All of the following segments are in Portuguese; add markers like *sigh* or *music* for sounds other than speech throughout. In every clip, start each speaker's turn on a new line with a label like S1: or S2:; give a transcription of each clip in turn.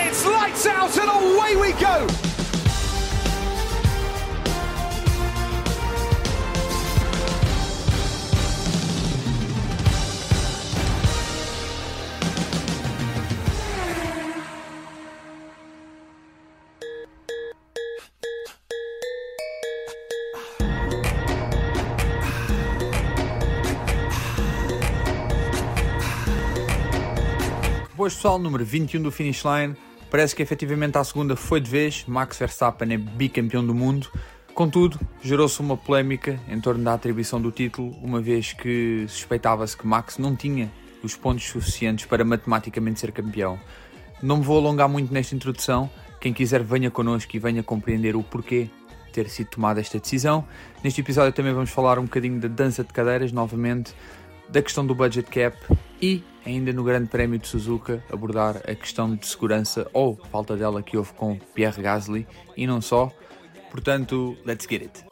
S1: us out and away we go!
S2: Boas pessoal, número 21 do Finish Line. Parece que efetivamente à segunda foi de vez, Max Verstappen é bicampeão do mundo. Contudo, gerou-se uma polémica em torno da atribuição do título, uma vez que suspeitava-se que Max não tinha os pontos suficientes para matematicamente ser campeão. Não me vou alongar muito nesta introdução, quem quiser venha connosco e venha compreender o porquê de ter sido tomada esta decisão. Neste episódio também vamos falar um bocadinho da dança de cadeiras novamente, da questão do budget cap e, ainda no Grande Prémio de Suzuka, abordar a questão de segurança ou falta dela que houve com Pierre Gasly e não só. Portanto, let's get it.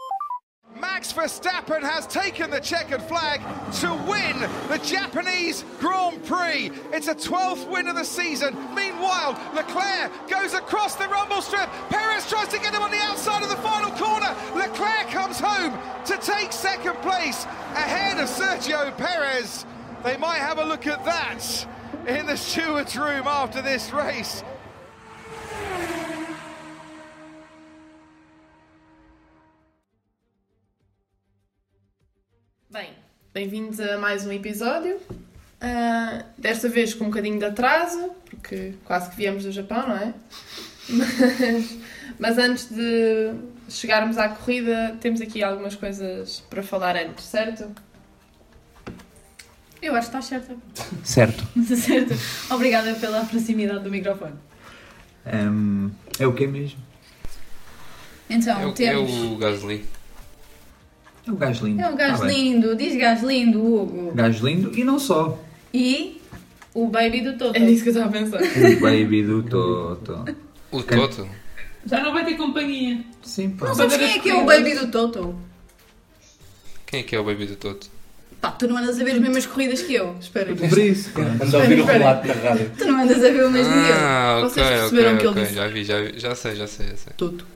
S1: Max Verstappen has taken the checkered flag to win the Japanese Grand Prix. It's a 12th win of the season. Meanwhile, Leclerc goes across the rumble strip. Perez tries to get him on the outside of the final corner. Leclerc comes home to take second place ahead of Sergio Perez. They might have a look at that in the *laughs* stewards' room after this race.
S3: Bem, bem-vindos a mais um episódio. Ah, desta vez com um bocadinho de atraso, porque quase que viemos do Japão, não é? Mas, mas antes de chegarmos à corrida, temos aqui algumas coisas para falar antes, certo?
S4: Eu acho que estás certa. *laughs*
S2: Certo.
S4: certo. Obrigada pela proximidade do microfone.
S2: é o que mesmo?
S4: Então,
S5: Eu,
S4: temos.
S5: eu, Gasly.
S2: É o gajo lindo.
S4: É um gajo lindo, diz gajo lindo, Hugo.
S2: Gajo lindo e não só.
S4: E o baby do Toto.
S6: É
S3: Era É isso que eu estava a pensar.
S2: O baby do Toto.
S5: O
S2: Quem?
S5: Toto.
S7: Já não vai ter companhia.
S2: Sim, pá.
S4: Não sabes quem é que é o baby do Toto?
S5: Quem é que é o baby do Toto?
S4: Pá, tu não andas a ver as mesmas corridas que eu. Espera.
S2: Por isso, cara.
S8: Vamos ouvir o relato da rádio.
S4: *laughs* Tu não andas a ver o mesmo que eu.
S5: Ah, ok,
S3: Vocês
S5: ok,
S3: perceberam o que
S5: ok.
S3: ele disse?
S5: Já vi, já vi. Já sei, já sei, já sei.
S3: Tudo.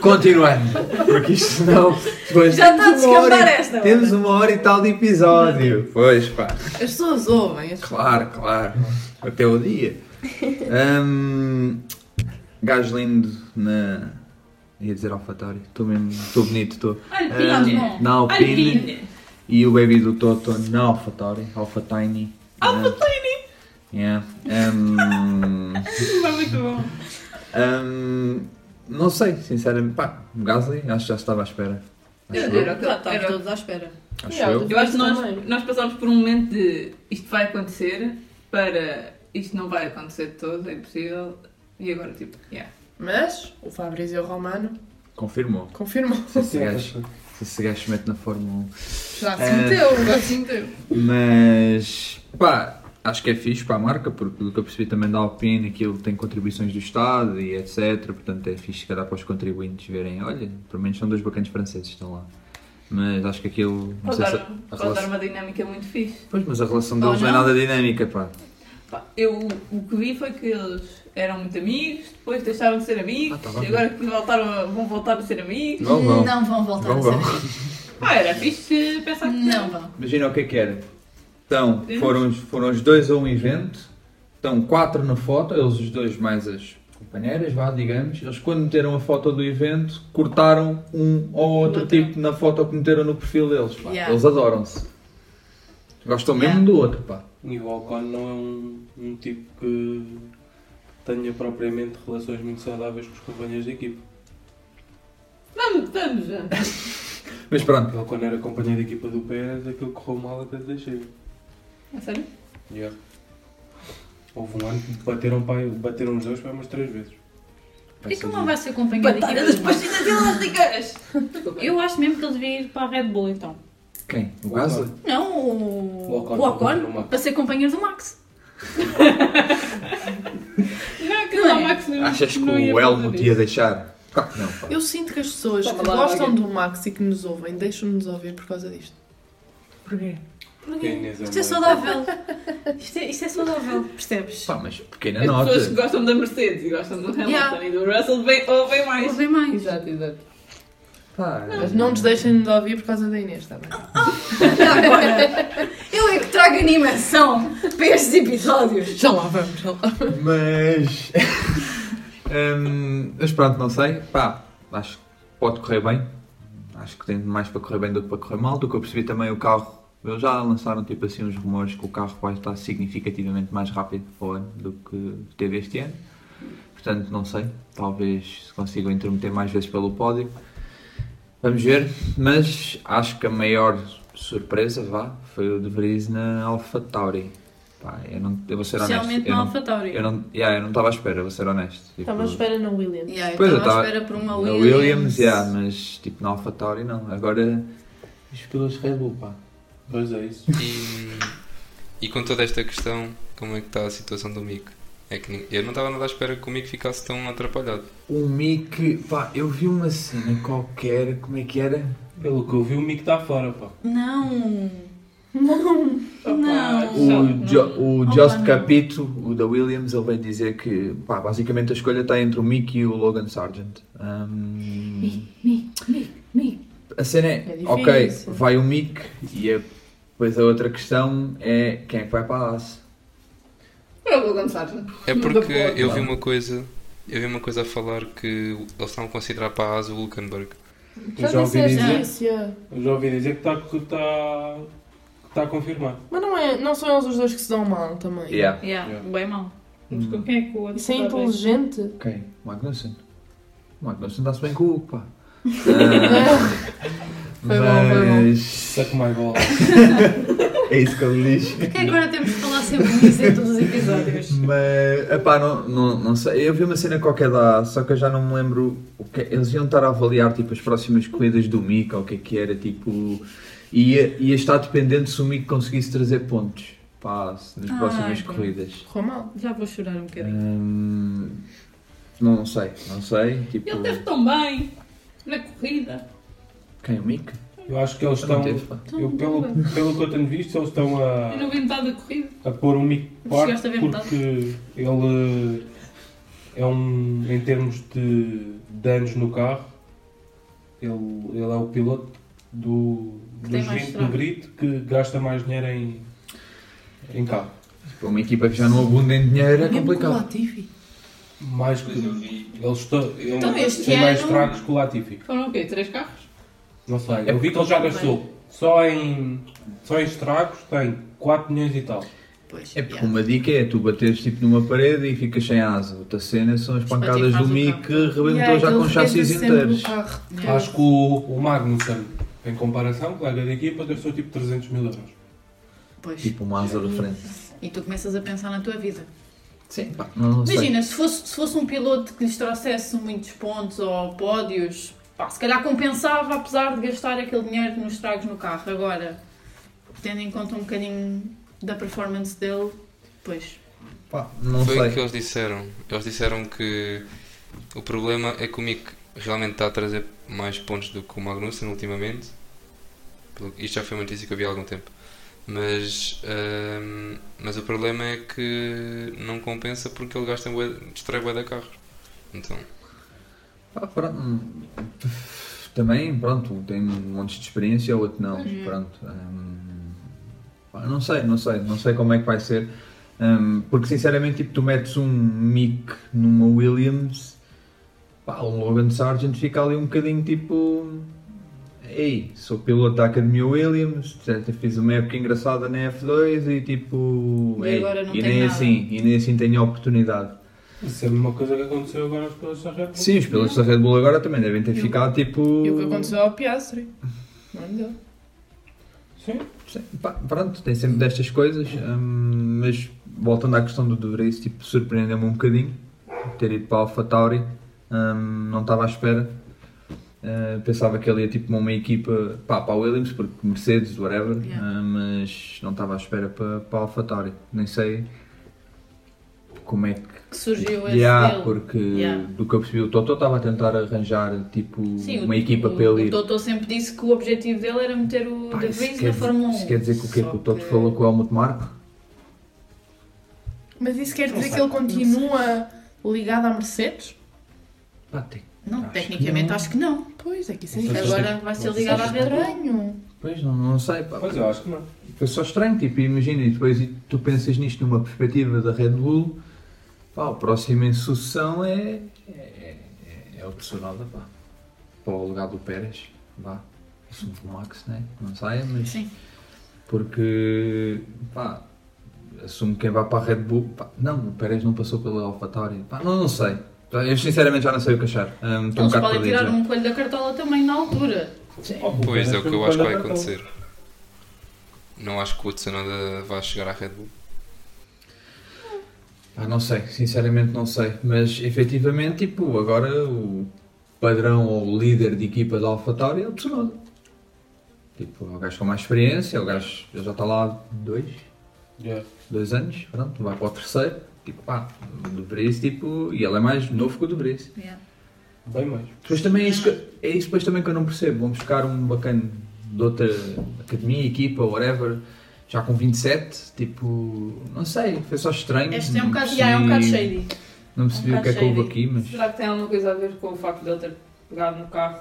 S2: Continuando, porque isto não. Depois
S4: Já está a
S2: temos uma hora e-
S4: descambar esta,
S2: Temos uma hora e tal de episódio. *laughs* Pois pá,
S3: As pessoas ouvem. As...
S2: claro, claro. Até o dia. Hum, gajo lindo na. ia dizer alfatório. Estou mesmo. Estou bonito, estou.
S7: Alpine.
S2: Hum, na Alpine.
S7: Alpine.
S2: E o baby do Toto na Alfatório. Alfa Tiny.
S7: Alpine.
S2: Yeah.
S7: *laughs*
S2: Hum,
S7: Vai muito bom.
S2: hum, não sei, sinceramente. Pá, o Gasly, acho que já estava à espera. Acho eu.
S4: Era o que eu estava todos à espera.
S2: Acho
S3: Yeah,
S2: eu.
S7: Eu acho que nós, nós passamos por um momento de isto vai acontecer para isto não vai acontecer de todo, é impossível. E agora, tipo, yeah.
S3: Mas o Fabrício Romano
S2: Confirmou.
S3: confirmou.
S2: Se esse gajo, se esse gajo se mete na Fórmula
S3: Já se
S2: É.
S3: meteu, já se meteu.
S2: 1. Mas, pá, acho que é fixe para a marca, porque do que eu percebi também da Alpine, aquilo tem contribuições do Estado e etc. Portanto, é fixe, se calhar, para os contribuintes verem. Olha, pelo menos são dois bacanas franceses que estão lá. Mas acho que aquilo. Não
S7: Pode
S2: sei se.
S7: dar,
S2: A
S7: pode dar
S2: relação,
S7: uma dinâmica muito fixe.
S2: pois, mas a relação deles não é
S4: não.
S2: nada dinâmica, pá.
S7: Pá, Eu, o que vi foi que eles eram muito amigos, depois deixaram de ser amigos,
S2: Ah, tá bem.
S7: e agora que voltaram, a- vão voltar a ser amigos.
S2: Vão, vão.
S4: Não vão voltar
S2: Vão,
S4: a
S2: vão.
S4: ser.
S7: Ah, era fixe pensar que
S4: Não vão.
S2: Imagina o que é que era. Então, foram, os- foram os dois a um evento, estão quatro na foto, eles os dois mais as companheiras, vá, digamos. Eles quando meteram a foto do evento, cortaram um ou outro
S3: Outro.
S2: tipo na foto que meteram no perfil deles. pá.
S4: Yeah.
S2: Eles adoram-se. Gostam mesmo
S4: Yeah.
S2: do outro, pá.
S8: E o Ocon não é um, um tipo que tenha propriamente relações muito saudáveis com os companheiros de equipe.
S7: Vamos, vamos, vamos.
S2: Mas pronto.
S8: Ele quando era companheiro de equipa do Pérez, aquilo correu mal até deixei.
S7: A sério?
S8: Yeah. Houve um ano que bateram, pai, bateram os dois para umas três vezes.
S4: Por que que ele não vai ser companheiro de
S7: Batalha das
S4: equipa?
S7: pastilhas elásticas!
S6: Eu acho mesmo que ele devia ir para a Red Bull então.
S2: Quem? O
S8: O
S2: Gasly?
S8: Ocon.
S4: Não, o,
S8: O Ocon.
S4: o Ocon,
S8: O Ocon.
S4: para ser companheiro do Max.
S7: Não, que não, é. Max não
S2: Achas que
S7: não ia
S2: o
S7: fazer
S2: Elmo te ia
S7: isso.
S2: deixar? Claro que não, pá.
S3: Eu sinto que as pessoas
S7: Toma
S3: que
S7: lá,
S3: gostam
S7: Wagner.
S3: do Max e que nos ouvem deixam-nos ouvir por causa disto.
S2: Porquê?
S8: Porque a Inês é
S4: Isto é
S8: uma-
S4: saudável. Isto é, isto é saudável, percebes?
S2: Pá, mas pequena
S7: As
S2: nota.
S7: pessoas que gostam da Mercedes e gostam do Hamilton
S4: Yeah.
S7: e do Russell bem, ouvem mais.
S4: Ouvem mais.
S7: Exato, exato.
S2: Pá,
S3: Mas não nos deixem de ouvir por causa da Inês, está bem?
S4: Agora, eu é que trago animação para estes episódios.
S3: Já lá vamos, já lá
S2: Mas. *laughs* Hum, mas pronto, não sei. Pá, acho que pode correr bem. Acho que tem mais para correr bem do que para correr mal. Do que eu percebi também, o carro. Eles já lançaram tipo assim uns rumores que o carro vai estar significativamente mais rápido para o ano do que teve este ano. Portanto, não sei. Talvez se consigam intermeter mais vezes pelo pódio. Vamos ver. Mas acho que a maior surpresa, vá, foi o De Vries na Alpha Tauri. Pá, eu, não, eu vou ser honesto.
S4: Especialmente
S2: eu
S4: na
S2: não-
S4: Alpha Tauri.
S2: eu não yeah, eu não estava à espera, vou ser honesto. Tipo,
S9: Estava à espera no William.
S10: Yeah, eu
S2: Pois, eu
S10: estava à
S2: tava-
S10: espera por uma
S2: na
S10: Williams.
S2: Williams, yeah, mas tipo na AlphaTauri não. Agora
S8: Os pilotos Red Bull, pá. Pois é isso.
S5: E, e com toda esta questão, como é que está a situação do Mick? É que ni- eu não estava nada à espera que o Mick ficasse tão atrapalhado.
S2: o Mick, pá, eu vi uma cena qualquer, como é que era?
S8: Pelo que eu vi, o Mick está fora, pá.
S4: Não.
S7: Opa,
S4: Não.
S7: chato,
S2: O,
S7: não.
S2: jo, o
S4: Opa,
S2: Just
S4: não.
S2: Capito, o da Williams, ele veio dizer que pá, basicamente a escolha está entre o Mick e o Logan Sargent. Ahm,
S4: Mi, mi, mi.
S2: A cena é,
S3: difícil.
S2: ok, vai o Mick e a- depois a outra questão é quem é que vai para a Haas.
S7: Para o Logan Sargent.
S5: É
S7: Não dá
S5: porque
S7: para-
S5: eu vi uma coisa. Eu vi uma coisa a falar que eles estão a considerar para a Haas o Hülkenberg.
S8: Eu já ouvi dizer,
S3: Ah, isso, é. yeah.
S8: eu já ouvi dizer que está que tá, que tá confirmado.
S3: Mas não, é, não são eles os dois que se dão mal também.
S2: Yeah.
S4: Yeah,
S8: Yeah.
S4: bem mal.
S7: Mas com
S10: Quem é que o outro
S3: Isso é
S10: tá bem?
S3: inteligente.
S2: Quem? O Magnussen. O Magnussen dá-se bem com o Hugo, pá.
S3: é? Foi bom, foi bom.
S2: mas
S8: Suck my ball.
S2: é isso que ele diz.
S4: Porque agora temos de falar sempre disso em todos os episódios.
S2: Mas, epá, não, não, não sei. Eu vi uma cena qualquer lá, só que eu já não me lembro o que é. Eles iam estar a avaliar, tipo, as próximas corridas do Mick, ou o que é que era, tipo... Ia, ia estar dependente se o Mick conseguisse trazer pontos, pá, se- nas
S3: Ah,
S4: Ai,
S2: próximas
S4: pá.
S2: corridas.
S3: Correu mal.
S4: Já vou chorar um bocadinho.
S2: Hum, não, não sei, não sei, tipo...
S7: Ele teve tão bem na corrida.
S2: Quem, o Mick?
S8: Eu acho que eles
S2: Não
S8: estão.
S2: teve, pá.
S8: Eu, pelo,
S4: Tá
S8: pelo que eu tenho visto, eles estão a,
S7: Eu não vi metade da corrida.
S8: a pôr o Mick de parte
S4: Chegaste a ver
S8: porque ele é um. Em termos de danos no carro, ele, ele é o piloto do,
S4: tem
S8: dos
S4: mais
S8: 20 do
S4: trauma.
S8: Brito que gasta mais dinheiro em, em carro.
S2: Para uma equipa que já não abunda em dinheiro é complicado.
S8: Mais que. Eles, estão, eles
S7: Então, este
S8: são mais
S7: ano-
S8: fracos que o Latifi.
S7: Foram o quê? Três carros?
S8: Não sei. Eu vi que ele já gastou. Só em, só em estragos tem 4 milhões e tal.
S3: Pois,
S2: É porque uma dica é tu bateres tipo numa parede e ficas sem asa. Outra cena são as pancadas do
S4: faz
S3: tipo,
S4: o
S2: Mi
S4: carro.
S2: que rebentou já com chassis
S4: um
S2: inteiros.
S8: Acho que o, o Magnussen, em comparação, colega da equipa, gastou tipo 300 mil euros.
S10: Pois.
S2: Tipo uma asa da frente.
S10: E tu começas a pensar na tua vida.
S2: Sim, pá, não, não sei.
S4: Imagina, se fosse, se fosse um piloto que lhes trouxesse muitos pontos ou pódios, pá, se calhar compensava, apesar de gastar aquele dinheiro nos tragos no carro. Agora, tendo em conta um bocadinho da performance dele, pois.
S2: Pá, não
S5: Foi o que
S2: sei.
S5: eles disseram. Eles disseram que o problema é que o Mick realmente está a trazer mais pontos do que o Magnussen ultimamente. Pelo- Isto já foi uma notícia que eu vi há algum tempo. Mas, ahm, mas o problema é que não compensa porque ele gasta bué- distrai bué da carro. Então,
S2: Pá, pronto. hum, Também, pronto, tem um monte de experiência, o outro não.
S4: Uhum.
S2: Pronto. hum, pá, não sei, não sei. Não sei como é que vai ser. Hum, porque sinceramente, tipo, tu metes um Mick numa Williams, pá, o Logan Sargent fica ali um bocadinho tipo. Ei, sou piloto da Academia Williams, já te fiz uma época engraçada na F2 e tipo.
S4: E
S2: ei,
S4: agora não
S2: e
S4: tem
S2: nem
S4: nada.
S2: assim, e nem assim tenho a oportunidade.
S8: Isso é a mesma coisa que aconteceu agora aos pilotos da Red Bull.
S2: Sim, os pilotos da Red Bull agora também devem ter ficado tipo.
S3: E o que aconteceu ao Piastri? Não lhe deu.
S8: Sim.
S2: Sim, pá, pronto, tem sempre destas coisas, hum, mas voltando à questão do De Vries, tipo, surpreendeu-me um bocadinho ter ido para a AlphaTauri, hum, não estava à espera. Uh, pensava que ele ia tipo para uma equipa pá, para a Williams, porque Mercedes, whatever, hum,
S10: Yeah.
S2: uh, mas não estava à espera para, para a AlphaTauri, nem sei
S10: como é que.
S6: que surgiu esse
S10: Yeah,
S6: dele.
S10: porque
S6: Yeah.
S10: do que eu percebi, o Totó estava a tentar arranjar tipo,
S6: Sim, o-
S10: uma equipa
S6: o,
S10: para ele
S6: O
S10: ir.
S6: Toto sempre disse que o objetivo dele era meter o
S10: Pá,
S6: The
S10: isso
S6: Vries
S10: quer-
S6: na Fórmula 1.
S10: Isso
S4: um.
S10: quer dizer que o quê?
S6: Só
S10: Que o Toto
S6: que-
S10: falou com o Helmut Marko?
S3: Mas isso quer dizer que ele continua ligado à Mercedes?
S10: Pá, tem-
S6: Não,
S10: Acho que
S6: tecnicamente
S10: não.
S6: acho que não.
S3: Pois, é que isso é
S8: Não sei se
S6: Agora vai ser
S8: Não sei
S6: ligado à
S8: se-
S6: Red
S2: um
S6: Bull.
S3: estranho.
S10: Pois não, não sei. Pá.
S8: Pois eu acho que não.
S10: Foi só estranho, tipo, imagina, e depois e tu pensas nisto numa perspectiva da Red Bull, pá, o próximo em sucessão é, é, é, é o Tsunoda, pá. Para o lugar do Pérez, vá. Isso do Max, né? Não saia, mas.
S6: Sim.
S10: Porque, pá, assumo que quem vai para a Red Bull, pá, não, o Pérez não passou pela AlphaTauri, pá, não, não sei. Eu sinceramente já não sei o que achar.
S4: Então
S10: Hum, Estou um
S6: Eles
S10: bocado
S6: podem
S10: perdido
S6: tirar
S2: é?
S10: já.
S6: um coelho da cartola também na altura.
S5: Pois é o que eu acho que
S2: tá
S5: vai acontecer. Não acho que o Tsunoda vá chegar à Red Bull.
S10: Ah, não sei, sinceramente não sei, mas efetivamente, tipo, agora o padrão ou o líder de equipa da AlphaTauri é o Tsunoda. Tipo, é o gajo com mais experiência, o gajo ele já está lá há dois,
S8: Yeah.
S10: dois anos, pronto, vai para o terceiro, tipo, pá, o De Vries, tipo, e ele é mais novo que o De Vries.
S8: Bem mais.
S10: Depois também é isso, que, é isso depois também que eu não percebo, vão buscar um bacana de outra academia, equipa, whatever, já com 27, tipo, não sei, foi só estranho.
S6: Este é
S10: não
S6: um bocado, yeah, é um bocado
S10: percebi-
S6: shady.
S10: não percebi
S6: Um
S10: o que é que
S6: bocado
S10: houve
S6: shady.
S10: aqui, mas.
S11: Será que tem alguma coisa a ver com o facto de ele ter pegado no carro,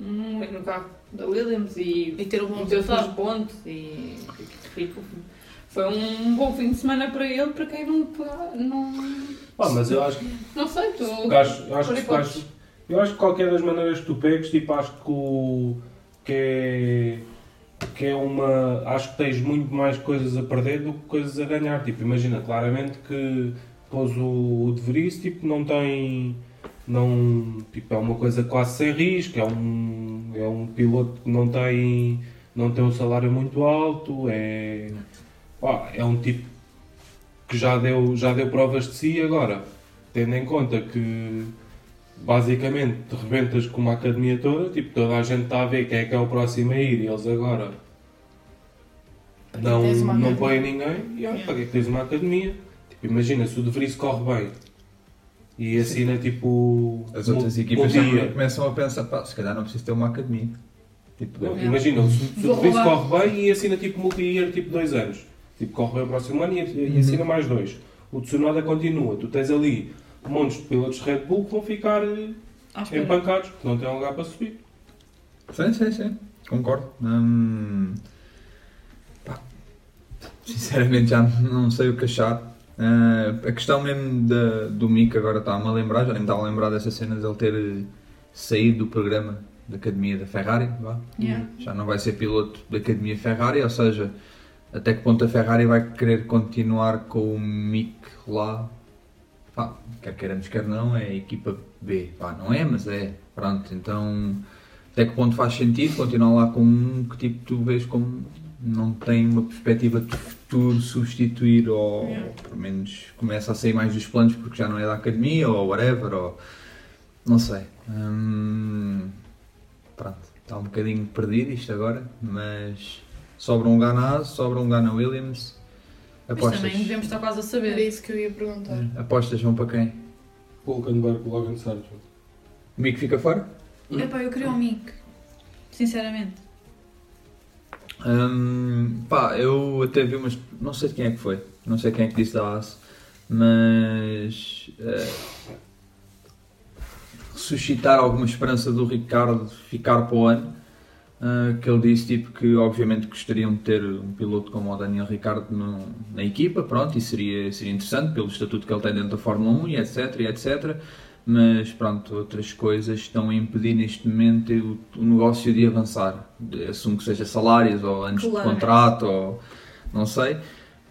S11: hum, no carro da Williams e
S6: E ter um bom
S11: meteu-se aos
S6: resultado.
S11: pontos e ficou- foi um bom fim de semana para ele, para quem não pega- não,
S8: Pá, mas eu acho que
S11: não sei, tu
S8: o gajo, eu acho
S11: Por
S8: que se o
S11: enquanto.
S8: gajo- eu acho que qualquer das maneiras que tu pegues, tipo, acho que o, que é que é uma, acho que tens muito mais coisas a perder do que coisas a ganhar, tipo, imagina claramente que pôs o, o De Vries, tipo, não tem não, tipo, é uma coisa quase sem risco, é um é um piloto que não tem não tem um salário muito alto, é pá, é um tipo que já deu, já deu provas de si agora, tendo em conta que basicamente te rebentas com uma academia toda, tipo, toda a gente está a ver quem é que é o próximo a ir e eles agora não,
S3: tens uma
S8: não
S3: academia?
S8: põem ninguém, e olha, para que é que tens uma academia? Tipo, imagina, se o De Vries corre bem e assina tipo
S10: As
S8: um-
S10: outras
S8: um
S10: equipas já
S8: dia.
S10: começam a pensar, pá, se calhar não preciso ter uma academia. Tipo,
S8: Não, Imagina, se se o
S11: Vou
S8: Luís
S11: roubar.
S8: corre bem e assina tipo multi-year, tipo dois anos. Tipo, corre bem o próximo ano e, e assina mais dois. O Tsunoda continua. Tu tens ali montes de pilotos de Red Bull que vão ficar eh, empancados, porque não têm lugar para subir.
S10: Sim, sim, sim. Concordo. Hum, pá, sinceramente já não sei o que achar. Ah, a questão mesmo da, do Mick agora está-me a lembrar, já nem me estava a lembrar dessa cena de ele ter eh, saído do programa da Academia da Ferrari. Vá.
S6: Yeah.
S10: Já não vai ser piloto da Academia Ferrari, ou seja, até que ponto a Ferrari vai querer continuar com o Mick lá? Pá, quer queiramos, quer não, é a equipa B. Pá, não é, mas é. Pronto, então até que ponto faz sentido continuar lá com um que tipo tu vês como não tem uma perspectiva de futuro substituir ou, pelo menos começa a sair mais dos planos porque já não é da academia ou whatever ou não sei. Hum, pronto, está um bocadinho perdido isto agora, mas sobra um Ganaz, sobra um Gana Williams.
S6: Mas
S10: Apostas,
S6: também devemos estar quase a
S3: Era
S6: saber.
S3: isso que eu ia perguntar.
S10: apostas vão para quem?
S8: Hulkenberg, Logan Sargent.
S10: O Mick fica fora?
S6: Epá, eu queria o Mick. Sinceramente.
S10: Hum, pá, eu até vi umas. Não sei de quem é que foi, não sei quem é que disse da AS, mas. eh, ressuscitar alguma esperança do Ricardo ficar para o ano. eh, que ele disse tipo, que obviamente gostariam de ter um piloto como o Daniel Ricardo no- na equipa, pronto, e seria, seria interessante pelo estatuto que ele tem dentro da Fórmula 1 e etc, e etc. Mas pronto, outras coisas estão a impedir neste momento o, o negócio de avançar. De- Assumo que seja salários ou anos
S6: Claro.
S10: de contrato ou não sei.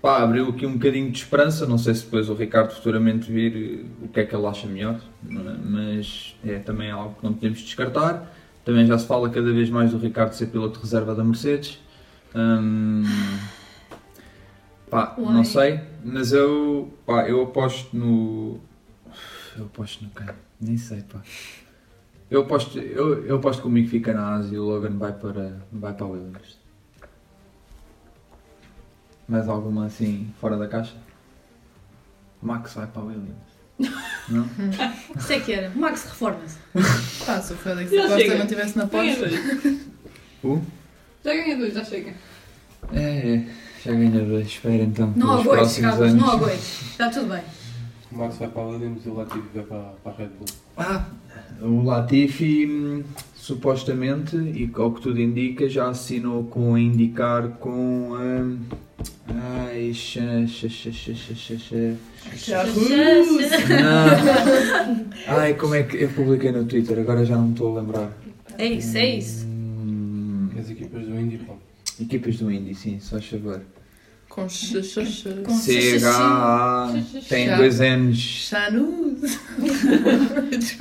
S10: Pá, abriu aqui um bocadinho de esperança. Não sei se depois o Ricardo futuramente vir eh, o que é que ele acha melhor, não é? mas é também algo que não podemos descartar. Também já se fala cada vez mais do Ricardo ser piloto de reserva da Mercedes. Hum, pá,
S6: Uai.
S10: não sei, mas eu, pá, eu aposto no. Eu aposto no quem? Nem sei, pá. Eu aposto, eu, eu aposto que o Mick fica na Ásia e o Logan vai para, vai para a Williams. Mais alguma assim fora da caixa?
S2: Max vai para a Williams. Não?
S4: Isso é que era. Max, reforma-se.
S3: Pá, Ah, se o Félix
S7: Já
S3: da Costa
S7: chega.
S3: não estivesse na
S7: Ganha
S3: posta.
S7: dois.
S2: O?
S7: Já ganha dois, já chega.
S2: É, é. Já ganha dois. Espera então.
S4: Não há
S2: pelos
S4: gois,
S2: próximos
S4: Carlos,
S2: anos.
S4: não há gois. Está tudo bem.
S8: O Max vai para a Williams e o Latifi vai para, para a Red Bull.
S2: Ah, o Latifi hum, supostamente, e ao que tudo indica, já assinou com a indicar com hum, ai, xa, xa, xa, xa, xa, xa,
S4: *laughs*
S2: xa.
S6: Ah,
S2: Não. Ai, como é que eu publiquei no Twitter, agora já não me estou a lembrar.
S4: É isso, é isso.
S2: Hum,
S8: As equipas do Indy, pá.
S2: equipas do Indy, sim, só favor.
S3: Com xoxoxo.
S4: Com
S2: CHA tem dois N's.
S3: Chanude.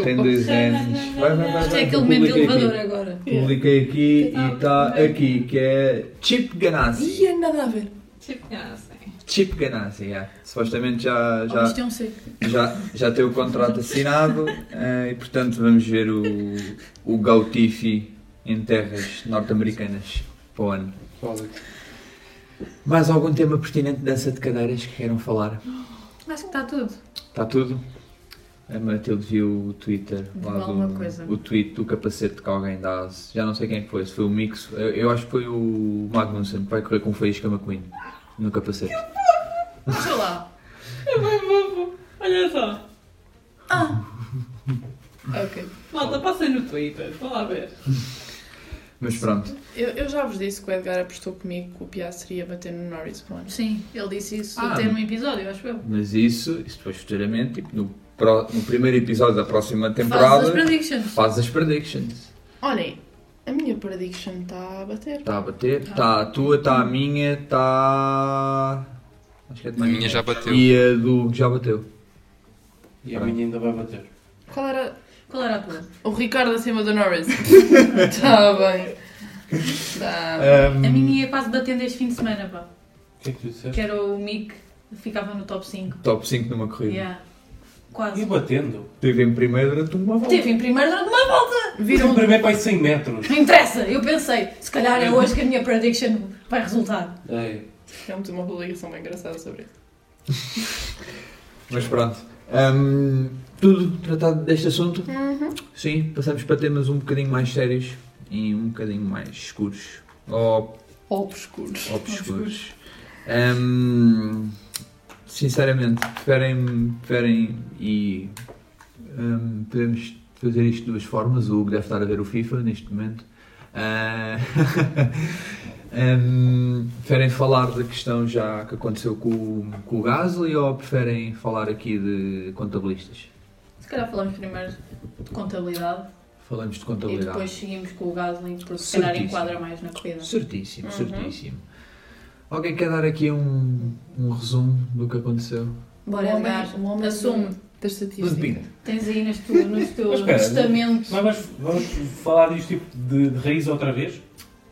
S2: Tem dois N's. Vai, vai, vai.
S4: Isto é
S2: vai,
S4: aquele momento
S2: publiquei aqui.
S4: elevador agora.
S2: Publiquei aqui e está aqui, que é Chip Ganassi.
S3: Ih, é nada a ver.
S7: Tipo, já sei.
S2: Chip Ganassi, é. Supostamente já,
S4: Oh,
S2: já,
S4: isto é um C.
S2: já, já tem o contrato assinado eh, e, portanto, vamos ver o, o Gautifi em terras norte-americanas para o ano.
S8: Félix.
S2: Mais algum tema pertinente dessa de cadeiras que queiram falar?
S4: Acho que está tudo.
S2: Está tudo? A Matilde viu o Twitter lá
S4: alguma
S2: do,
S4: coisa.
S2: o tweet do capacete que alguém dá. Já não sei quem é foi, se foi o Mix. Eu, eu acho que foi o Magnussen que vai correr com o Faísca McQueen no capacete.
S4: Deixa lá.
S7: É bem fofo. Olha só.
S3: É, Ok.
S7: Malta, passem no Twitter. Vão lá ver.
S2: Mas pronto,
S3: Eu, eu já vos disse que o Edgar apostou comigo que o Piastri ia bater no Norris para o ano.
S4: Sim, ele disse isso
S2: Ah.
S4: até num episódio, acho eu.
S2: mas isso, isso depois futuramente, tipo, no, pró- no primeiro episódio da próxima
S4: Faz as
S2: temporada,
S4: predictions.
S2: faz as predictions.
S3: Olhem, a minha prediction está a bater.
S2: Está Tá a bater,
S4: Tá.
S2: está a tua, está a minha, está. Acho que é de
S5: A
S2: manhã.
S5: minha já bateu.
S2: E a do que já bateu.
S8: E a minha ainda vai bater.
S3: Qual era?
S4: Qual era a tua?
S3: O Ricardo acima do Norris. Está bem. Tá.
S2: Um,
S4: A minha ia quase batendo este fim de semana, pá.
S8: O que é que tu
S4: Que
S8: disseste?
S4: era o Mick, ficava no top 5.
S2: Top 5 numa corrida.
S4: Yeah. Quase.
S8: E batendo?
S2: Teve em primeiro durante uma volta.
S4: Teve em primeiro durante uma volta.
S8: Viram Tipo, o primeiro para aí 100 metros.
S4: Não interessa, eu pensei, se calhar é hoje que a minha prediction vai resultar.
S8: Ei,
S3: Temos É uma publicação bem engraçada sobre isso.
S2: Mas pronto. Hum, tudo tratado deste assunto.
S4: Uhum.
S2: Sim, passamos para temas um bocadinho mais sérios e um bocadinho mais escuros. Oh, Ou
S3: Obscuros.
S2: obscuros. Hum, sinceramente, preferem, preferem e hum, podemos fazer isto de duas formas. O Hugo deve estar a ver o FIFA neste momento. Ah, *laughs* hum, preferem falar da questão já que aconteceu com, o- com o Gasly ou preferem falar aqui de contabilistas?
S4: Se calhar falamos primeiro de contabilidade
S2: Falamos de
S4: e
S2: contabilidade.
S4: depois seguimos com o Gasly, porque se calhar
S2: Certíssimo.
S4: enquadra mais na corrida.
S2: Certíssimo,
S4: Uhum.
S2: certíssimo. Alguém quer dar aqui um, um resumo do que aconteceu?
S4: Bora,
S3: O homem-
S4: Edgar,
S3: o homem
S4: assume.
S3: Das estatísticas.
S4: Tens aí nas tuas,
S2: *laughs*
S4: nos
S8: Mas
S4: teus
S8: espera,
S4: testamentos.
S8: mas vamos, vamos falar disto tipo de, de raiz outra vez?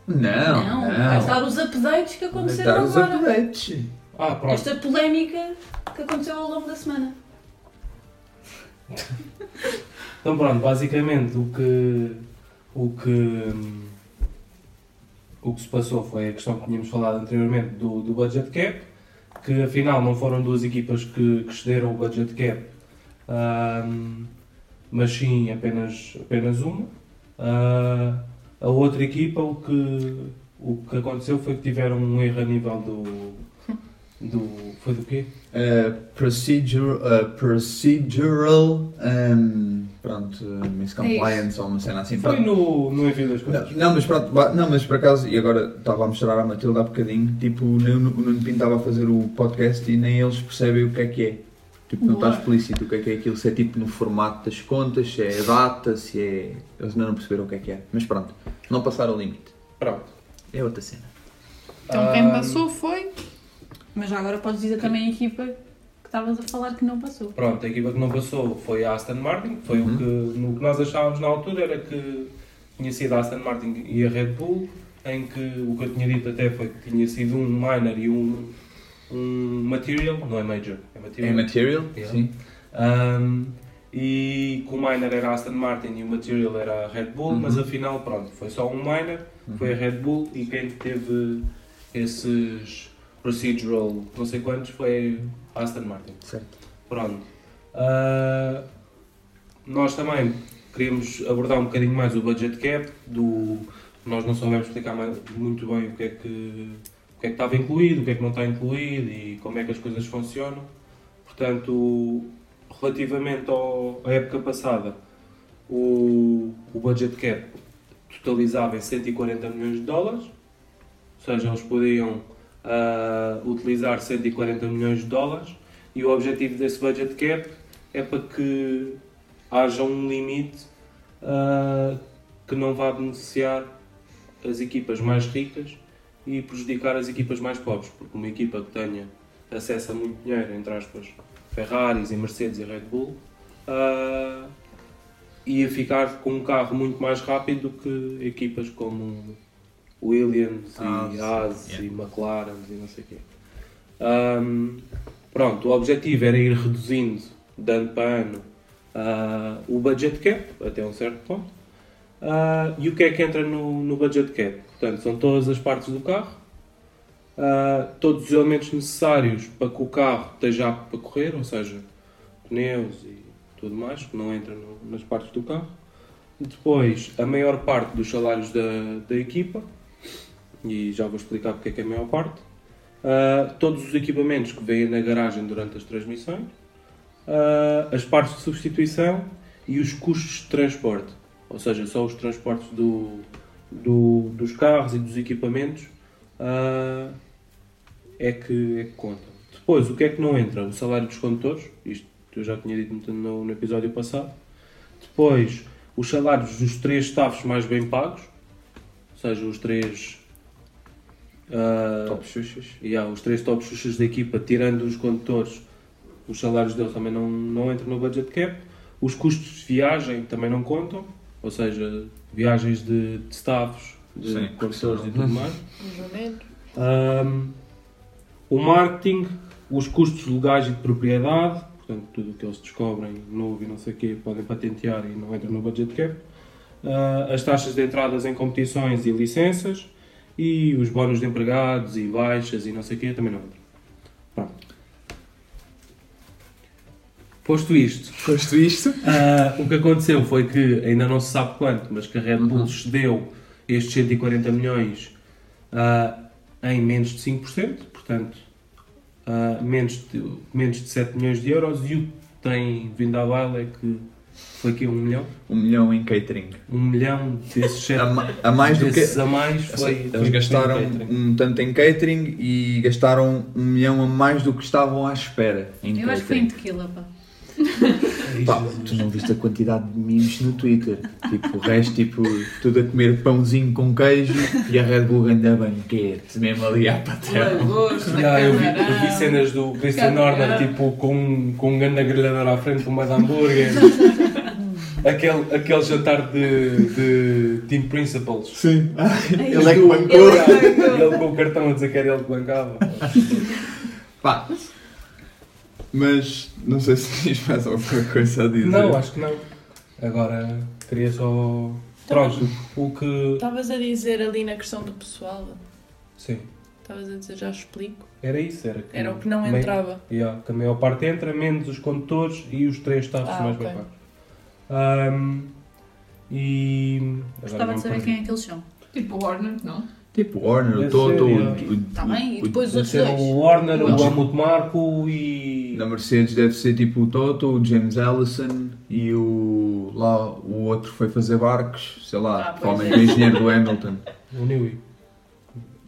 S2: Não, não.
S4: vais dar os updates que
S2: Vai
S4: aconteceram
S2: dar os
S4: agora.
S2: updates.
S8: Ah, pronto.
S4: Esta polémica que aconteceu ao longo da semana.
S8: Então pronto, basicamente o que o que hum, o que se passou foi a questão que tínhamos falado anteriormente do, do budget cap, que afinal não foram duas equipas que, que cederam o budget cap, hum, mas sim apenas, apenas uma. Ah, a outra equipa o que, o que aconteceu foi que tiveram um erro a nível do. do foi do quê?
S2: Uh, procedure, uh, procedural. um, pronto, uh, miscompliance ou uma cena assim.
S10: Então-
S8: Foi
S2: pronto.
S8: no, no envio das
S2: Não,
S8: coisas.
S2: não, mas pronto, vá- não, mas por acaso, e agora estava a mostrar à Matilde há bocadinho, tipo, o Nuno, o Nuno Pinto estava a fazer o podcast e nem eles percebem o que é que é. Tipo, não está
S4: Boa.
S2: explícito o que é que é aquilo, se é tipo no formato das contas, se é a data, se é. Eles ainda não perceberam o que é que é. Mas pronto, não passaram o limite.
S8: Pronto.
S2: É outra cena.
S3: Então quem
S8: Ah,
S3: passou foi.
S4: Mas já agora podes dizer também a equipa que estavas a falar que não passou.
S8: Pronto, a equipa que não passou foi a Aston Martin, que foi o que, no que nós achávamos na altura era que tinha sido a Aston Martin e a Red Bull, em que o que eu tinha dito até foi que tinha sido um minor e um, um material, não é major, é
S2: É
S8: material.
S2: material?
S8: Yeah.
S2: Sim.
S8: Ahm, Um, e que o minor era a Aston Martin e o material era a Red Bull,
S2: Uhum.
S8: mas afinal, pronto, foi só um minor, foi a Red Bull e quem teve esses procedural, não sei quantos, foi a Aston Martin.
S2: Certo.
S8: Pronto, Pronto. Ah, nós também queríamos abordar um bocadinho mais o budget cap, do, nós não soubemos explicar mais- muito bem o que, é que, o que é que estava incluído, o que é que não está incluído e como é que as coisas funcionam. Portanto, relativamente ao, à época passada, o, o budget cap totalizava em 140 milhões de dólares, ou seja, eles podiam ah, utilizar 140 milhões de dólares e o objetivo desse budget cap é para que haja um limite ah, que não vá beneficiar as equipas mais ricas e prejudicar as equipas mais pobres, porque uma equipa que tenha acesso a muito dinheiro, entre aspas, Ferraris e Mercedes e Red Bull, ah, ia ficar com um carro muito mais rápido do que equipas como Williams e Haas e McLaren e não sei o quê. Ahm, pronto, o objetivo era ir reduzindo de ano para ano ah, o budget cap até um certo ponto. Ah, e o que é que entra no, no budget cap? Portanto, são todas as partes do carro, ah, todos os elementos necessários para que o carro esteja apto para correr, ou seja, pneus e tudo mais, que não entra no- nas partes do carro. Depois, a maior parte dos salários da, da equipa, e já vou explicar porque é que é a maior parte. Ah, todos os equipamentos que vêm na garagem durante as transmissões, ah, as partes de substituição e os custos de transporte, ou seja, só os transportes do, do- dos carros e dos equipamentos ah, é, que, é que contam. Depois, o que é que não entra? O salário dos condutores, isto eu já tinha dito no, no episódio passado. Depois, os salários dos três staffs mais bem pagos, ou seja, os três ah,
S10: Top xuxas.
S8: e há os três top xuxas da equipa, tirando os condutores, os salários deles também não, não entram no budget cap. Os custos de viagem também não contam, ou seja, viagens de, de staffs, de
S10: Sim,
S8: condutores e tudo mais. Ahm, o marketing, os custos legais e de propriedade, portanto, tudo o que eles descobrem novo e não sei o quê, podem patentear e não entra no budget cap. Ah, as taxas de entradas em competições e licenças e os bónus de empregados e baixas e não sei o quê também não entra. Pronto. Posto isto,
S10: Foste isto?
S8: ah, o que aconteceu foi que, ainda não se sabe quanto, mas que a Red
S10: Uhum.
S8: Bull cedeu estes 140 milhões ah, em menos de 5%, portanto, ah, menos, de, menos de 7 milhões de euros, e o que tem vindo à baila é que foi aqui 1 milhão.
S10: Um milhão em catering.
S8: 1 milhão desses 7
S10: A, ma- a mais do que.
S8: desses a mais foi.
S10: Eles
S8: foi
S10: gastaram
S8: foi catering.
S10: um tanto em catering e gastaram um milhão a mais do que estavam à espera. Em
S7: Eu acho que foi em
S4: é
S10: catering.
S7: tequila, pá.
S10: Pá, tu não viste a quantidade de memes no Twitter? Tipo, o resto, tipo, tudo a comer pãozinho com queijo e a Red Bull anda banquete, mesmo ali à patrão.
S11: Lagosta,
S8: Já, Ah, eu, vi, eu vi
S11: camarão.
S8: cenas do Christian Horner tipo com, com um grande grelhador à frente, com uma de hambúrguer.
S3: *laughs*
S8: aquele, aquele jantar de, de Team Principals.
S10: Sim, ele é
S8: Ele
S10: que bancou.
S8: Ele com o cartão a dizer que era ele que bancava.
S10: Pá, mas não sei se tens mais alguma coisa a dizer.
S8: Não, acho que não. Agora queria só. Pronto, o que.
S3: Estavas a dizer ali na questão do pessoal,
S8: Sim,
S3: estavas a dizer, já explico,
S8: era isso. Era,
S3: era o que não
S8: meio-
S3: entrava.
S8: Yeah, que a maior parte entra, menos os condutores e os três staffs
S3: Ah,
S8: mais
S3: ok.
S8: bem pagos. Ahm, e.
S7: Gostava de saber quem é que eles são.
S11: Tipo Warner, não?
S10: Tipo, Warner, o
S8: Deve
S10: Toto,
S8: ser,
S10: o-
S8: é.
S10: o-
S6: Tá
S7: Está
S10: o-
S7: Tá bem? E
S10: o-
S7: depois os
S8: Deve
S7: outros
S8: ser
S7: dois.
S10: um-
S8: o Warner,
S7: Eles.
S8: o Amut Marco e.
S10: Na Mercedes deve ser tipo o Toto, o James Allison e o. lá o outro foi fazer barcos, sei lá,
S7: Ah, pois
S10: provavelmente o engenheiro do Hamilton.
S8: O Newey.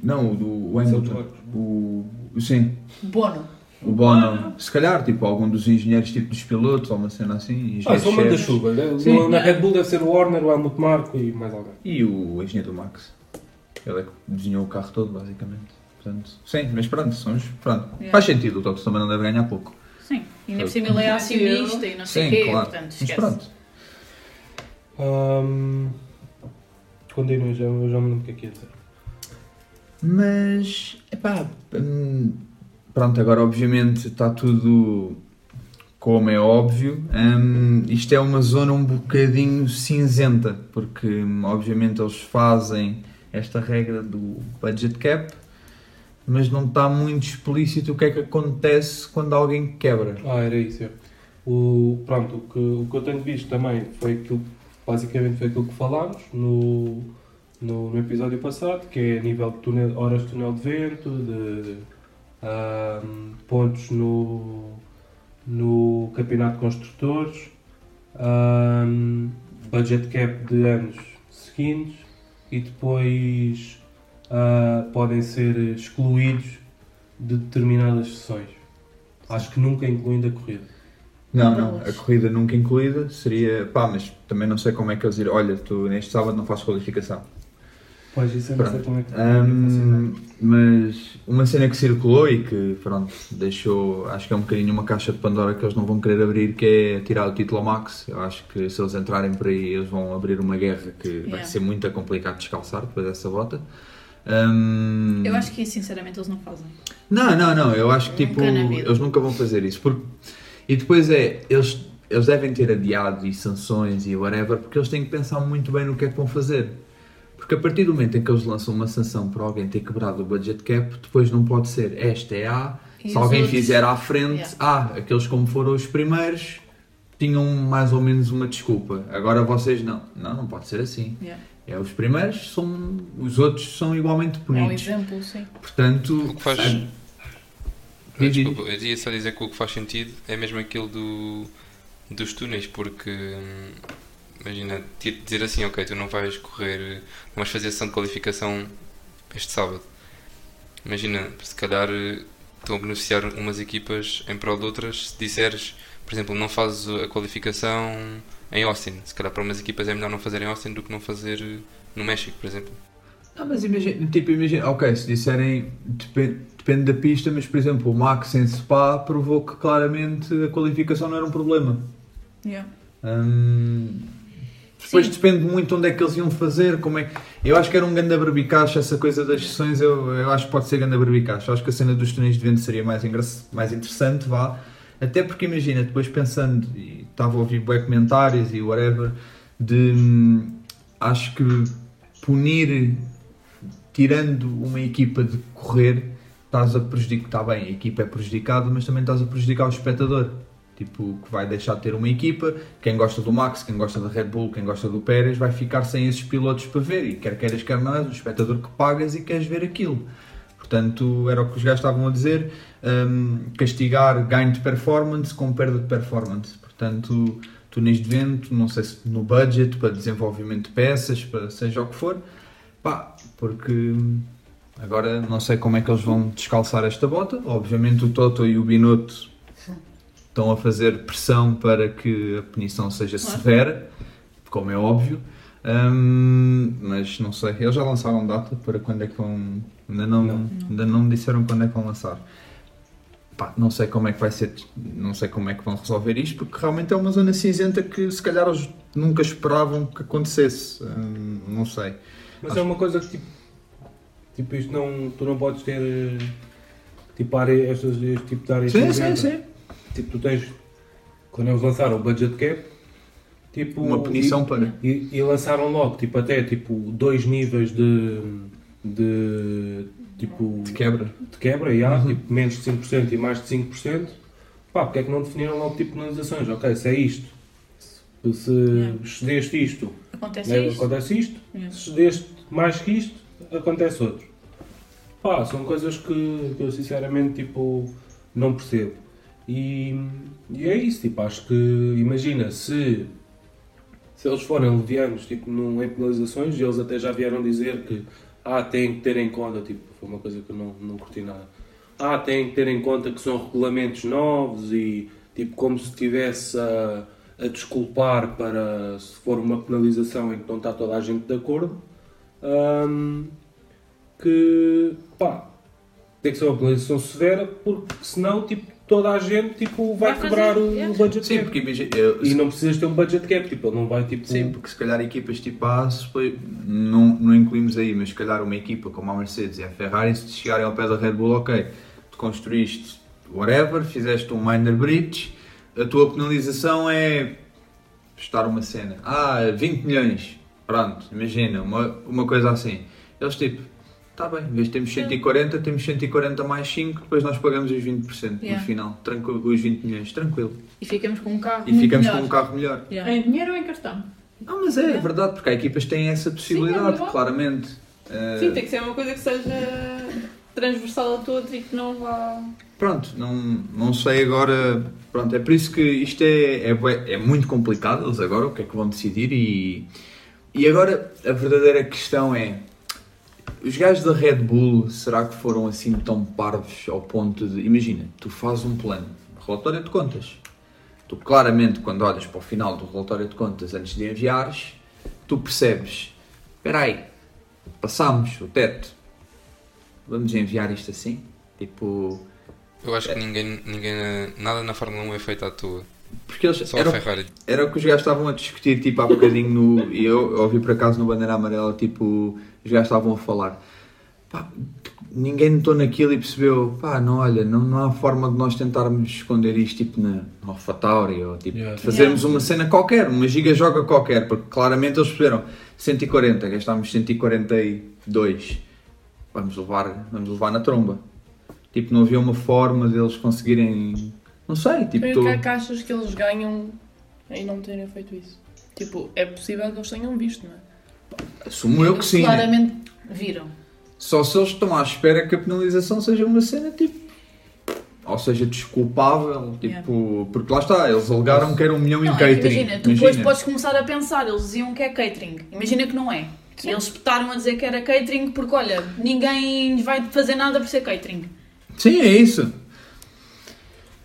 S10: Não, o do o
S8: São
S10: Hamilton. O, o- sim,
S7: Bono.
S10: o
S7: Ah.
S10: Bono. Se calhar, tipo, algum dos engenheiros tipo dos pilotos ou uma cena assim.
S8: Ah, sou manda
S10: engenheiro-chefe.
S8: chuva. né?
S10: Sim.
S8: No- Na Red Bull deve ser o Warner, o Amut Marco e mais alguém.
S10: E o engenheiro do Max. Ele é que desenhou o carro todo, basicamente. Portanto, sim, mas pronto, somos, pronto.
S7: Yeah.
S10: faz sentido, o Toto também não deve ganhar pouco.
S7: Sim. Ainda por cima ele é
S6: um
S7: acionista e não sei
S10: Sim,
S7: o quê,
S10: claro.
S7: portanto,
S10: Mas
S7: esquece.
S10: pronto,
S8: Ahm, Continua, já, eu já me lembro o que é que ia dizer.
S10: Mas, epá, hum, pronto, agora obviamente está tudo como é óbvio. Hum, isto é uma zona um bocadinho cinzenta, porque hum, obviamente eles fazem esta regra do budget cap, mas não está muito explícito o que é que acontece quando alguém quebra.
S8: Ah, era isso. é. O, pronto, o que, o que eu tenho visto também foi aquilo, basicamente foi aquilo que falámos no, no, no episódio passado, que é a nível de túnel, horas de túnel de vento, de ahm, pontos no, no campeonato de construtores, ahm, budget cap de anos seguintes e depois ah, podem ser excluídos de determinadas sessões. Acho que nunca incluindo a corrida.
S10: Não, não, a corrida nunca incluída seria. pá, mas também não sei como é que eles irão. Olha, tu neste sábado não fazes qualificação.
S8: Pois, isso eu não sei como é que
S10: Ahm, mas uma cena que circulou e que, pronto, deixou. acho que é um bocadinho uma caixa de Pandora que eles não vão querer abrir, que é tirar o título ao Max. Eu acho que se eles entrarem por aí, eles vão abrir uma guerra que vai
S7: Yeah.
S10: ser muito complicado descalçar depois dessa bota. Ahm,
S7: Eu acho que sinceramente eles não fazem.
S10: não, não, não. Eu acho que tipo,
S7: Nunca na vida.
S10: eles nunca vão fazer isso. Porque... E depois é, eles, eles devem ter adiado e sanções e whatever, porque eles têm que pensar muito bem no que é que vão fazer. Porque a partir do momento em que eles lançam uma sanção para alguém ter quebrado o budget cap, depois não pode ser esta é A,
S7: E
S10: se
S7: os
S10: alguém
S7: outros?
S10: fizer à frente,
S7: Yeah.
S10: ah, aqueles como foram os primeiros tinham mais ou menos uma desculpa. Agora vocês não. Não, não pode ser assim.
S7: Yeah.
S10: É, os primeiros são. Os outros são igualmente
S6: É um
S10: punidos.
S6: exemplo, sim.
S10: Portanto.
S5: O que faz.
S10: sabe?
S5: Ah,
S10: Diz, diz.
S5: Desculpa, eu ia só dizer que o que faz sentido é mesmo aquilo do, dos túneis, porque hum, imagina, ti- dizer assim, ok, tu não vais correr, não vais fazer sessão de qualificação este sábado. Imagina, se calhar eh, estão a beneficiar umas equipas em prol de outras, se disseres, por exemplo, não fazes a qualificação em Austin, se calhar para umas equipas é melhor não fazer em Austin do que não fazer eh, no México, por exemplo.
S10: Não, mas imagina, tipo, imagina, ok, se disserem, depende, depende da pista, mas por exemplo, o Max em Spa provou que claramente a qualificação não era um problema.
S7: Yeah.
S10: Hum, depois
S7: Sim.
S10: depende muito onde é que eles iam fazer, como é que- Eu acho que era um grande aberbicacho essa coisa das sessões, eu, eu acho que pode ser grande aberbicacho. Acho que a cena dos túneis de vento seria mais, engra- mais interessante, vá. Até porque imagina, depois pensando, e estava a ouvir bué comentários e whatever, de hum, acho que punir tirando uma equipa de correr, estás a prejudicar, está bem, a equipa é prejudicada, mas também estás a prejudicar o espectador. Tipo, que vai deixar de ter uma equipa, quem gosta do Max, quem gosta da Red Bull, quem gosta do Pérez, vai ficar sem esses pilotos para ver, e quer queiras, quer não, és um espectador que pagas e queres ver aquilo. Portanto, era o que os gajos estavam a dizer, hum, castigar ganho de performance com perda de performance. Portanto, túneis de vento, não sei se no budget, para desenvolvimento de peças, para seja o que for, Pá, porque hum, agora não sei como é que eles vão descalçar esta bota. Obviamente o Toto e o Binotto estão a fazer pressão para que a punição seja severa, como é óbvio. Hum, mas não sei, eles já lançaram data para quando é que vão. Ainda não, Ainda não disseram quando é que vão lançar. Pá, não sei como é que vai ser, não sei como é que vão resolver isto, porque realmente é uma zona cinzenta que se calhar eles nunca esperavam que acontecesse. Hum, não sei.
S8: Mas é uma coisa que tipo, tipo isto não, tu não podes ter eh, tipo área, estas, este tipo de áreas
S10: Sim, sim,
S8: cinzentas.
S10: sim.
S8: Tipo, tu tens quando eles lançaram o budget cap, tipo
S10: Uma punição para.
S8: e, e lançaram logo tipo até tipo dois níveis de de tipo
S10: De quebra.
S8: de quebra, e
S7: Uhum.
S8: há tipo, menos de 5% e mais de 5%, pá, porque é que não definiram logo tipo de penalizações? Ok, se é isto, se, se excedeste isto,
S7: Acontece
S8: né,
S7: isto.
S8: acontece isto,
S7: Yeah.
S8: se excedeste mais que isto, acontece outro. Pá, são coisas que, que eu sinceramente tipo, não percebo. E, e é isso, tipo, acho que, imagina, se, se eles forem levianos tipo, num, em penalizações, e eles até já vieram dizer que, ah, têm que ter em conta, tipo, foi uma coisa que eu não, não curti nada, ah, têm que ter em conta que são regulamentos novos e, tipo, como se estivesse a, a desculpar para, se for uma penalização em que não está toda a gente de acordo, hum, que, pá, tem que ser uma penalização severa, porque senão, tipo, toda a gente, tipo, vai,
S7: Vai fazer,
S8: quebrar o,
S7: é.
S8: o budget
S10: Sim,
S8: cap.
S10: porque imagi- eu-
S8: E não precisas ter um budget cap, tipo, ele não vai, tipo...
S10: Sim, porque se calhar equipas tipo a Aço, não, não incluímos aí, mas se calhar uma equipa como a Mercedes e a Ferrari, se chegarem ao pé da Red Bull, ok, tu construíste whatever, fizeste um minor bridge, a tua penalização é estar uma cena, ah, 20 milhões, pronto, imagina, uma, uma coisa assim. Eles tipo, Está bem, em vez de termos 140, temos 140 mais 5, depois nós pagamos os 20%
S6: Yeah.
S10: no final, tranquilo, os 20 milhões, tranquilo.
S6: E ficamos com um carro.
S10: E ficamos
S6: melhor.
S10: com um carro melhor.
S6: Yeah.
S11: Em dinheiro ou em cartão?
S10: Ah, mas é, é verdade, porque há equipas que têm essa possibilidade,
S11: é verdade.
S10: claramente. Eh,
S11: Sim, tem que ser uma coisa que seja transversal a todos e que não vá.
S10: Pronto, não, não sei agora. Pronto, é por isso que isto é, é, bué- é muito complicado. Eles agora o que é que vão decidir e. E agora a verdadeira questão é: os gajos da Red Bull, será que foram assim tão parvos ao ponto de. Imagina, tu fazes um plano, relatório de contas. Tu claramente, quando olhas para o final do relatório de contas antes de enviares, tu percebes: espera aí, passámos o teto, vamos enviar isto assim? Tipo.
S5: Eu acho que ninguém, ninguém na- nada na Fórmula 1 é feito à toa.
S10: Porque eles
S5: Só
S10: era, um
S5: a Ferrari.
S10: era o que os gajos estavam a discutir tipo há bocadinho no. E eu ouvi por acaso no Bandeira Amarela, tipo, os gajos estavam a falar. Pá, ninguém notou naquilo e percebeu, pá, não olha, não, não há forma de nós tentarmos esconder isto tipo na na Alpha Tauri ou tipo
S8: Yeah.
S10: de fazermos uma cena qualquer, uma giga joga qualquer, porque claramente eles perceberam 140, gastámos 142, vamos levar, vamos levar na tromba. Tipo, não havia uma forma deles conseguirem. Não sei, tipo.
S3: Mas
S10: tu-
S3: o que é que achas que eles ganham em não terem feito isso? Tipo, é possível que eles tenham visto, não é?
S10: Assumo eu que sim. né?
S6: Claramente viram.
S10: Só se eles estão à espera que a penalização seja uma cena tipo. Ou seja, desculpável. Tipo, Porque lá está, eles alegaram que era um milhão
S6: Não,
S10: em
S6: é que
S10: catering.
S6: imagina, tu depois podes começar a pensar, eles diziam que é catering. Imagina que não é. Eles petaram a dizer que era catering porque, olha, ninguém vai fazer nada por ser catering.
S10: Sim, é isso.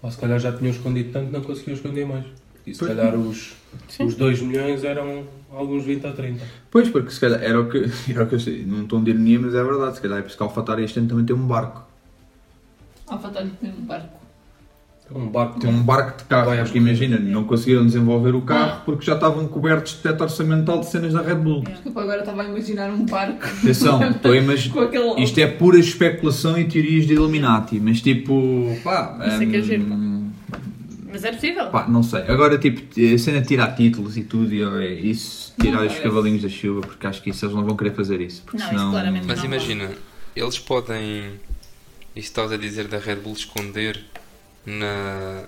S8: Ou "Oh, se calhar já tinham escondido tanto, não conseguiam esconder mais. E se calhar os, os 2 milhões eram alguns 20 a 30.
S10: Pois, porque se calhar era o que, *laughs* era o que eu sei, num tom de ironia, mas é verdade. Se calhar é por isso que a Alfatari este ano também tem um barco.
S11: Alfatório tem um barco.
S8: É Um barco
S10: Tem um barco de carro,
S8: Vai,
S10: porque imagina, não conseguiram desenvolver o
S11: Ah.
S10: carro porque já estavam cobertos de teto orçamental de cenas da Red Bull.
S11: É. Desculpa, agora estava a imaginar um barco *laughs*
S10: Atenção, estou a imagi-
S11: com aquele.
S10: Isto é pura especulação e teorias de Illuminati, mas tipo, pá,
S3: Isso é que é
S10: hum,
S3: giro, pá.
S6: Mas é possível.
S10: Pá, não sei. Agora, tipo, a cena de tirar títulos e tudo, e olha, isso, tirar os cavalinhos da chuva, porque acho que isso eles não vão querer fazer isso. Porque
S6: Não, isso
S10: senão...
S6: claramente
S5: Mas
S6: Não,
S5: imagina, eles podem. Isso estás a dizer da Red Bull esconder na,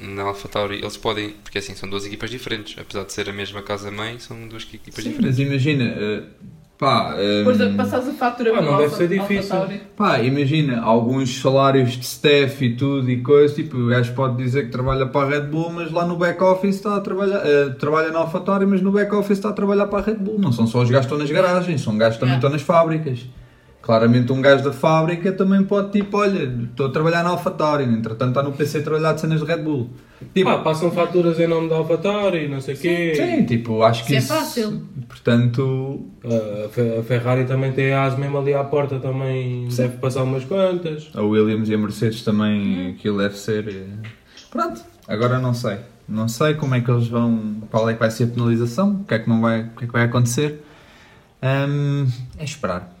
S5: na AlphaTauri. Eles podem. Porque assim, são duas equipas diferentes. Apesar de ser a mesma casa-mãe, são duas equipas
S10: Sim,
S5: diferentes.
S10: mas imagina, eh, pá, eh,
S11: Depois de passares a fatura
S8: Ah,
S11: para
S8: não
S11: o
S8: deve ser
S11: Alfa-
S8: difícil.
S11: Alfatório.
S10: pá, imagina, alguns salários de staff e tudo e coisa, tipo, o gajo pode dizer que trabalha para a Red Bull, mas lá no back-office está a trabalhar, eh, trabalha na Alphatori, mas no back-office está a trabalhar para a Red Bull. Não são só os gajos que estão nas garagens, são gajos que também
S6: Yeah.
S10: estão nas fábricas. Claramente um gajo da fábrica também pode, tipo, olha, estou a trabalhar na Alphatori, entretanto está no PC a trabalhar de cenas de Red Bull. Tipo,
S8: Ah, passam faturas em nome da Alfatari, não sei o quê.
S10: Sim, tipo, acho que
S6: Isso é fácil.
S10: Portanto,
S8: A Fe- a Ferrari também tem a AS mesmo ali à porta, também deve passar umas quantas.
S10: a Williams e a Mercedes também, aquilo deve ser. eh, Pronto, agora não sei. Não sei como é que eles vão. Qual é que vai ser a penalização, o que é que, não vai, o que, é que vai acontecer. Ahm, é esperar.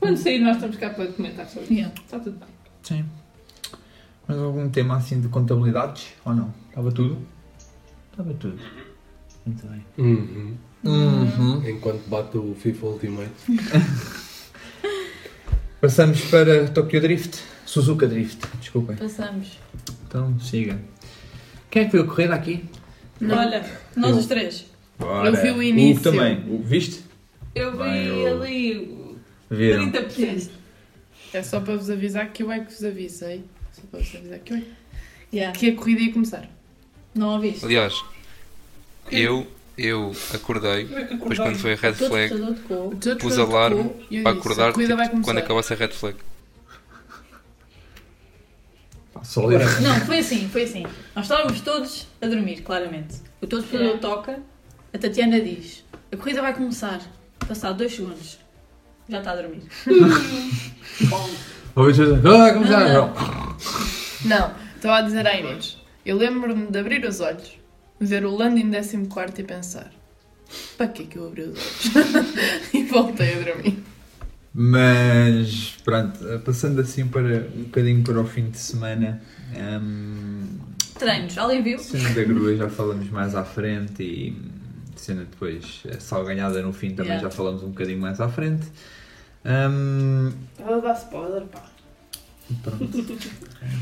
S11: Quando sair, nós estamos cá para comentar sobre isso.
S6: Yeah.
S11: Está tudo bem.
S10: Sim. Mas algum tema assim de contabilidades ou não? Estava tudo? Estava tudo. Muito bem. Uhum.
S8: Enquanto bate o FIFA Ultimate.
S10: Passamos para Tokyo Drift. Suzuka Drift, desculpem.
S6: Passamos.
S10: Então siga. Quem é que veio correr aqui?
S6: Olha, nós os três.
S3: Eu vi o início.
S10: Hugo um também. O- viste?
S11: Eu vi
S10: Bem, eu-
S11: ali o
S10: Viram.
S11: 30%.
S3: É só para vos avisar que eu é que vos avisei. Só para vos avisar que eu é.
S6: Yeah.
S3: Que a corrida ia começar.
S6: Não ouviste?
S5: Aliás, eu, eu acordei. Depois, quando foi a Red
S6: Todo
S5: Flag,
S6: computador tocou.
S5: Pus
S3: tipo
S5: alarme para acordar tipo, quando acabasse a Red Flag.
S10: Só ler.
S6: Não, foi assim, foi assim. Nós estávamos todos a dormir, claramente. O todo
S3: É.
S6: pessoal toca, a Tatiana diz: a corrida vai começar. Passado dois segundos, já está a dormir.
S10: Ouvi dizer, ah, começar. Não.
S3: Não, estava a dizer à Inês. Eu lembro-me de abrir os olhos, ver o Lando em 14 e pensar: para que é que eu abri os olhos? *laughs* e voltei a dormir.
S10: Mas pronto, passando assim para um bocadinho para o fim de semana. hum,
S6: Treinos, alguém viu?
S10: cena da grua já falamos mais à frente e hum, cena depois a sal ganhada no fim também
S6: Yeah.
S10: já falamos um bocadinho mais à frente. Ahm,
S3: Ela dá spoiler, pá.
S10: Pronto.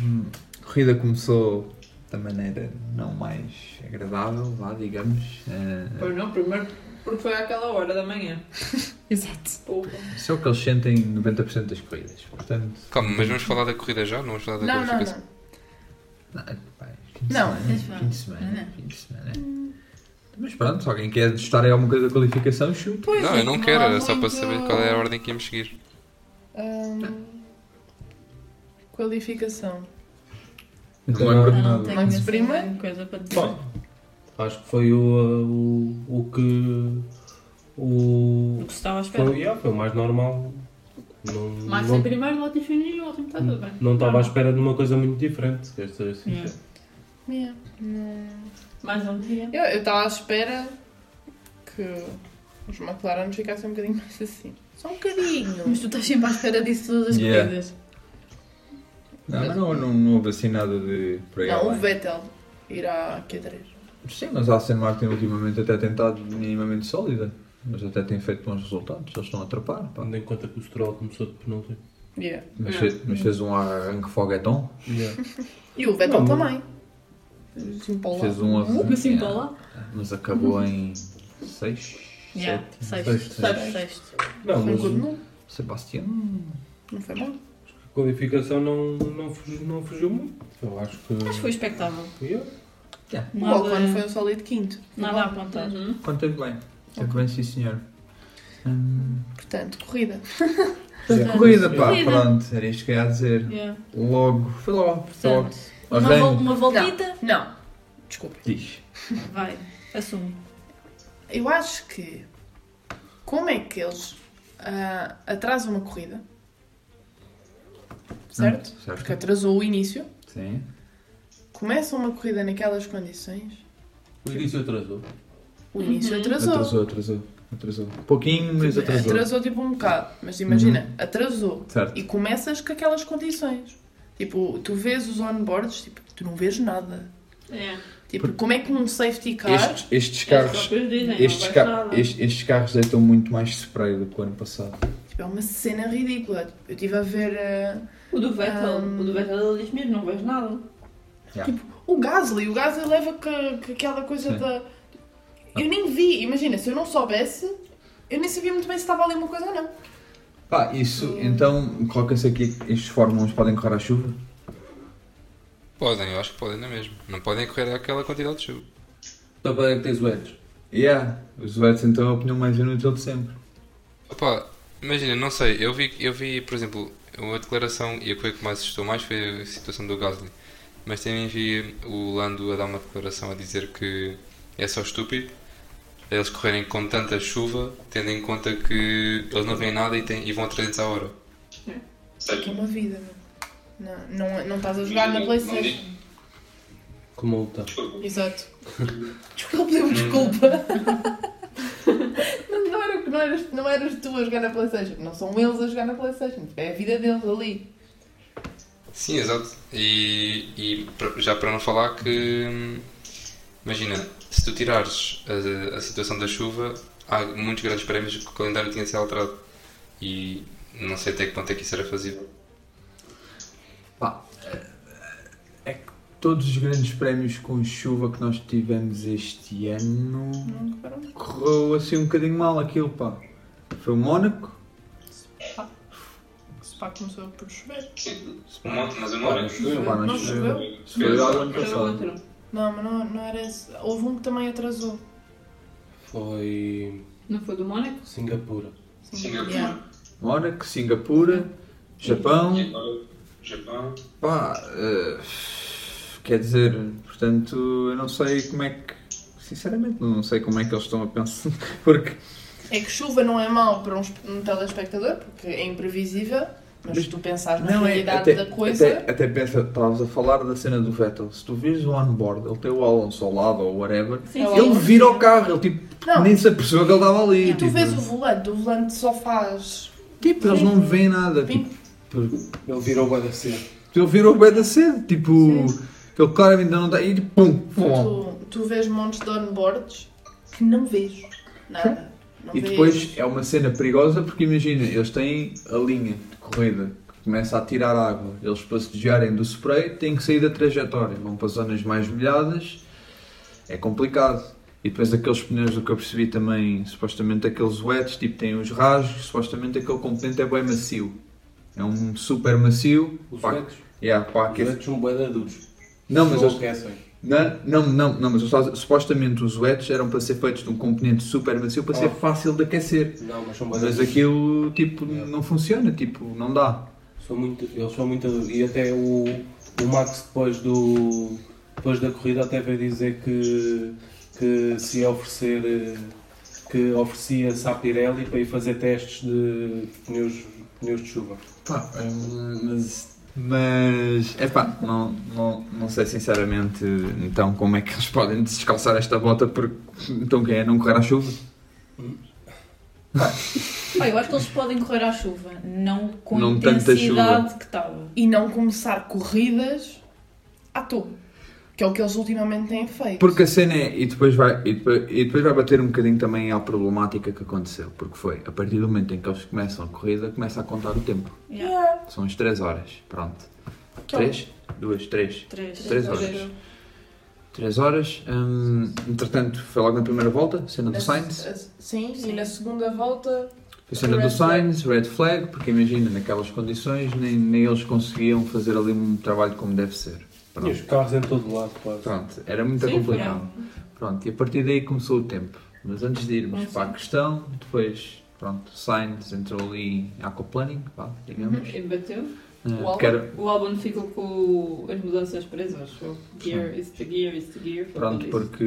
S10: Hum, A corrida começou da maneira não mais agradável, vá, digamos. Ah,
S11: Pois não, primeiro porque foi àquela hora da manhã.
S7: Exato.
S11: Porra.
S10: isso é o que eles sentem em 90% das corridas. Portanto,
S5: Calma, mas vamos falar da corrida já? Não vamos falar da
S3: Não, não,
S5: qualificação?
S3: não.
S10: não, pá, fim de
S3: Não,
S7: tens
S10: semana,
S7: vá.
S10: fim de semana,
S7: Não, não.
S10: fim de semana. Mas pronto, se alguém quer testar aí alguma coisa da qualificação, chute.
S5: Não,
S3: é
S5: eu não
S11: não
S5: quero,
S11: há
S5: era só para
S11: muito-
S5: saber qual é a ordem que íamos seguir.
S3: Ahm, qualificação.
S10: Não é lembro de
S7: Não,
S10: nada.
S7: tenho
S3: Max
S7: assim
S3: Freeman?
S7: coisa para dizer.
S8: Bom, acho que foi o, uh, o, o que. O.
S7: O que se estava à espera.
S8: Foi, yeah, foi o mais normal. Não,
S7: Max
S8: não-
S7: em primeiro, Lottie Finney e o último está tudo bem.
S8: não estava à espera de uma coisa muito diferente, quer dizer
S11: Hum.
S8: assim.
S7: Yeah.
S3: Yeah, não.
S7: Mais um dia.
S3: Eu eu estava à espera que os McLaren ficassem um bocadinho *laughs* mais assim. Só um bocadinho.
S6: Mas tu estás sempre à espera disso todas as
S10: Yeah.
S6: corridas.
S10: Não, mas Ah, não, não, não houve assim nada de por aí
S3: Não, o
S6: é.
S10: além.
S3: Vettel irá aqui a três.
S10: Sim, mas a Aston Martin ultimamente até tem estado minimamente sólida. Mas até tem feito bons resultados, eles estão a atrapar. pá.
S8: Tendo em conta que o Stroll começou de penúltimo.
S3: Yeah.
S10: Mas, fez, mas fez um arranque foguetão.
S8: Yeah.
S3: E o Vettel
S8: Não,
S3: também. Assim para o lado.
S10: Fez um arranque.
S7: Mas sim, para lá.
S10: Mas acabou em 6,
S6: Yeah,
S10: 7,
S6: Sexto, sexto, sexto.
S8: *laughs*
S3: Foi
S8: Não,
S3: um
S8: mas
S3: good
S8: a
S3: move.
S10: Sebastião.
S3: Não foi mal.
S8: qualificação não, não, fugiu, não fugiu muito. Eu acho que.
S6: Mas foi espectável.
S8: Yeah.
S3: O
S7: Nada-
S3: Ocon foi um sólido quinto.
S6: Nada a apontar.
S11: Uhum.
S10: Quanto teve bem? Teve bem, sim senhor. Hum,
S3: Portanto, corrida.
S10: corrida, pá,
S7: Corrida.
S10: pronto, era isto que eu ia dizer.
S7: Yeah.
S10: Logo, foi logo, foi logo.
S7: Portanto, uma, vol-
S10: Arranque.
S7: uma voltita,
S3: Não. Desculpa.
S10: Diz.
S7: vai, assume.
S3: Eu acho que como é que eles ah, atrasam uma corrida? Certo?
S10: Hum, certo.
S3: Porque atrasou o início.
S10: Sim.
S3: Começam uma corrida naquelas condições.
S8: O início atrasou.
S3: O início atrasou.
S10: Atrasou, atrasou. Atrasou. Um Pouquinho, mas atrasou. Uhum.
S3: Atrasou tipo um bocado. Mas imagina, atrasou.
S10: Certo.
S3: E começas com aquelas condições. Tipo, tu vês os onboards, tipo, tu não vês nada.
S11: É.
S3: Tipo, como é que um safety car.
S10: Estes, estes
S11: Eles
S10: carros.
S11: próprios dizem,
S10: Estes,
S11: não
S10: ca-
S11: vais nada.
S10: estes, estes carros deitam muito mais spray do que o ano passado.
S3: Tipo, é uma cena ridícula. Eu estive a ver. ah,
S11: O do Vettel,
S3: Um,
S11: o do Vettel ele diz mesmo, não vejo nada.
S3: O Gasly, o Gasly leva com com aquela coisa
S10: Sim.
S3: da. Eu nem vi, imagina, se eu não soubesse, eu nem sabia muito bem se estava ali uma coisa ou não.
S10: Pá, isso, então, coloca-se aqui que estes fórmulas podem correr à chuva?
S5: Podem, eu acho que podem, não é mesmo? Não podem correr aquela quantidade de chuva.
S8: Então para é que tens o Edge?
S10: Yeah, os Wets então é a opinião mais inútil de sempre.
S5: Opa, imagina, não sei, eu vi, eu vi, por exemplo, uma declaração e a coisa que mais assustou mais foi a situação do Gasly. Mas também vi o Lando a dar uma declaração a dizer que é só estúpido eles correrem com tanta chuva, tendo em conta que eles não veem nada e, têm, e vão a 300 à hora.
S3: Que é uma vida, meu. Não, não, não estás a jogar na PlayStation.
S8: Como luta.
S3: Exato. Desculpa, Deus, desculpa. não, não, era, não, eras, não eras tu a jogar na PlayStation. Não são eles a jogar na PlayStation. É a vida deles ali.
S5: Sim, exato. E, e pra- já para não falar que. hum, Imagina, se tu tirares a, a situação da chuva, há muitos grandes prémios que o calendário tinha de ser alterado. E não sei até que ponto é que isso era fazível.
S10: Pá, é- é que todos os grandes prémios com chuva que nós tivemos este ano correu assim um bocadinho mal aquilo, pá. Foi o Mónaco,
S3: O Spa começou por chover.
S5: Um monte, mas eu
S10: pá,
S3: Não
S10: Se foi o ano
S11: Foi
S10: passado.
S11: outro.
S3: Não, mas não, não era esse. Houve um que também atrasou.
S8: Foi.
S11: Não foi do Mónaco?
S8: Singapura.
S3: Yeah.
S10: Mónaco, Singapura, Japão,
S5: Japão.
S10: pá, eh, quer dizer, portanto, eu não sei como é que, sinceramente, não sei como é que eles estão a pensar, *laughs* porque
S3: É que chuva não é mau para um, esp- um telespectador, porque é imprevisível, mas se tu pensares na
S10: Não, é,
S3: realidade
S10: até,
S3: da coisa.
S10: até, até pensa, estavas a falar da cena do Vettel. Se tu vires o onboard, ele tem o Alonso ao lado ou whatever,
S3: É o
S10: ele
S3: Alonso.
S10: vira o carro, ele tipo,
S3: Não.
S10: nem se apercebeu que ele estava ali.
S3: E tu
S10: tipo,
S3: vês o volante, o volante só faz.
S10: tipo, eles não veem nada.
S3: Sim.
S10: Tipo,
S8: Ele virou o BDC.
S10: ele virou bem da cedo, tipo, ele claramente ainda não está. E tipo, pum, pum.
S3: Tu, tu vês montes de onboards que não vês nada. Não
S10: E
S3: vejo.
S10: depois é uma cena perigosa porque imagina, eles têm a linha de corrida que começa a tirar água. Eles para se desviarem do spray têm que sair da trajetória. Vão para zonas mais molhadas. É complicado. E depois aqueles pneus do que eu percebi também, supostamente aqueles wets, tipo têm uns rasgos, supostamente aquele componente é bem macio. É um super macio.
S8: Os
S10: Pá,
S8: vetos,
S10: yeah, pá,
S8: os
S10: aquece-
S8: vetos são bué da duros.
S10: Não, mas
S8: não
S10: eles-
S8: aquecem.
S10: não, não, não, não, mas eu só- supostamente os wets eram para ser feitos de um componente super macio para ser
S8: Ah.
S10: fácil de aquecer.
S8: Não, mas são bué da
S10: Oh. Mas é
S8: duros.
S10: aquilo, tipo, não funciona, tipo, não dá.
S8: São muito, eles são muito duros. E até o, o Max depois do. Depois da corrida até veio dizer que, que se ia oferecer eh, que oferecia-se à Pirelli para ir fazer testes de pneus, pneus de chuva.
S10: Pá, é, mas... Mas, é pá, não, não, não sei sinceramente, então, como é que eles podem descalçar esta bota porque, então, quem é não correr à chuva?
S4: Pá, eu acho que eles podem correr à chuva, não com a
S10: Não tanta
S4: intensidade que estava.
S3: E não começar corridas à toa. Que é o que eles ultimamente têm feito.
S10: Porque a cena é, e depois, vai, e, depois, e depois vai bater um bocadinho também à problemática que aconteceu, porque foi, a partir do momento em que eles começam a corrida, começa a contar o tempo.
S4: Yeah.
S10: São as 3 horas, pronto. 3? 2, 3.
S4: Três.
S10: 3 horas. 3 horas. hum, entretanto, foi logo na primeira volta, cena do Sainz.
S3: Sim, e na segunda volta.
S10: Foi cena
S3: Red
S10: do Sainz, red flag, porque imagina, naquelas condições, nem, nem eles conseguiam fazer ali um trabalho como deve ser.
S8: E os
S10: Pronto,
S8: carros em todo lado, quase.
S10: Pronto, era muito
S4: Sim,
S10: complicado. Pronto, e a partir daí começou o tempo. Mas antes de irmos para a questão, depois, pronto, Sainz entrou ali em aquaplaning, vá, digamos.
S11: Ele bateu.
S4: Uhum.
S10: Eh,
S11: Uau.
S10: porque era-
S11: O álbum ficou com as mudanças presas. O Gear is the gear is the gear. foi
S10: Pronto,
S11: isso.
S10: porque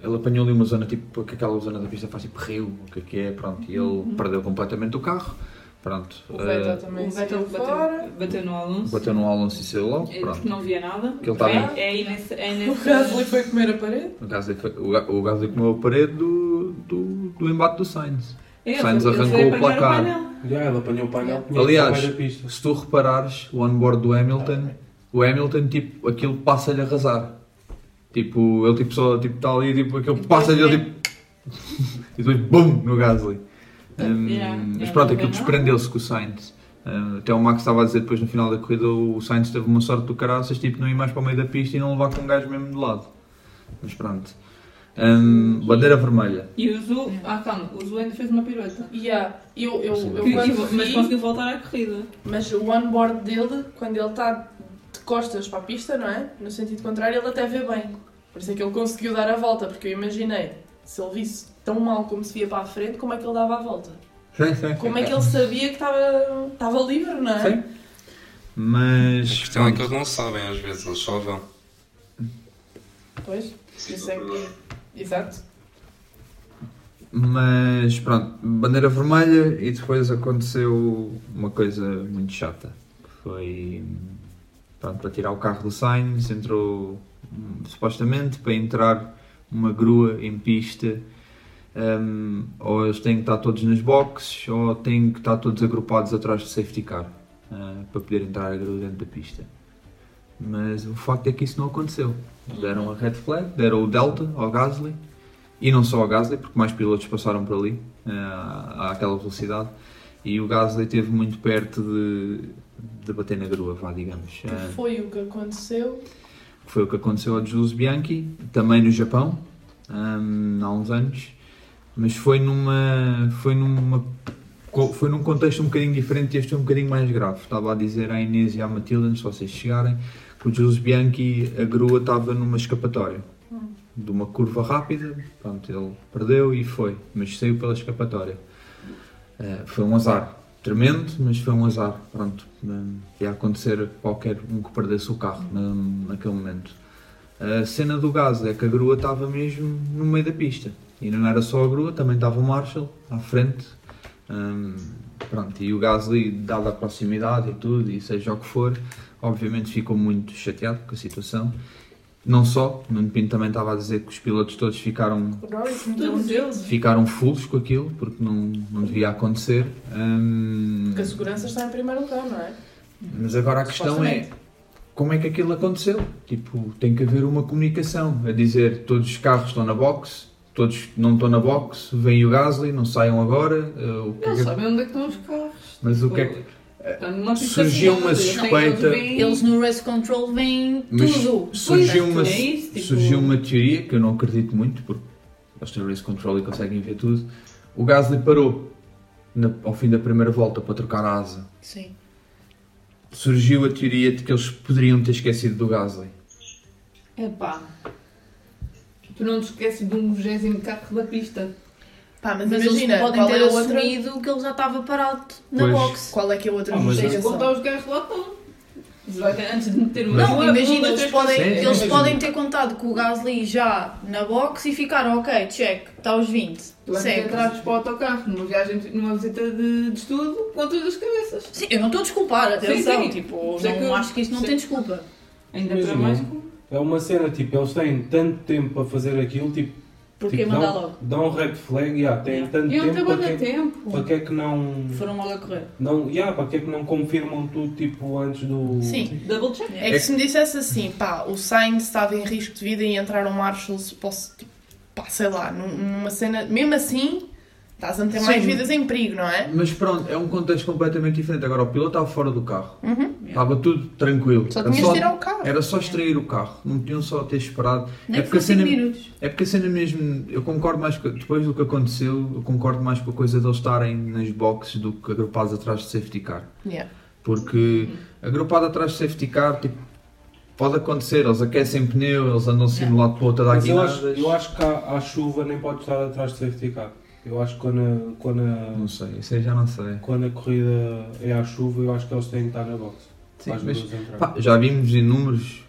S10: ele apanhou ali uma zona tipo, que aquela zona da pista faz tipo rio, o que é que é, pronto, e ele
S4: Uhum.
S10: perdeu completamente o carro, pronto,
S3: O
S10: eh,
S3: Vettel
S11: O
S3: também
S11: Vettel
S3: saiu fora.
S11: bateu, bateu no Alonso.
S10: bateu no Alonso e saiu logo,
S11: Ele
S10: pronto.
S11: que não via nada.
S10: Que ele tá estava em-
S11: É, é aí nesse. É
S3: O
S11: nesse...
S3: Gasly foi comer a parede.
S10: O Gasly, foi- o Ga- o Gasly comeu a parede do, do, do embate do Sainz.
S11: É,
S10: Sainz
S11: ele foi
S10: arrancou o
S11: apanhar
S10: placar.
S11: painel.
S8: Já, ele apanhou o painel tinha
S10: Aliás,
S8: que tomar a pista.
S10: Se tu reparares, o onboard do Hamilton, o Hamilton, tipo, aquilo passa-lhe a arrasar. Tipo, ele tipo só, tipo, está ali, tipo, aquilo passa-lhe, ele tipo... *laughs* e depois, BUM, no Gasly.
S3: É,
S10: Hum,
S11: Yeah,
S10: mas
S11: yeah,
S10: pronto,
S11: não
S10: aquilo
S11: vê nada.
S10: desprendeu-se com o Sainz. Hum, até o Max estava a dizer depois no final da corrida, o Sainz teve uma sorte do caraças, tipo, não ir mais para o meio da pista e não levar com um gajo mesmo de lado. Mas pronto. Hum, bandeira vermelha.
S11: E o Zu. Ah, calma, o Zu ainda fez uma pirueta.
S3: Yeah. Eu, eu, eu
S11: Que-
S3: quando
S11: e- mas
S3: vi-
S11: conseguiu voltar à corrida.
S3: Mas o onboard dele, quando ele está de costas para a pista, não é? No sentido contrário, ele até vê bem. Por isso é que ele conseguiu dar a volta, porque eu imaginei, se ele visse tão mal como se via para a frente, como é que ele dava a volta?
S10: Sim, sim.
S3: Como é que ele sabia que estava estava livre, não é?
S10: Sim. Mas...
S5: A questão é que
S10: pronto.
S5: eles não sabem às vezes, eles só vão.
S3: Pois, isso é que... Exato.
S10: Mas pronto, bandeira vermelha e depois aconteceu uma coisa muito chata. Que foi pronto, Tá, para tirar o carro do Sainz, entrou hum, supostamente para entrar uma grua em pista. hum, ou eles têm que estar todos nas boxes ou têm que estar todos agrupados atrás do safety car ah, para poder entrar a grua dentro da pista. Mas o facto é que isso não aconteceu. Deram a red flag, deram o delta ao Gasly e não só ao Gasly, porque mais pilotos passaram por ali, ah, àquela velocidade, e o Gasly esteve muito perto de, de bater na grua, vá, digamos.
S8: É.
S3: Que
S10: Ah,
S3: foi o que aconteceu.
S10: foi o que aconteceu ao Jesus Bianchi, também no Japão, hum, há uns anos, mas foi numa, foi numa co- foi num contexto um bocadinho diferente e este é um bocadinho mais grave. Estava a dizer à Inês e à Matilda, antes de vocês chegarem, que o Jesus Bianchi, a grua estava numa escapatória, de uma curva rápida, pronto, ele perdeu e foi, mas saiu pela escapatória. Eh, foi um azar tremendo, mas foi um azar, pronto, hum, ia acontecer a qualquer um que perdesse o carro hum, naquele momento. A cena do gás é que a grua estava mesmo no meio da pista. E não era só a grua, também estava o Marshall à frente. Hum, pronto, e o Gasly, dada a proximidade e tudo, e seja o que for, obviamente ficou muito chateado com a situação. Não só, o Nuno Pinto também estava a dizer que os pilotos todos ficaram
S3: O Norris
S11: Todos
S3: meteu
S11: eles.
S10: ficaram fulos com aquilo, porque não, não devia acontecer. Hum,
S3: porque a segurança está em primeiro lugar, não é?
S10: mas agora a questão é como é que aquilo aconteceu? Tipo, tem que haver uma comunicação a dizer todos os carros estão na box, todos não estão na box, vem o Gasly, não saiam agora. eh, o que é
S11: Eles
S10: que-
S11: sabem onde é que estão os carros.
S10: Mas o que é que. surgiu uma suspeita-
S4: Eles no Race Control vêm
S10: Mas
S4: tudo.
S10: surgiu, uma,
S11: é isso, tipo-
S10: surgiu uma teoria que eu não acredito muito, porque eles têm race control e conseguem ver tudo. O Gasly parou na- ao fim da primeira volta para trocar a asa.
S4: Sim.
S10: Surgiu a teoria de que eles poderiam ter esquecido do Gasly.
S11: Epá. Tu não te esqueces de um vigésimo carro da pista.
S3: Pá, mas,
S4: Mas,
S3: imagina,
S4: eles podem
S3: qual
S4: ter
S3: é a outra?
S4: assumido que ele já estava parado na
S10: Pois.
S4: box.
S3: Qual é que é a outra
S8: Ah, mas
S11: Tens de
S3: investigação?
S11: contar os carros lá estão. Devagar, Antes de meter uma.
S10: Mas-
S4: Não,
S11: uma,
S4: imagina,
S11: duas,
S4: eles,
S11: três,
S4: podem,
S10: sim,
S4: eles
S10: imagina.
S4: podem ter contado com o Gasly já na box e ficaram, ok, check, está aos 20.
S11: Tu vais ter
S4: Segue.
S11: entrados para o autocarro numa viagem, numa visita de, de estudo com todas as cabeças.
S4: Sim, eu não estou a desculpar, atenção.
S11: sim.
S4: Tipo,
S11: Por isso é
S4: não
S11: que eu-
S4: acho que isto não
S11: sim.
S4: tem desculpa.
S11: Ainda
S8: Mas
S11: para
S8: não.
S11: mais com.
S8: É uma cena, tipo, eles têm tanto tempo para fazer aquilo, tipo,
S4: Porque
S8: tipo
S4: mandar
S8: dão,
S4: logo.
S8: dão um red flag, yeah, têm
S4: Yeah.
S8: tanto
S11: E eu
S8: tempo,
S11: trabalho
S8: para
S11: a
S8: que,
S11: tempo.
S8: para que é que não,
S4: Foram logo a correr.
S8: não yeah, para que é que não confirmam tudo, tipo, antes do...
S3: Sim.
S11: Double check.
S3: É que se me dissesse assim, pá, o Sainz estava em risco de vida e entraram marshals, posso, tipo, pá, sei lá, num- numa cena, mesmo assim, estás a meter mais
S10: Sim.
S3: vidas em perigo, não é?
S10: Mas pronto, é um contexto completamente diferente. Agora, o piloto estava fora do carro. Estava tudo tranquilo.
S3: Uhum. Só
S10: Era
S3: tinhas de tirar o carro. É.
S10: Era só extrair o carro. Não tinham só ter esperado.
S4: Nem
S10: é,
S4: que
S10: porque a
S4: fosse 5
S10: cena,
S4: minutos.
S10: é porque a cena mesmo... Eu concordo mais... com- Depois do que aconteceu, eu concordo mais com a coisa de eles estarem nas boxes do que agrupados atrás de safety car.
S3: Yeah.
S10: Porque agrupado atrás de safety car, tipo, pode acontecer, eles aquecem pneu, eles andam assim de um lado para o outro a dar
S8: Mas eu acho,
S10: guinadas.
S8: eu acho que a, a chuva nem pode estar atrás de safety car. Eu acho que quando a, quando
S10: Não
S8: a,
S10: sei, isso aí já não sei.
S8: quando a corrida é à chuva, eu acho que eles têm que estar na box.
S10: Sim,
S8: Faz
S10: mas,
S8: duas entradas.
S10: pá, já vimos inúmeros,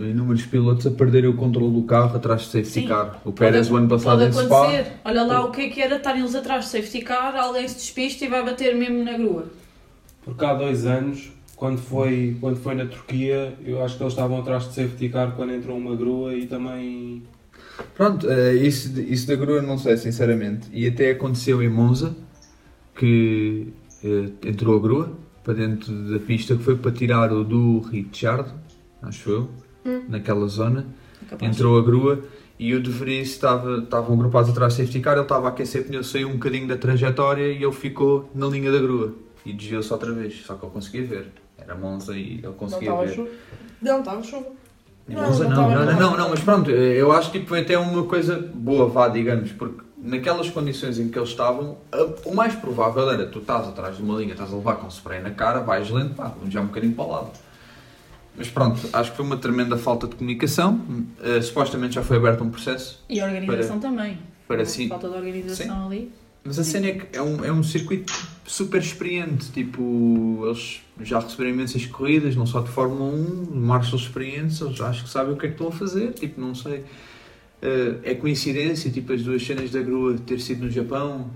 S10: inúmeros pilotos a perderem o controle do carro atrás de safety
S4: Sim.
S10: car. O Pérez o ano passado
S4: Pode
S10: em Spa.
S4: acontecer. Olha lá o que é que era estarem eles atrás de safety car, alguém se despista e vai bater mesmo na grua.
S8: Porque há dois anos, quando foi, quando foi na Turquia, eu acho que eles estavam atrás de safety car quando entrou uma grua e também.
S10: Pronto, eh, isso, de- isso da grua não sei, sinceramente. E até aconteceu em Monza, que eh, entrou a grua para dentro da pista, que foi para tirar o do Richard, acho eu,
S4: Hum.
S10: naquela zona. Entrou a grua e o De Vries estava, estavam agrupados atrás de safety car, ele estava a aquecer pneu, saiu um bocadinho da trajetória e ele ficou na linha da grua. E desviou-se outra vez, só que eu conseguia ver. Era Monza e ele conseguia ver.
S3: Não, estava chuva.
S10: Em
S3: Não,
S10: Monza
S3: não
S10: não,
S3: tava
S10: não, não,
S3: nada.
S10: não, não, mas pronto, eu acho que tipo, foi até uma coisa boa, vá, digamos, porque naquelas condições em que eles estavam, a- o mais provável era tu estás atrás de uma linha, estás a levar com spray na cara, vais lento, pá, vamos já um bocadinho para o lado. Mas pronto, acho que foi uma tremenda falta de comunicação. Eh, supostamente já foi aberto um processo
S4: E a organização também.
S10: para sim.
S4: Falta de organização ali.
S10: Mas a cena é que é um, é um circuito super experiente, tipo, eles já receberam imensas corridas, não só de Fórmula 1, marshals experientes, eles acho que sabem o que é que estão a fazer, tipo, não sei. Eh, é coincidência, tipo, as duas cenas da grua ter sido no Japão,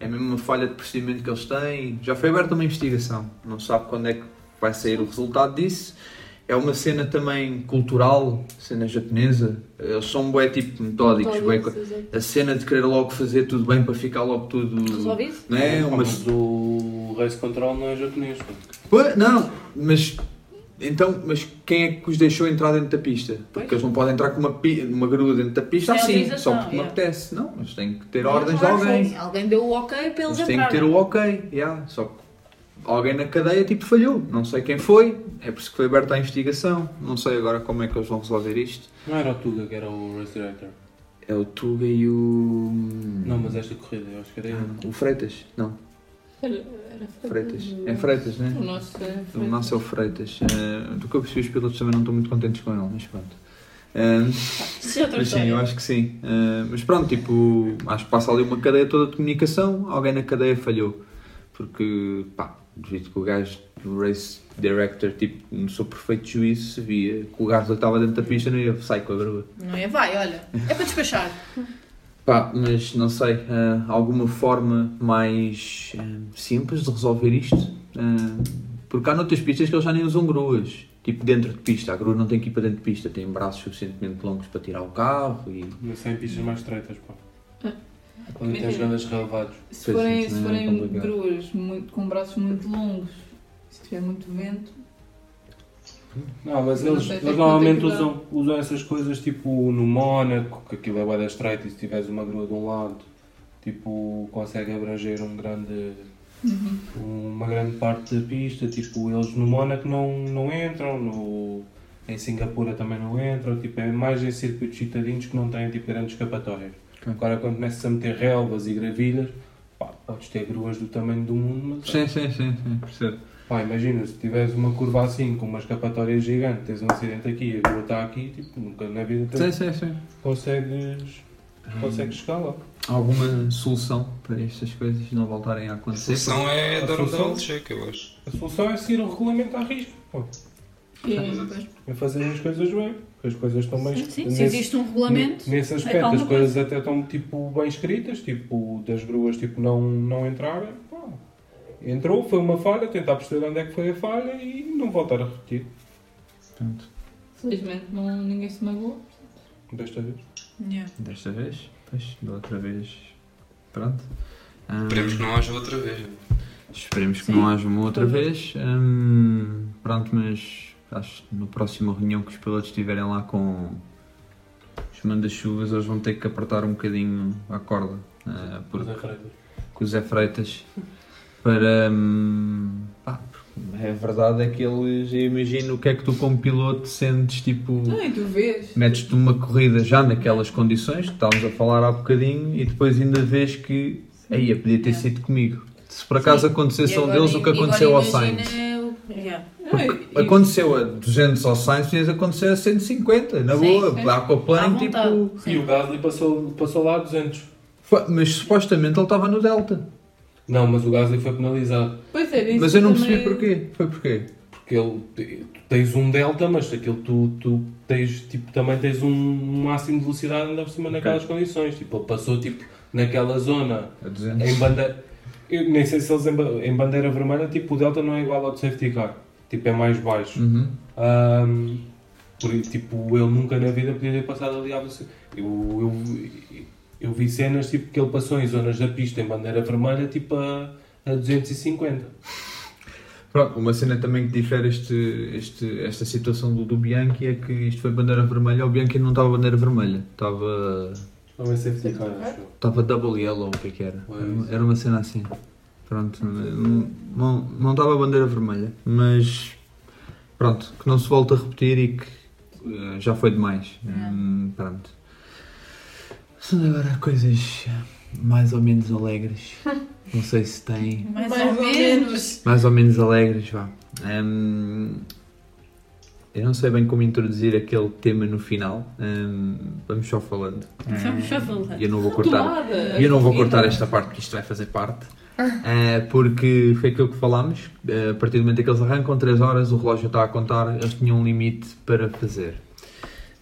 S10: é mesmo uma falha de procedimento que eles têm. Já foi aberta uma investigação, não se sabe quando é que vai sair o resultado disso. É uma cena também cultural, cena japonesa, eles são bué, tipo, metódicos, bué co- a cena de querer logo fazer tudo bem para ficar logo tudo.
S4: Resolvido?
S10: Não é?
S8: Ah,
S10: Uma...
S8: mas o Race Control não é japonês. pô.
S10: Pô, Não, mas. Então, mas quem é que os deixou entrar dentro da pista? Porque
S4: Pois.
S10: eles não podem entrar com uma, pi... uma grua dentro da pista
S4: Sem
S10: assim,
S4: autorização,
S10: só porque me
S4: yeah.
S10: apetece. Não, mas tem que ter ordens de alguém.
S4: Alguém deu o ok para eles
S10: Eles têm que ter
S4: entrarem.
S10: o ok, yeah. só que alguém na cadeia tipo falhou. Não sei quem foi, é por isso que foi aberta a investigação. Não sei agora como é que eles vão resolver isto.
S8: Não era o Tuga que era o Race Director.
S10: É o Tuga e o.
S8: Não, mas esta corrida, eu acho que era ele.
S10: O Freitas? Não, Freitas. É Freitas, né?
S11: O nosso é
S10: O nosso é o Freitas. Eh, do que eu percebi, os pilotos também não estão muito contentes com ele, mas pronto. Eh,
S4: Isso é outra
S10: mas sim, eu
S4: história.
S10: acho que sim. Eh, mas pronto, tipo, acho que passa ali uma cadeia toda de comunicação, alguém na cadeia falhou. Porque, pá, devido que o gajo do Race Director, tipo, no seu perfeito juízo, se via que o gajo estava dentro da pista não ia sair com a grua.
S4: Não é? Vai, olha. É para despachar.
S10: Pá, mas não sei, eh, alguma forma mais eh, simples de resolver isto? Eh, porque há noutras pistas que eles já nem usam gruas. Tipo dentro de pista, a grua não tem que ir para dentro de pista, tem braços suficientemente longos para tirar o carro e.
S8: Mas sem pistas mais estreitas, pá.
S10: um-
S8: Quando
S11: Mentira.
S8: tens grandes relevados.
S11: Se
S10: Pois,
S11: forem,
S10: isso
S11: se
S10: não é
S11: forem
S10: complicado.
S11: gruas muito, com braços muito longos, se tiver muito vento,
S8: Não, mas
S11: Não
S8: eles,
S11: sei,
S8: eles
S11: tem que-
S8: normalmente
S11: tem que dar.
S8: usam, usam essas coisas tipo no Mónaco, que aquilo é bué da estreito e se tiveres uma grua de um lado, tipo, consegue abranger um grande,
S11: Uhum.
S8: uma grande parte da pista. Tipo, eles no Mónaco não, não entram, no, em Singapura também não entram. Tipo, é mais em circuitos citadinos que não têm tipo, grandes escapatórias.
S10: Ok.
S8: Agora, quando começas a meter relvas e gravilhas, pá, podes ter gruas do tamanho do mundo, mas
S10: Sim, sim, sim, sim, percebo.
S8: Pá, imagina, se tiveres uma curva assim, com uma escapatória gigante, tens um acidente aqui e a grua está aqui, tipo, nunca na vida
S10: Sim,
S8: tens-
S10: sim, sim.
S8: consegues, consegues chegar lá.
S10: Alguma solução para estas coisas não voltarem a
S5: A
S10: acontecer?
S5: solução é
S8: A
S5: dar um
S8: solução?
S5: double check, eu acho.
S8: A solução é seguir o regulamento à risca, pô. É fazer as coisas bem, porque as coisas estão bem
S4: Sim, sim,
S8: nesse-
S4: se existe um regulamento.
S8: ne- Nesse
S4: é
S8: aspecto,
S4: alguma
S8: as coisas até estão, tipo, bem escritas, tipo, das gruas, tipo, não, não entrarem, pá. Entrou, foi uma falha, tentar perceber onde é que foi a falha e não voltar a repetir,
S10: Portanto,
S11: Felizmente
S4: é-
S11: não, ninguém se magoou.
S8: desta vez.
S10: desta vez, pois, da outra vez, pronto. Ahm,
S5: Esperemos que não haja outra vez.
S10: Esperemos que não haja uma outra vez. Hum, pronto, mas acho que na próxima reunião que os pilotos estiverem lá com os mandas-chuvas, eles vão ter que apertar um bocadinho a corda ah, por- com o Zé Freitas para. hum, pá, porque a verdade é que eles. Eu imagino o que é que tu, como piloto, sentes tipo.
S11: Ai, tu vês.
S10: Metes-te uma corrida já naquelas condições que estávamos a falar há bocadinho e depois ainda vês que aí podia ter sido comigo. Se por acaso acontecesse a um deles o que aconteceu ao Sainz.
S11: Ai,
S10: Aconteceu a 200 ao Sainz, podia acontecer a 150, na
S4: Sim,
S10: boa,
S11: sim.
S10: lá com o plano,
S4: À vontade.
S10: tipo.
S8: E o Gasly passou, passou lá 200.
S10: Foi- Mas supostamente ele estava no Delta.
S8: Não, mas o Gasly foi penalizado.
S11: Pois é, isso
S10: Mas eu não percebi
S11: também-
S10: porquê. Foi porquê?
S8: Porque ele, tu tens um delta, mas aquilo tu, tu tens, tipo, também tens um máximo de velocidade ainda por cima naquelas condições. Tipo, ele passou, tipo, naquela zona
S10: A 200.
S8: em bandeira... Eu nem sei se eles em, ba- em bandeira vermelha, tipo, o delta não é igual ao de safety car. Tipo, é mais baixo.
S10: Uhum.
S8: Ahm, por isso, tipo, ele nunca na vida podia ter passado ali à velocidade. Eu, eu, eu vi cenas tipo, que ele passou em zonas da pista em bandeira vermelha, tipo a, a 250.
S10: Pronto, uma cena também que difere este, este- esta situação do, do Bianchi é que isto foi bandeira vermelha. O Bianchi não estava bandeira vermelha, estava.
S8: Não é safety car, acho eu.
S10: Estava double yellow, o que é que era?
S8: Pois.
S10: Era uma- Era uma cena assim. Pronto, não- não não estava a bandeira vermelha, mas pronto, que não se volta a repetir e que eh, já foi demais. Hum, pronto. São agora coisas mais ou menos alegres. Não sei se têm.
S4: Mais,
S3: Mais
S4: ou
S3: ou
S4: menos.
S10: Mais ou menos alegres, vá. Hum, eu não sei bem como introduzir aquele tema no final. Hum, vamos só falando. Hum.
S4: Vamos só falar.
S10: E eu não vou
S11: Do
S10: cortar.
S11: nada.
S10: E eu não vou cortar esta parte, que isto vai fazer parte. Eh, porque foi aquilo que falámos. eh, a partir do momento em que eles arrancam 3 horas, o relógio está a contar, eles tinham um limite para fazer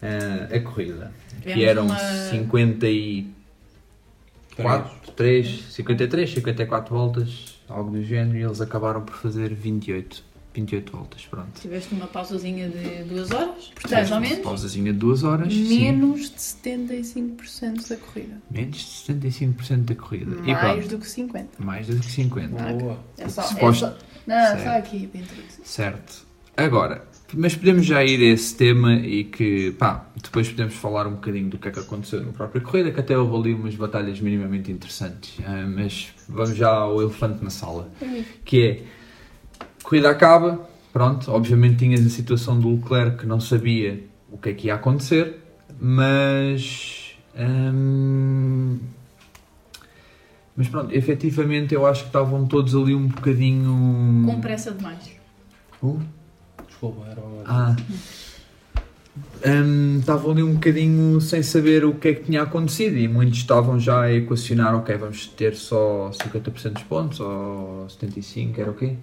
S10: eh, a corrida.
S4: Tivemos
S10: e eram
S4: uma-
S10: 54, 3, 53, 54 voltas, algo do género, e eles acabaram por fazer 28. 28 voltas, pronto.
S4: Tiveste uma pausazinha de duas horas, portanto, ao menos.
S10: Pausazinha de 2 horas. sim.
S3: Menos de 75% da corrida.
S10: Menos de 75% da corrida. e
S3: Mais
S10: pronto,
S3: do que 50.
S10: mais do que 50.
S8: Boa.
S3: É só. É
S10: Suposto-
S3: só não,
S10: Certo.
S3: só aqui para introduzir.
S10: Certo. Agora, mas podemos já ir a esse tema e que, pá, depois podemos falar um bocadinho do que é que aconteceu na própria corrida, que até houve ali umas batalhas minimamente interessantes. Ah, mas vamos já ao elefante na sala, que é, corrida acaba, pronto, obviamente tinhas a situação do Leclerc que não sabia o que é que ia acontecer, mas... hum, mas pronto, efetivamente eu acho que estavam todos ali um bocadinho...
S4: Com pressa demais.
S10: Uh,
S8: Desculpa, era uma...
S10: ah. Hum, Estavam ali um bocadinho sem saber o que é que tinha acontecido e muitos estavam já a equacionar: ok, vamos ter só 50% dos pontos ou 75%, era o quê?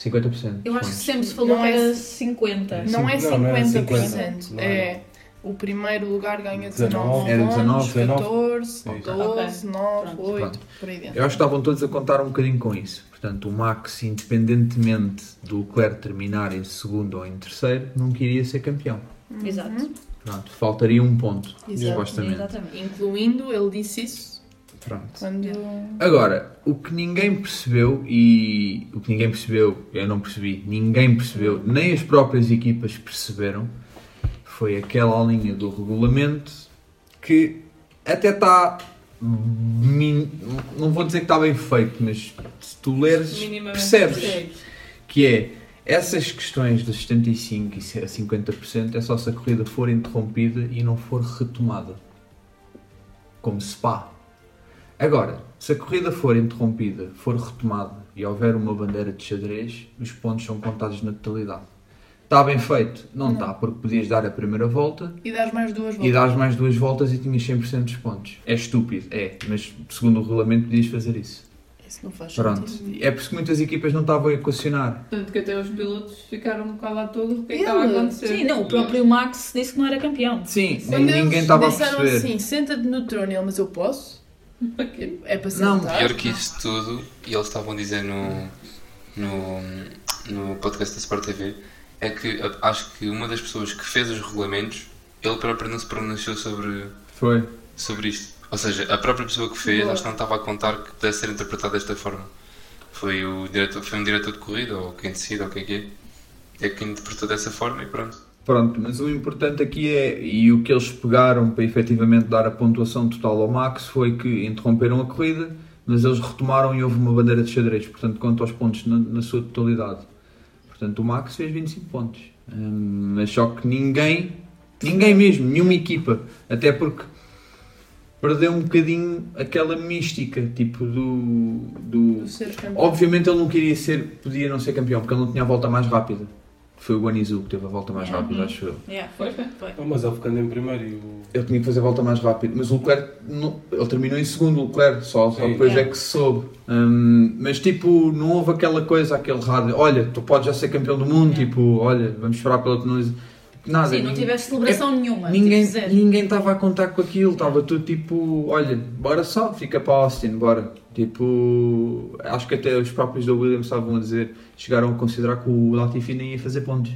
S10: 50% dos
S4: Eu acho que
S10: pontos.
S4: sempre se falou
S3: Não
S4: que
S3: é-
S4: era 50.
S3: Não é
S8: Não, não era
S3: 50%.
S8: Não
S3: é.
S8: era.
S3: O primeiro lugar ganha
S8: 19,
S3: 19,
S10: era
S3: 19
S10: 19,
S3: 14,
S8: Ok.
S3: 12, 9, 8, por aí dentro.
S10: Eu acho que estavam todos a contar um bocadinho com isso. Portanto, o Max, independentemente do Leclerc terminar em segundo ou em terceiro, não queria ser campeão.
S4: Exato.
S10: Pronto, faltaria um ponto,
S3: Exato,
S10: supostamente.
S4: Exatamente.
S3: Incluindo, ele disse isso
S10: Pronto.
S3: Quando...
S10: Agora, o que ninguém percebeu e o que ninguém percebeu, eu não percebi, ninguém percebeu, nem as próprias equipas perceberam, foi aquela linha do regulamento que até está min- não vou dizer que está bem feito, mas se tu leres
S11: Minimamente
S10: percebes
S11: percebes.
S10: que é essas questões dos 75 e 50% é só se a corrida for interrompida e não for retomada. Como spa. Agora, se a corrida for interrompida, for retomada e houver uma bandeira de xadrez, os pontos são contados na totalidade. Está bem feito? Não está, porque podias dar a primeira volta
S3: E dás mais duas voltas.
S10: e dás mais duas voltas e tinhas 100% dos pontos. É estúpido, é, mas segundo o regulamento podias fazer isso.
S4: Isso não faz
S10: Pronto,
S4: sentido.
S10: é porque muitas equipas não estavam a equacionar.
S11: Tanto que até os pilotos ficaram um bocado à toa do que é que
S4: Ele-
S11: estava a acontecer.
S4: Sim, não, o próprio Max disse que não era campeão.
S10: Sim,
S3: Quando
S10: ninguém
S3: eles
S10: estava a
S3: disseram
S10: perceber.
S3: assim, senta-te no trono, ele, mas eu posso? É para
S10: Não.
S3: sentar?
S5: Pior que isso tudo, e eles estavam a dizer no, no, no podcast da Sport TV, é que a- acho que uma das pessoas que fez os regulamentos, ele próprio não se pronunciou sobre,
S10: Foi.
S5: sobre isto. Ou seja, a própria pessoa que fez, acho que não estava a contar que pudesse ser interpretado desta forma. Foi, o diretor, foi um diretor de corrida, ou quem decide, ou quem é que é, é quem interpretou dessa forma e pronto.
S10: Pronto, mas o importante aqui é, e o que eles pegaram para efetivamente dar a pontuação total ao Max foi que interromperam a corrida, mas eles retomaram e houve uma bandeira de xadrez, portanto, quanto aos pontos na, na sua totalidade. Portanto, o Max fez 25 pontos, Hum, mas só que ninguém, ninguém mesmo, nenhuma equipa, até porque perdeu um bocadinho aquela mística, tipo do- do
S3: Do ser campeão.
S10: Obviamente ele não queria ser, podia não ser campeão, porque ele não tinha a volta mais rápida. Foi o Guanizu que teve a volta mais rápida, acho eu.
S4: Yeah. Uhum.
S11: Foi, foi.
S8: Ah, mas ele ficando em primeiro e o.
S10: Ele tinha que fazer a volta mais rápida, mas o Leclerc, não- ele terminou em segundo, o Leclerc, só, só
S8: Sim.
S10: depois é
S4: Yeah.
S10: que se soube. Hum, mas tipo, não houve aquela coisa, aquele rádio, olha, tu podes já ser campeão do mundo, tipo, olha, vamos esperar pela penalização. Nada.
S6: assim,
S4: Sim, não
S10: ninguém-
S4: tiveste
S8: É
S4: celebração nenhuma.
S10: Ninguém
S4: tipo zero.
S10: ninguém estava a contar com aquilo, estava tudo tipo, olha, bora só, fica para Austin, bora. Tipo, acho que até os próprios da Williams estavam a dizer, chegaram a considerar que o Latifi nem ia fazer pontos.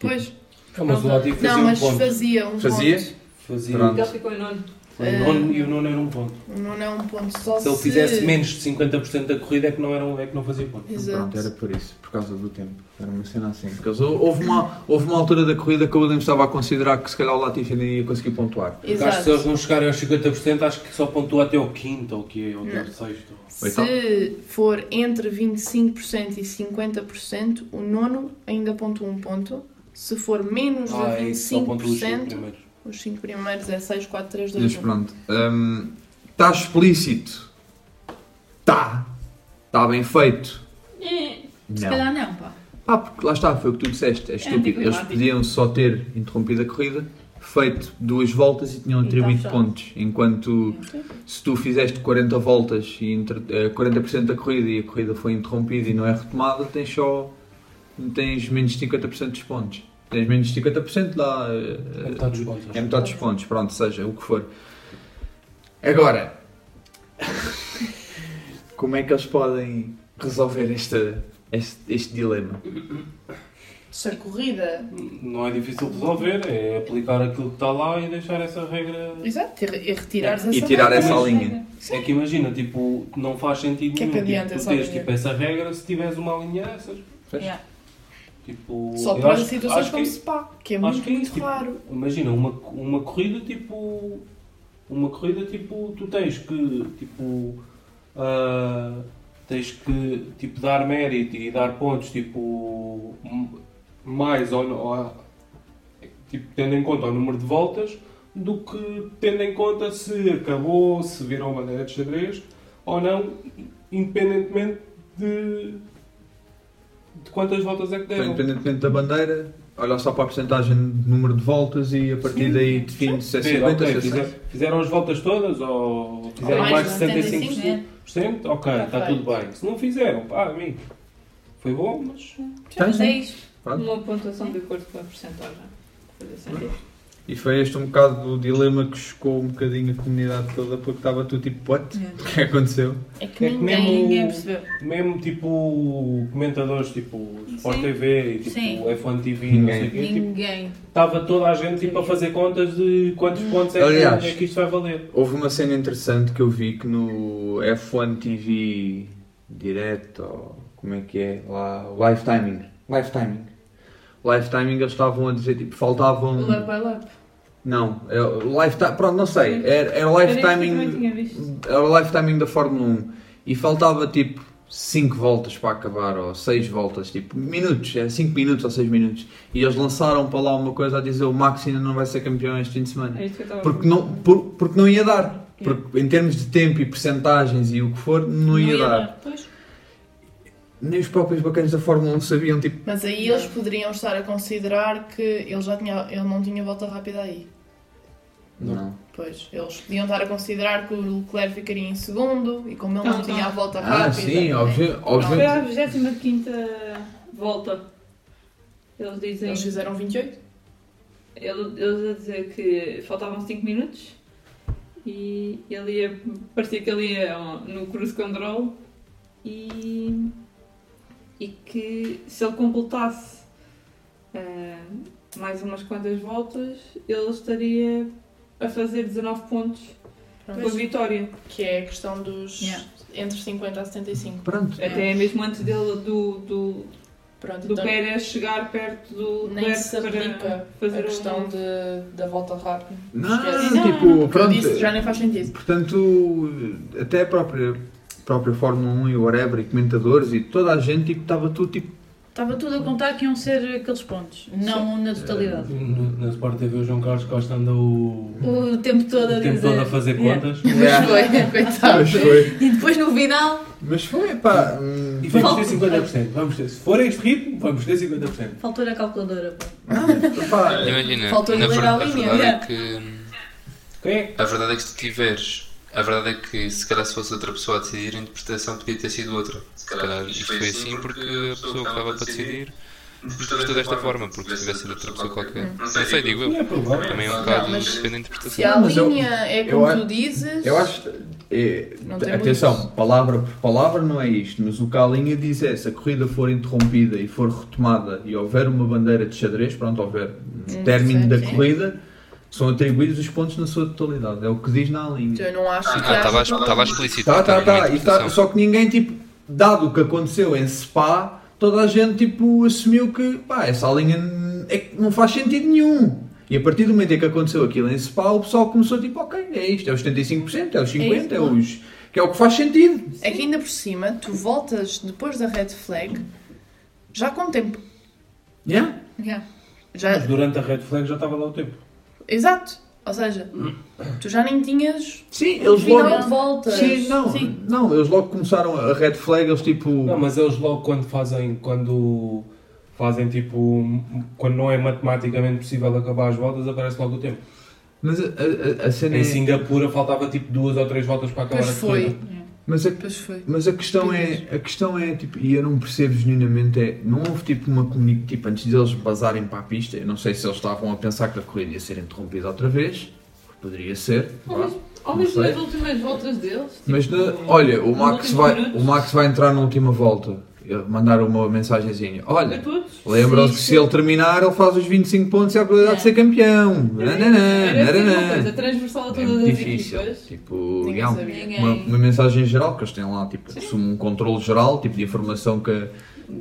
S3: Pois,
S8: Ah, mas o Latifi fazia
S3: não,
S8: um
S3: mas
S8: ponto.
S3: fazia um
S10: Fazia?
S3: ponto.
S8: Fazia.
S10: Pronto.
S11: Ele ficou em nono.
S8: Foi o nono e o nono era um ponto.
S3: Não é um ponto só
S8: Se ele fizesse menos de 50% da corrida é que não, era um, é que não fazia ponto.
S10: Pronto, era
S3: Exato.
S10: por isso, por causa do tempo. Era uma cena assim. Porque eles- houve, uma, houve uma altura da corrida que o Williams estava a considerar que se calhar o Latifi nem ia conseguir pontuar.
S8: Porque acho que se eles
S3: Exato.
S8: não chegarem aos 50%, acho que só pontua até o quinto ou o que é, ou até o sexto.
S3: Se for entre 25% e 50%, o nono ainda pontua um ponto. Se for menos
S8: Ah,
S3: de
S8: é isso, só pontua os cinco
S3: 25%,
S8: primeiros.
S3: os 5 primeiros é 6, 4, 3, 2,
S10: Mas
S3: 1.
S10: pronto, hum, está explícito. Está. Está bem feito.
S4: Se calhar não, pá.
S10: Pá, porque lá está, foi o que tu disseste, é estúpido. Eles
S11: anticlimático.
S10: podiam só ter interrompido a corrida, feito duas voltas e tinham atribuído
S4: fechado.
S10: pontos. Enquanto se tu fizeste 40 voltas e entre, eh, 40% da corrida e a corrida foi interrompida e não é retomada, tens só tens menos de 50% dos pontos. Tens menos de 50% lá.
S8: É
S10: eh,
S8: metade dos pontos.
S10: é metade dos pontos, pronto, seja o que for. Agora, *laughs* como é que eles podem resolver este, este, este dilema?
S3: Se a corrida.
S8: Não é difícil resolver, é aplicar aquilo que está lá e deixar essa regra.
S3: Exato, e e retirares
S10: E
S3: essa
S10: tirar
S3: merda.
S10: essa linha.
S8: É que imagina, tipo, não faz sentido
S3: Que é que
S8: nenhum.
S3: adianta
S8: tipo, tu
S3: essa
S8: tens
S3: linha?
S8: tipo, essa regra se tiveres uma linha dessas.
S4: Yeah.
S8: Tipo,
S3: Só
S8: eu
S3: para
S8: acho-
S3: situações
S8: acho
S3: como
S8: que-
S3: Spa, que é
S8: acho
S3: muito,
S8: que é
S3: muito
S8: isso, tipo,
S3: raro.
S8: Imagina, uma, uma corrida tipo. Uma corrida tipo. Tu tens que. Tipo. ah, tens que tipo, dar mérito e dar pontos tipo. m- Mais ou, ou- tipo, tendo em conta o número de voltas do que tendo em conta se acabou, se virou a bandeira de xadrez ou não, independentemente de. de quantas voltas é que
S10: Então,
S8: deram.
S10: independentemente da bandeira, olha só para a porcentagem de número de voltas e a partir daí define se é
S8: Ver,
S10: 50,
S8: ok,
S10: se é
S8: fizer-
S10: 60.
S8: fizeram as voltas todas ou fizeram
S3: Mais
S8: mais,
S3: de
S8: de 75%? ok,
S3: Tá
S8: está tudo bem. Se não fizeram, pá, amigo, foi bom, mas.
S10: Tens,
S6: é
S10: né?
S4: Seis.
S10: Pronto.
S11: Uma pontuação de acordo com a porcentagem. Fazer sentido.
S10: E foi este um bocado o dilema que chocou um bocadinho a comunidade toda, porque estava tu tipo, what? O que aconteceu?
S3: É que
S8: É que
S3: ninguém.
S8: mesmo-
S4: Ninguém percebeu.
S8: Mesmo tipo comentadores, tipo Sport TV e tipo
S6: Sim.
S8: F1 TV e não
S10: Ninguém.
S8: sei o quê. tipo,
S6: Ninguém.
S8: Estava toda a gente tipo, a fazer contas de quantos pontos é que,
S10: Aliás.
S8: é que isto vai valer.
S10: Houve uma cena interessante que eu vi que no F1 TV direto, ou como é que é, lá, o live timing, live timing, live timing eles estavam a dizer, tipo, faltavam,
S7: Lap by lap.
S10: não, é o live ti- pronto, não sei, era, era o
S7: Era isso
S10: live
S7: que eu também
S10: timing,
S7: tinha visto.
S10: era o live timing da Fórmula 1 e faltava, tipo, 5 voltas para acabar, ou 6 voltas, tipo, minutos, era 5 minutos ou 6 minutos, e eles lançaram para lá uma coisa a dizer, o Max ainda não vai ser campeão este fim de semana.
S7: É isso que eu estava
S10: Porque não, por- porque não ia dar. Porque em termos de tempo e percentagens e o que for, não ia, dar.
S7: Pois.
S10: Nem os próprios bacanas da Fórmula 1 sabiam, tipo,
S3: Mas aí eles poderiam estar a considerar que ele já tinha, ele não tinha volta rápida aí.
S10: não.
S3: Pois, eles podiam estar a considerar que o Leclerc ficaria em segundo e como ele não,
S7: Não,
S3: tinha
S7: não.
S3: a volta rápida.
S10: Ah,
S3: é.
S10: sim, óbvio,
S7: Tá Foi à
S10: óbvio.
S7: 25 volta. Eles dizem.
S3: Eles fizeram 28.
S7: Ele, eles a dizer que faltavam 5 minutos e ele ia. parecia que ele ia no cruise control e. e que se ele completasse ah, mais umas quantas voltas, ele estaria a fazer 19 pontos com a
S3: Pois,
S7: vitória.
S3: que é a questão dos
S6: Yeah.
S3: entre 50 a 75.
S10: Pronto.
S7: Até mesmo antes dele do, do,
S3: Pronto,
S7: do
S3: então
S7: Pérez chegar perto do
S3: nem
S7: Leclerc
S3: se aplica
S7: fazer
S3: a questão
S7: um-
S3: de, da volta rápida.
S10: Não,
S3: Esquece.
S10: tipo,
S3: Porque eu disse, já
S10: pronto.
S3: nem faz sentido.
S10: Portanto, até a própria, própria Fórmula 1 e whatever, e comentadores e toda a gente, tipo, estava tudo, tipo,
S6: Estava tudo a contar que iam ser aqueles pontos, não na totalidade.
S8: No- Na Sport TV o João Carlos Costa anda o,
S6: O tempo
S8: É. o
S6: todo a
S8: tempo
S6: dizer.
S8: todo a fazer
S6: Yeah. *laughs*
S8: contas.
S10: "Ah,
S3: Foi, coitado.
S8: *laughs*
S10: mas foi.
S6: E depois no final
S10: Mas foi, pá. hum,
S8: E vamos ter 50%. Vamos ter, se for este ritmo, vamos ter 50%.
S6: faltou a calculadora. pá.
S10: pá,
S5: Imagina,
S3: Faltou-lhe
S5: na
S3: ler
S5: ver-
S3: a
S5: a
S3: linha,
S5: verdade
S3: yeah.
S5: é que.
S8: Quem é que
S5: A verdade é que se tiveres. A verdade é que se calhar se fosse outra pessoa a decidir, a interpretação podia ter sido outra. Se calhar isto foi assim porque a pessoa que estava para decidir interpretou desta forma, porque se tivesse sido outra pessoa qualquer. Não sei, digo
S8: não
S5: eu.
S8: é problema?
S5: Também é um
S3: Não,
S5: bocado
S3: mas-
S5: depende da
S3: Se
S5: interpretação.
S3: a
S10: Não, mas eu-
S3: linha é
S10: eu
S3: como
S10: a-
S3: tu dizes,
S10: Eu acho. é,
S3: Não tem
S10: atenção,
S3: muitos.
S10: palavra por palavra não é isto, mas o que a linha diz é: se a corrida for interrompida e for retomada e houver uma bandeira de xadrez, pronto, houver um término
S3: É, sim,
S10: da
S3: sim.
S10: corrida, são atribuídos os pontos na sua totalidade. É o que diz na linha.
S3: eu não acho que
S5: Ah, estava-
S3: haja
S5: estava explícito.
S10: Tá, tá,
S5: também, é uma
S10: tá. E tá.
S5: interpretação.
S10: Só que ninguém, tipo, dado o que aconteceu em Spa, toda a gente, tipo, assumiu que, pá, essa linha n- é que não faz sentido nenhum. E a partir do momento em que aconteceu aquilo em Spa, o pessoal começou, tipo, ok, é isto, é os 75%, é os 50%, é, os... que é o que faz sentido.
S3: É que ainda por cima, tu voltas depois da red flag, já com tempo.
S10: Yeah?
S3: Já,
S8: Mas É, durante a red flag já estava lá o tempo.
S3: exato. Ou seja,
S10: Hum.
S3: tu já nem tinhas
S10: Sim, eles
S3: final de
S10: logo...
S3: voltas.
S10: Sim, não, não, eles logo começaram a red flag, eles, tipo...
S8: Não, mas eles logo quando fazem, quando fazem tipo, um- quando não é matematicamente possível acabar as voltas, aparece logo o tempo.
S10: Mas a, a- a- a cena
S8: Em
S10: é...
S8: Singapura faltava tipo duas ou três voltas para acabar
S3: Pois
S8: a
S3: foi.
S8: corrida.
S10: Mas a,
S3: Pois foi.
S10: Mas a questão é, a questão é tipo, e eu não percebo genuinamente, é, não houve tipo uma comunicação, tipo, antes deles bazarem para a pista, eu não sei se eles estavam a pensar que a corrida ia ser interrompida outra vez, poderia ser,
S11: Ou
S10: vá.
S11: mesmo- Ou mesmo
S10: Não sei.
S11: nas últimas voltas deles. tipo,
S10: mas na- olha, o
S11: nos
S10: Max,
S11: últimos
S10: vai,
S11: minutos.
S10: o Max vai entrar na última volta, Ele- mandaram uma mensagenzinha,
S11: A
S10: olha,
S11: todos.
S10: lembram-se que se ele terminar ele faz os 25 pontos e há a probabilidade de ser campeão, nananã,
S11: Era assim uma coisa
S10: nananã.
S11: transversal a
S10: É
S11: todas
S10: muito
S11: as
S10: difícil,
S11: equipas.
S10: tipo,
S3: Ninguém
S10: e há um-
S3: sabia.
S7: Ninguém.
S10: uma, uma mensagem geral, que eles têm lá, tipo, um controle geral, tipo de informação que,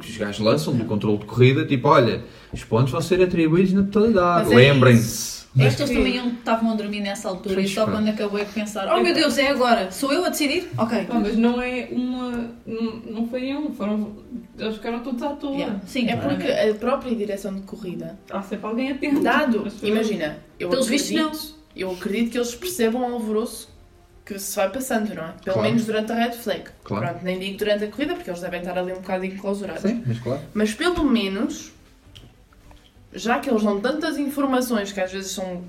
S10: que os gajos lançam, do controle de corrida, tipo, olha, os pontos vão ser atribuídos na totalidade,
S3: Mas é
S10: lembrem-se.
S6: Acho que eles também iam- estavam a dormir nessa altura e só
S10: pá.
S6: quando acabou é que pensaram: Oh meu Deus, é agora, sou eu a decidir? Ok.
S11: Pá, mas não é uma. Não, não foi um, foram. Eles ficaram todos à toa.
S6: Yeah. Sim,
S3: É porque a própria direção de corrida,
S11: Há sempre alguém atento.
S3: dado,
S11: Mas foi-
S3: imagina, eu
S6: Pelos vistos,
S3: acredito,
S6: não.
S3: eu acredito que eles percebam o alvoroço que se vai passando, não é? Pelo
S10: Claro.
S3: menos durante a red flag.
S10: Claro.
S3: Pronto, nem digo durante a corrida, porque eles devem estar ali um bocado enclausurados.
S10: Sim, mas claro.
S3: Mas pelo menos, já que eles dão tantas informações que às vezes são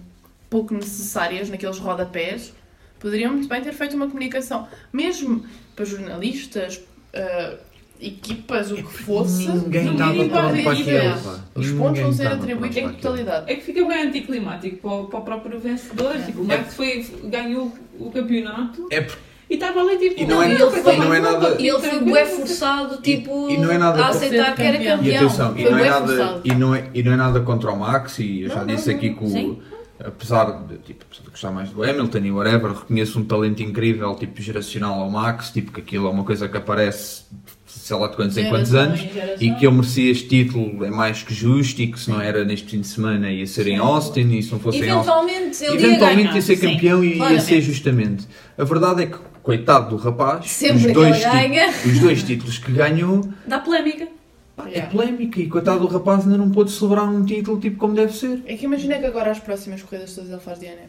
S3: pouco necessárias naqueles rodapés, poderiam muito bem ter feito uma comunicação, mesmo para jornalistas, ah, equipas, o que fosse.
S10: Ninguém
S3: no
S10: estava
S3: mínimo,
S10: pronto para
S3: horrível.
S10: aquilo. pá.
S3: Os
S10: Ninguém
S3: pontos vão ser
S10: estava
S3: atribuídos
S10: pronto
S3: em
S10: para aquilo.
S3: totalidade.
S11: É que fica bem anticlimático para o, para o próprio vencedor. Tipo, o Max foi, ganhou o campeonato
S10: É porque
S11: e
S7: E estava ali tipo.
S10: E não é-
S7: ele
S10: e não é nada-
S4: E ele foi bué forçado, tipo,
S10: e não é nada
S4: a
S10: por-
S4: aceitar que era
S6: campeão.
S4: campeão.
S10: E atenção,
S4: foi
S10: e não, é
S4: bué
S10: nada,
S4: forçado.
S10: e, não é, e não é nada contra o Max, e eu já
S4: Não,
S10: disse
S4: não,
S10: aqui
S4: não.
S10: que, o-
S4: Sim.
S10: apesar de, tipo, apesar de gostar mais do Hamilton e whatever, reconheço um talento incrível, tipo, geracional ao Max, tipo, que aquilo é uma coisa que aparece, sei lá de quantos em quantos
S6: Geração
S10: anos,
S6: em geração.
S10: e que eu merecia este título, é mais que justo, e que se não era neste fim de semana ia ser em Austin, e se não fosse em Austin...
S4: Eventualmente ele ia
S10: Eventualmente
S4: ganhar.
S10: ia ser campeão
S4: Sim,
S10: e ia
S4: claramente.
S10: ser justamente. A verdade é que, coitado do rapaz,
S4: Sempre
S10: os
S4: que
S10: dois,
S4: ele
S10: ti-
S4: ganha.
S10: os dois títulos que ganhou
S4: Dá polémica.
S10: pá, é polémica e coitado do rapaz ainda não pôde celebrar um título tipo como deve ser.
S3: É que imagina que agora as próximas corridas todas ele faz DNA.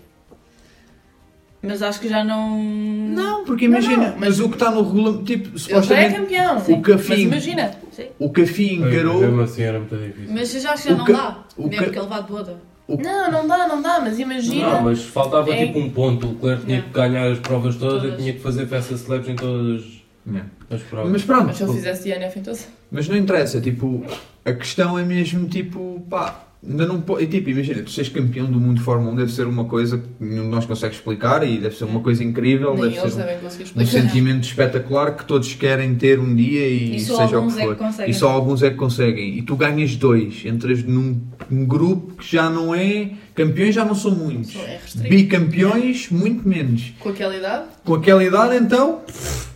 S4: Mas acho que já não.
S10: Não, porque imagina,
S3: Não, não,
S10: mas,
S3: mas
S10: o que está no regulamento, tipo,
S3: Ele já é
S10: supostamente
S3: campeão.
S10: o
S3: Mas
S10: Cafim,
S3: imagina.
S10: o Cafim encarou,
S8: Mesmo assim era muito difícil.
S4: Mas eu já acho que já
S10: O
S4: não
S10: ca-
S4: dá.
S10: o
S4: Mesmo
S10: ca-
S4: que ele vá de boda.
S3: Não, não dá, não dá, mas
S8: Não,
S3: imagina.
S8: mas faltava
S3: É.
S8: tipo um ponto. O Leclerc tinha
S4: Yeah.
S8: que ganhar as provas todas,
S4: Todas.
S8: e tinha que fazer festa celebs em todas
S10: Yeah.
S8: as provas.
S10: Né. mas pronto,
S3: Mas se ele fizesse DNF então.
S10: mas não interessa, tipo, a questão é mesmo tipo, pá, ainda não pode, e, tipo, imagina, tu seres campeão do mundo de Fórmula 1 deve ser uma coisa que nenhum de nós consegue explicar e deve ser uma coisa incrível,
S3: Nem
S10: deve ser
S3: eles
S10: um-
S3: devem conseguir
S10: um
S3: explicar.
S10: sentimento espetacular que todos querem ter um dia e,
S4: E só
S10: seja o
S4: alguns
S10: que
S4: é que
S10: for.
S4: conseguem.
S10: e só alguns é que conseguem. E tu ganhas dois, entras num, num grupo que já não é. Campeões já não são muitos.
S3: É restrito.
S10: Bicampeões, muito menos.
S3: Com aquela idade,
S10: Com aquela idade, então,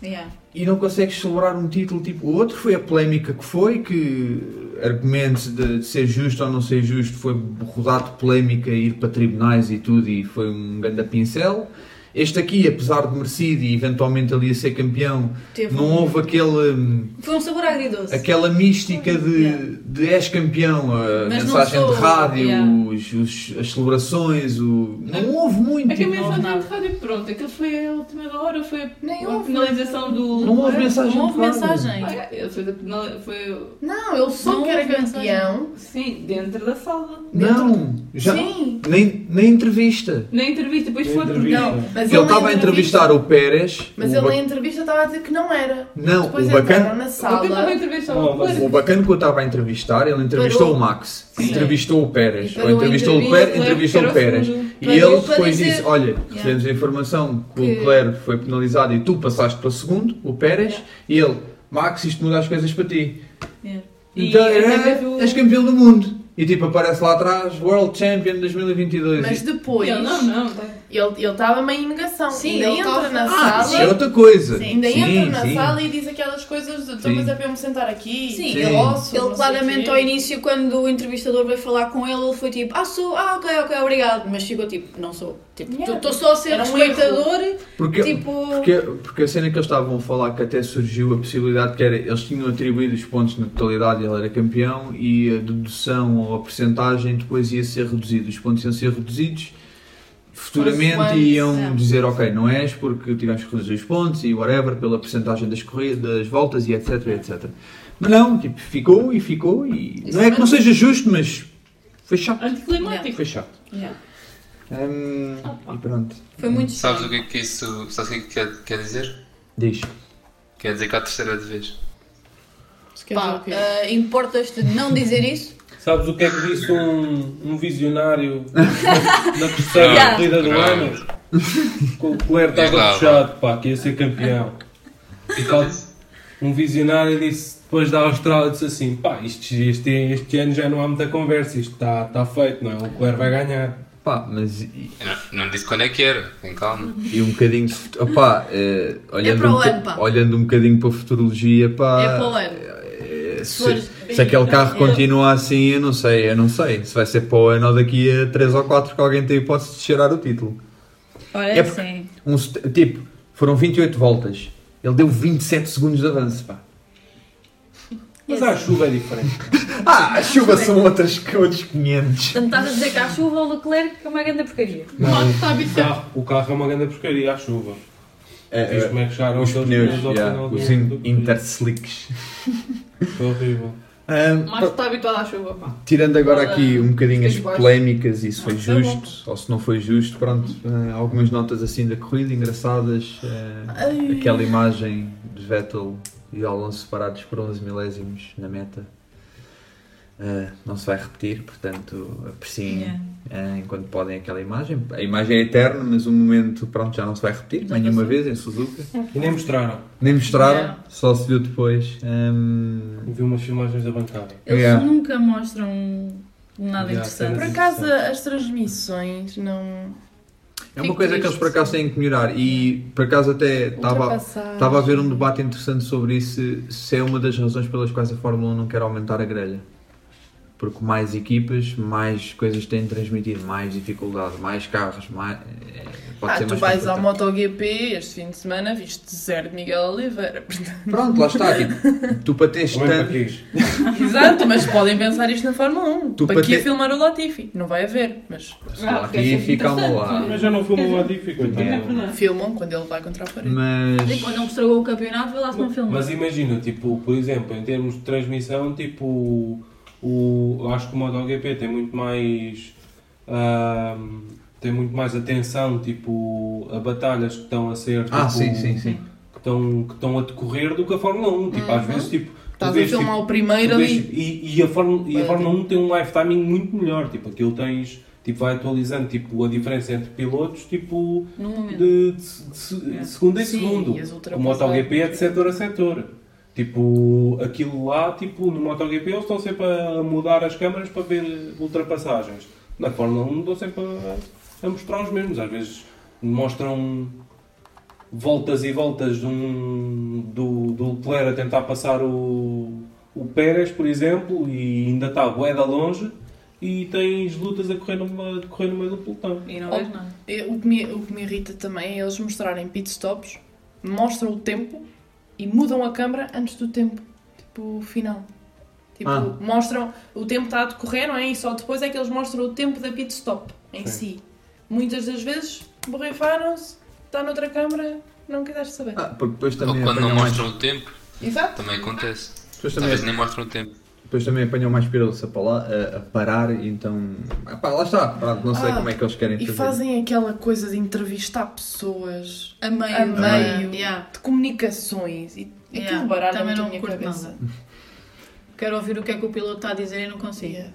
S4: Yeah.
S10: e não consegues celebrar um título tipo o outro. Foi a polémica que foi, que argumentos de, de ser justo ou não ser justo foi rodado de polémica, ir para tribunais e tudo, e foi um grande pincel. Este aqui, apesar de merecido e eventualmente ali a ser campeão,
S4: Teve
S10: não
S4: um-
S10: houve aquele, hum,
S4: Foi um sabor agridoce.
S10: aquela mística
S4: Yeah.
S10: de, de és campeão, a
S4: Mas não
S10: mensagem
S4: sou-
S10: de rádio,
S4: yeah.
S10: os- os- as celebrações, o... não houve muito.
S7: É que a
S10: tipo, não houve-
S7: mensagem de rádio, pronto, aquilo foi a última da hora, foi a
S3: nem
S7: a
S3: houve.
S7: penalização do.
S10: não houve mensagem
S6: Não
S10: de
S6: houve
S10: rádio.
S6: mensagem.
S7: Ah, é, ele fez a penal- Foi.
S3: Não, ele soube
S6: Não
S3: que era
S6: houve mensagem.
S3: campeão.
S7: Sim, dentro da sala.
S10: Não, já,
S3: Sim.
S10: nem, nem entrevista.
S7: Na entrevista, depois
S8: Na
S7: foi.
S8: entrevista.
S7: Não.
S3: Mas
S10: Que ele estava a entrevistar o Pérez.
S3: Mas
S10: o
S3: ele
S4: é
S10: ba-
S3: na entrevista estava a dizer que não era.
S10: Não,
S3: Depois é
S10: o
S3: entraram
S10: bacana,
S3: na
S7: Porque eu estava a
S3: sala.
S7: entrevistar
S8: Não,
S7: o
S8: mas-
S7: Leclerc.
S10: o bacana que eu estava a entrevistar, ele entrevistou o Max, entrevistou o Pérez,
S3: E
S10: ou
S3: parou a
S10: entrevistou o
S3: entrevista,
S10: Leclerc, entrevistou o
S7: parou o
S10: Pérez.
S7: segundo.
S10: E
S4: Parou
S10: ele
S4: para
S10: depois
S4: dizer-
S10: disse: Olha,
S4: Yeah.
S10: recebemos a informação que o
S4: Que-
S10: Leclerc foi penalizado e tu passaste para segundo, o Pérez, e ele: Max, isto muda as coisas para ti.
S4: Yeah.
S7: E
S10: Então,
S7: até
S10: é,
S7: teve o-
S10: és campeão do mundo. E tipo, aparece lá atrás: World Champion 2022.
S3: Mas
S10: E-
S3: depois,
S7: Ele, não,
S3: ele
S7: não, tá.
S3: ele estava meio em negação.
S4: Sim,
S3: ainda
S4: ele
S3: entra
S4: tava-
S3: na
S10: Ah, isso é
S3: sala.
S10: outra coisa.
S3: Ainda
S10: sim,
S3: entra na
S10: sim.
S3: sala e diz aquelas coisas de então,
S10: Sim.
S3: mas é para eu me sentar aqui.
S4: Sim,
S3: eu
S10: ele-
S3: ouço, não
S4: Ele
S3: sei é.
S4: claramente
S3: quê.
S4: ao início, quando o entrevistador veio falar com ele, ele foi tipo, ah sou, ah ok, ok, obrigado. Mas ficou tipo, não sou. Tipo,
S3: Yeah.
S4: estou só a ser
S3: Era um
S4: respeitador,
S10: Porque,
S4: tipo.
S10: Porque, porque a cena que eles estavam a falar que até surgiu a possibilidade que era, eles tinham atribuído os pontos na totalidade e ele era campeão e a dedução ou a percentagem depois ia ser reduzida, os pontos iam ser reduzidos futuramente
S3: Consoante,
S10: iam
S4: é.
S10: dizer ok, não és porque tivemos que reduzir os pontos e whatever pela percentagem das corridas, das voltas e etc, etc. Mas não, tipo, ficou e ficou e não é que não seja justo, mas foi chato,
S7: Anticlimático.
S10: foi chato.
S4: Yeah.
S10: Hum, e pronto,
S4: Foi muito
S5: Sabes o que é que isso. Sabes o que é que quer, quer dizer?
S10: diz.
S5: Quer dizer que há a terceira de vez.
S3: Se quer dizer
S4: Pá,
S3: o quê?
S4: ah, importas-te de não dizer isso?
S8: Sabes o que é que disse um, um visionário na, na terceira
S5: Não,
S8: corrida do
S5: não.
S8: ano? Que O Leclerc
S5: Diz lá,
S8: estava fechado, pá, que ia ser campeão. E tal, um visionário disse, depois da Austrália, disse assim, pá, isto, este, este ano já não há muita conversa, isto está tá feito, não é? O Leclerc vai ganhar.
S10: Pá, mas e-
S5: Eu Não, não disse quando é que era, tem calma.
S10: E um bocadinho de fut- opá, eh,
S4: É
S10: olhando,
S4: para o
S10: um boca-
S4: ano, pá.
S10: olhando um bocadinho para a futurologia, pá,
S4: É para o É. ano.
S10: eh, se,
S4: fores
S10: se aquele carro continuar assim, eu não sei, eu não sei se vai ser para o ano ou daqui a 3 ou 4 que alguém tem hipótese de cheirar o título.
S4: Olha,
S10: É porque-
S4: sim.
S10: Um set- tipo, foram 28 voltas, ele deu 27 segundos de avanço, pá.
S8: Mas a chuva é diferente.
S10: Ah, a chuva são outras, outros 500.
S4: Portanto, estás a dizer que há chuva ao Leclerc que é uma grande porcaria.
S8: Não,
S7: tá
S8: o, carro, o carro é uma grande porcaria, a chuva.
S10: Eh,
S8: Viste
S10: eh,
S8: como é que chegaram
S10: os
S8: aqueles
S10: pneus,
S8: ao
S10: já,
S8: final do-
S10: os
S8: do
S10: in,
S8: corrido.
S10: interslicks.
S8: Foi horrível.
S10: Ahm,
S7: Mas está habituado à chuva, pá.
S10: Tirando agora
S7: Olá.
S10: aqui um bocadinho as
S7: Vocês gostam?
S10: polémicas e se foi
S7: isso é bom.
S10: justo ou se não foi justo, pronto, eh, algumas notas assim da corrida engraçadas, eh, aquela imagem de Vettel e Alonso separados por 11 milésimos na meta. ah, não se vai repetir, portanto apreciem
S6: Yeah.
S10: ah, enquanto podem aquela imagem. A imagem é eterna, mas o momento pronto, já não se vai repetir, mais uma vez em Suzuka.
S8: E nem mostraram.
S10: Nem mostraram,
S6: Yeah.
S10: só se viu depois. Ah, Ahm,
S8: Vi umas filmagens da bancada.
S6: Eles
S10: Yeah.
S6: nunca mostram nada
S8: Yeah,
S6: interessante.
S3: Por acaso, as transmissões não.
S10: É
S3: Fico
S10: uma coisa que
S3: triste.
S10: eles por acaso têm que melhorar e por acaso até estava
S3: Ultrapassagem.
S10: estava a ver um debate interessante sobre isso, se é uma das razões pelas quais a Fórmula 1 não quer aumentar a grelha. Porque mais equipas, mais coisas têm de transmitir, mais dificuldade, mais carros, mais... é, pode
S3: Ah,
S10: ser
S3: tu
S10: mais
S3: vais ao
S10: complicado.
S3: MotoGP este fim de semana, viste zero de Miguel Oliveira. *laughs* portanto.
S10: Pronto, lá está, tipo, tu para teres
S8: Também
S2: é
S8: para
S10: tanto...
S8: quis.
S3: Exato, mas podem pensar isto na Fórmula 1.
S10: Tu
S3: para
S10: para
S3: que ia
S10: ter-
S3: filmar o Latifi? Não vai haver, mas
S7: Ah, ok,
S10: Aqui
S7: isso é
S10: fica ao meu lado.
S8: Mas já não filmou o Adifico, então.
S10: Yeah.
S3: filmam quando ele vai contra a parede.
S10: Mas...
S6: Quando ele estragou o campeonato, vai lá se não filma.
S8: Mas imagina, tipo, por exemplo, em termos de transmissão, tipo, o, eu acho que o MotoGP tem muito mais. ahm, tem muito mais atenção, tipo, a batalhas que estão a ser. Tipo,
S10: Ah, sim, sim, sim.
S8: Que estão, que estão a decorrer do que a Fórmula 1. Tipo, às vezes, tipo. tu
S3: Uhum. Estás a
S8: vês,
S3: filmar
S8: tipo,
S3: o primeiro
S8: tu vês,
S3: ali.
S8: tipo, e, e a Fórmula, e a Fórmula 1 tem um lifetiming muito melhor. Tipo, aquilo tens. Tipo, vai atualizando tipo, a diferença entre pilotos tipo, de, de, de- de segundo em
S3: É. Sim,
S8: segundo.
S3: e as
S8: O MotoGP é de setor a setor. Tipo, aquilo lá, tipo, no MotoGP eles estão sempre a mudar as câmaras para ver ultrapassagens. Na Fórmula 1 estão sempre a, a mostrar os mesmos. Às vezes mostram voltas e voltas de um, do, do Leclerc a tentar passar o, o Pérez, por exemplo, e ainda está a boeda longe e tens lutas a correr no, meio- a correr no meio do pelotão.
S6: E não vês nada.
S3: E Eh, O que, me, o que me irrita também é eles mostrarem pit stops, mostram o tempo e mudam a câmara antes do tempo, tipo, final. Tipo,
S10: Ah.
S3: mostram, o tempo está a decorrer, não é? E só depois é que eles mostram o tempo da pit stop em si. Muitas das vezes borrifaram-se, está noutra câmara, não quiseste saber.
S10: Ah, porque depois
S5: Ou
S10: também
S5: quando não
S10: apanham mais-
S5: mostram o tempo,
S3: Exato.
S5: também acontece. Às
S10: depois também é.
S5: vezes nem mostram o tempo.
S10: Depois também apanham mais pirulos a, pala- a- a parar, e então. Ah, pá, lá está. Pronto, não sei
S3: Ah,
S10: como é que eles querem
S3: E
S10: fazer.
S3: fazem aquela coisa de entrevistar pessoas
S6: A meio. é?
S3: a meio
S6: Yeah.
S3: de comunicações e e
S6: Yeah,
S3: aquilo baralha
S6: também
S3: muito a
S6: não
S3: minha
S6: curto
S3: cabeça.
S6: nada. Quero ouvir o que é que o piloto está a dizer e não consigo.
S3: Yeah.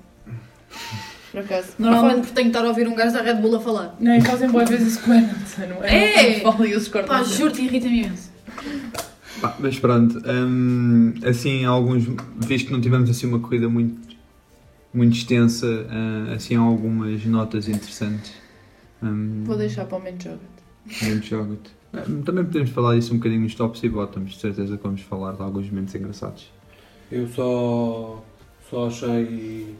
S3: Por acaso.
S6: Normalmente porque tenho que estar a ouvir um gajo da Red Bull a falar.
S3: Não, e fazem boas vezes isso com a Hamilton, não
S6: É! *laughs*
S3: Não falam E os cortam.
S6: Pá, juro-te, irrita-me imenso.
S10: Pá, mas pronto, hum, assim, alguns. Visto que não tivemos assim uma corrida muito, muito extensa, ah, assim, há algumas notas interessantes. Hum,
S3: Vou deixar para o Man Joga.
S10: podemos jogar muito. Ah, Também podemos falar disso um bocadinho nos tops e bottoms, de certeza que vamos falar de alguns momentos engraçados.
S8: Eu só, só achei.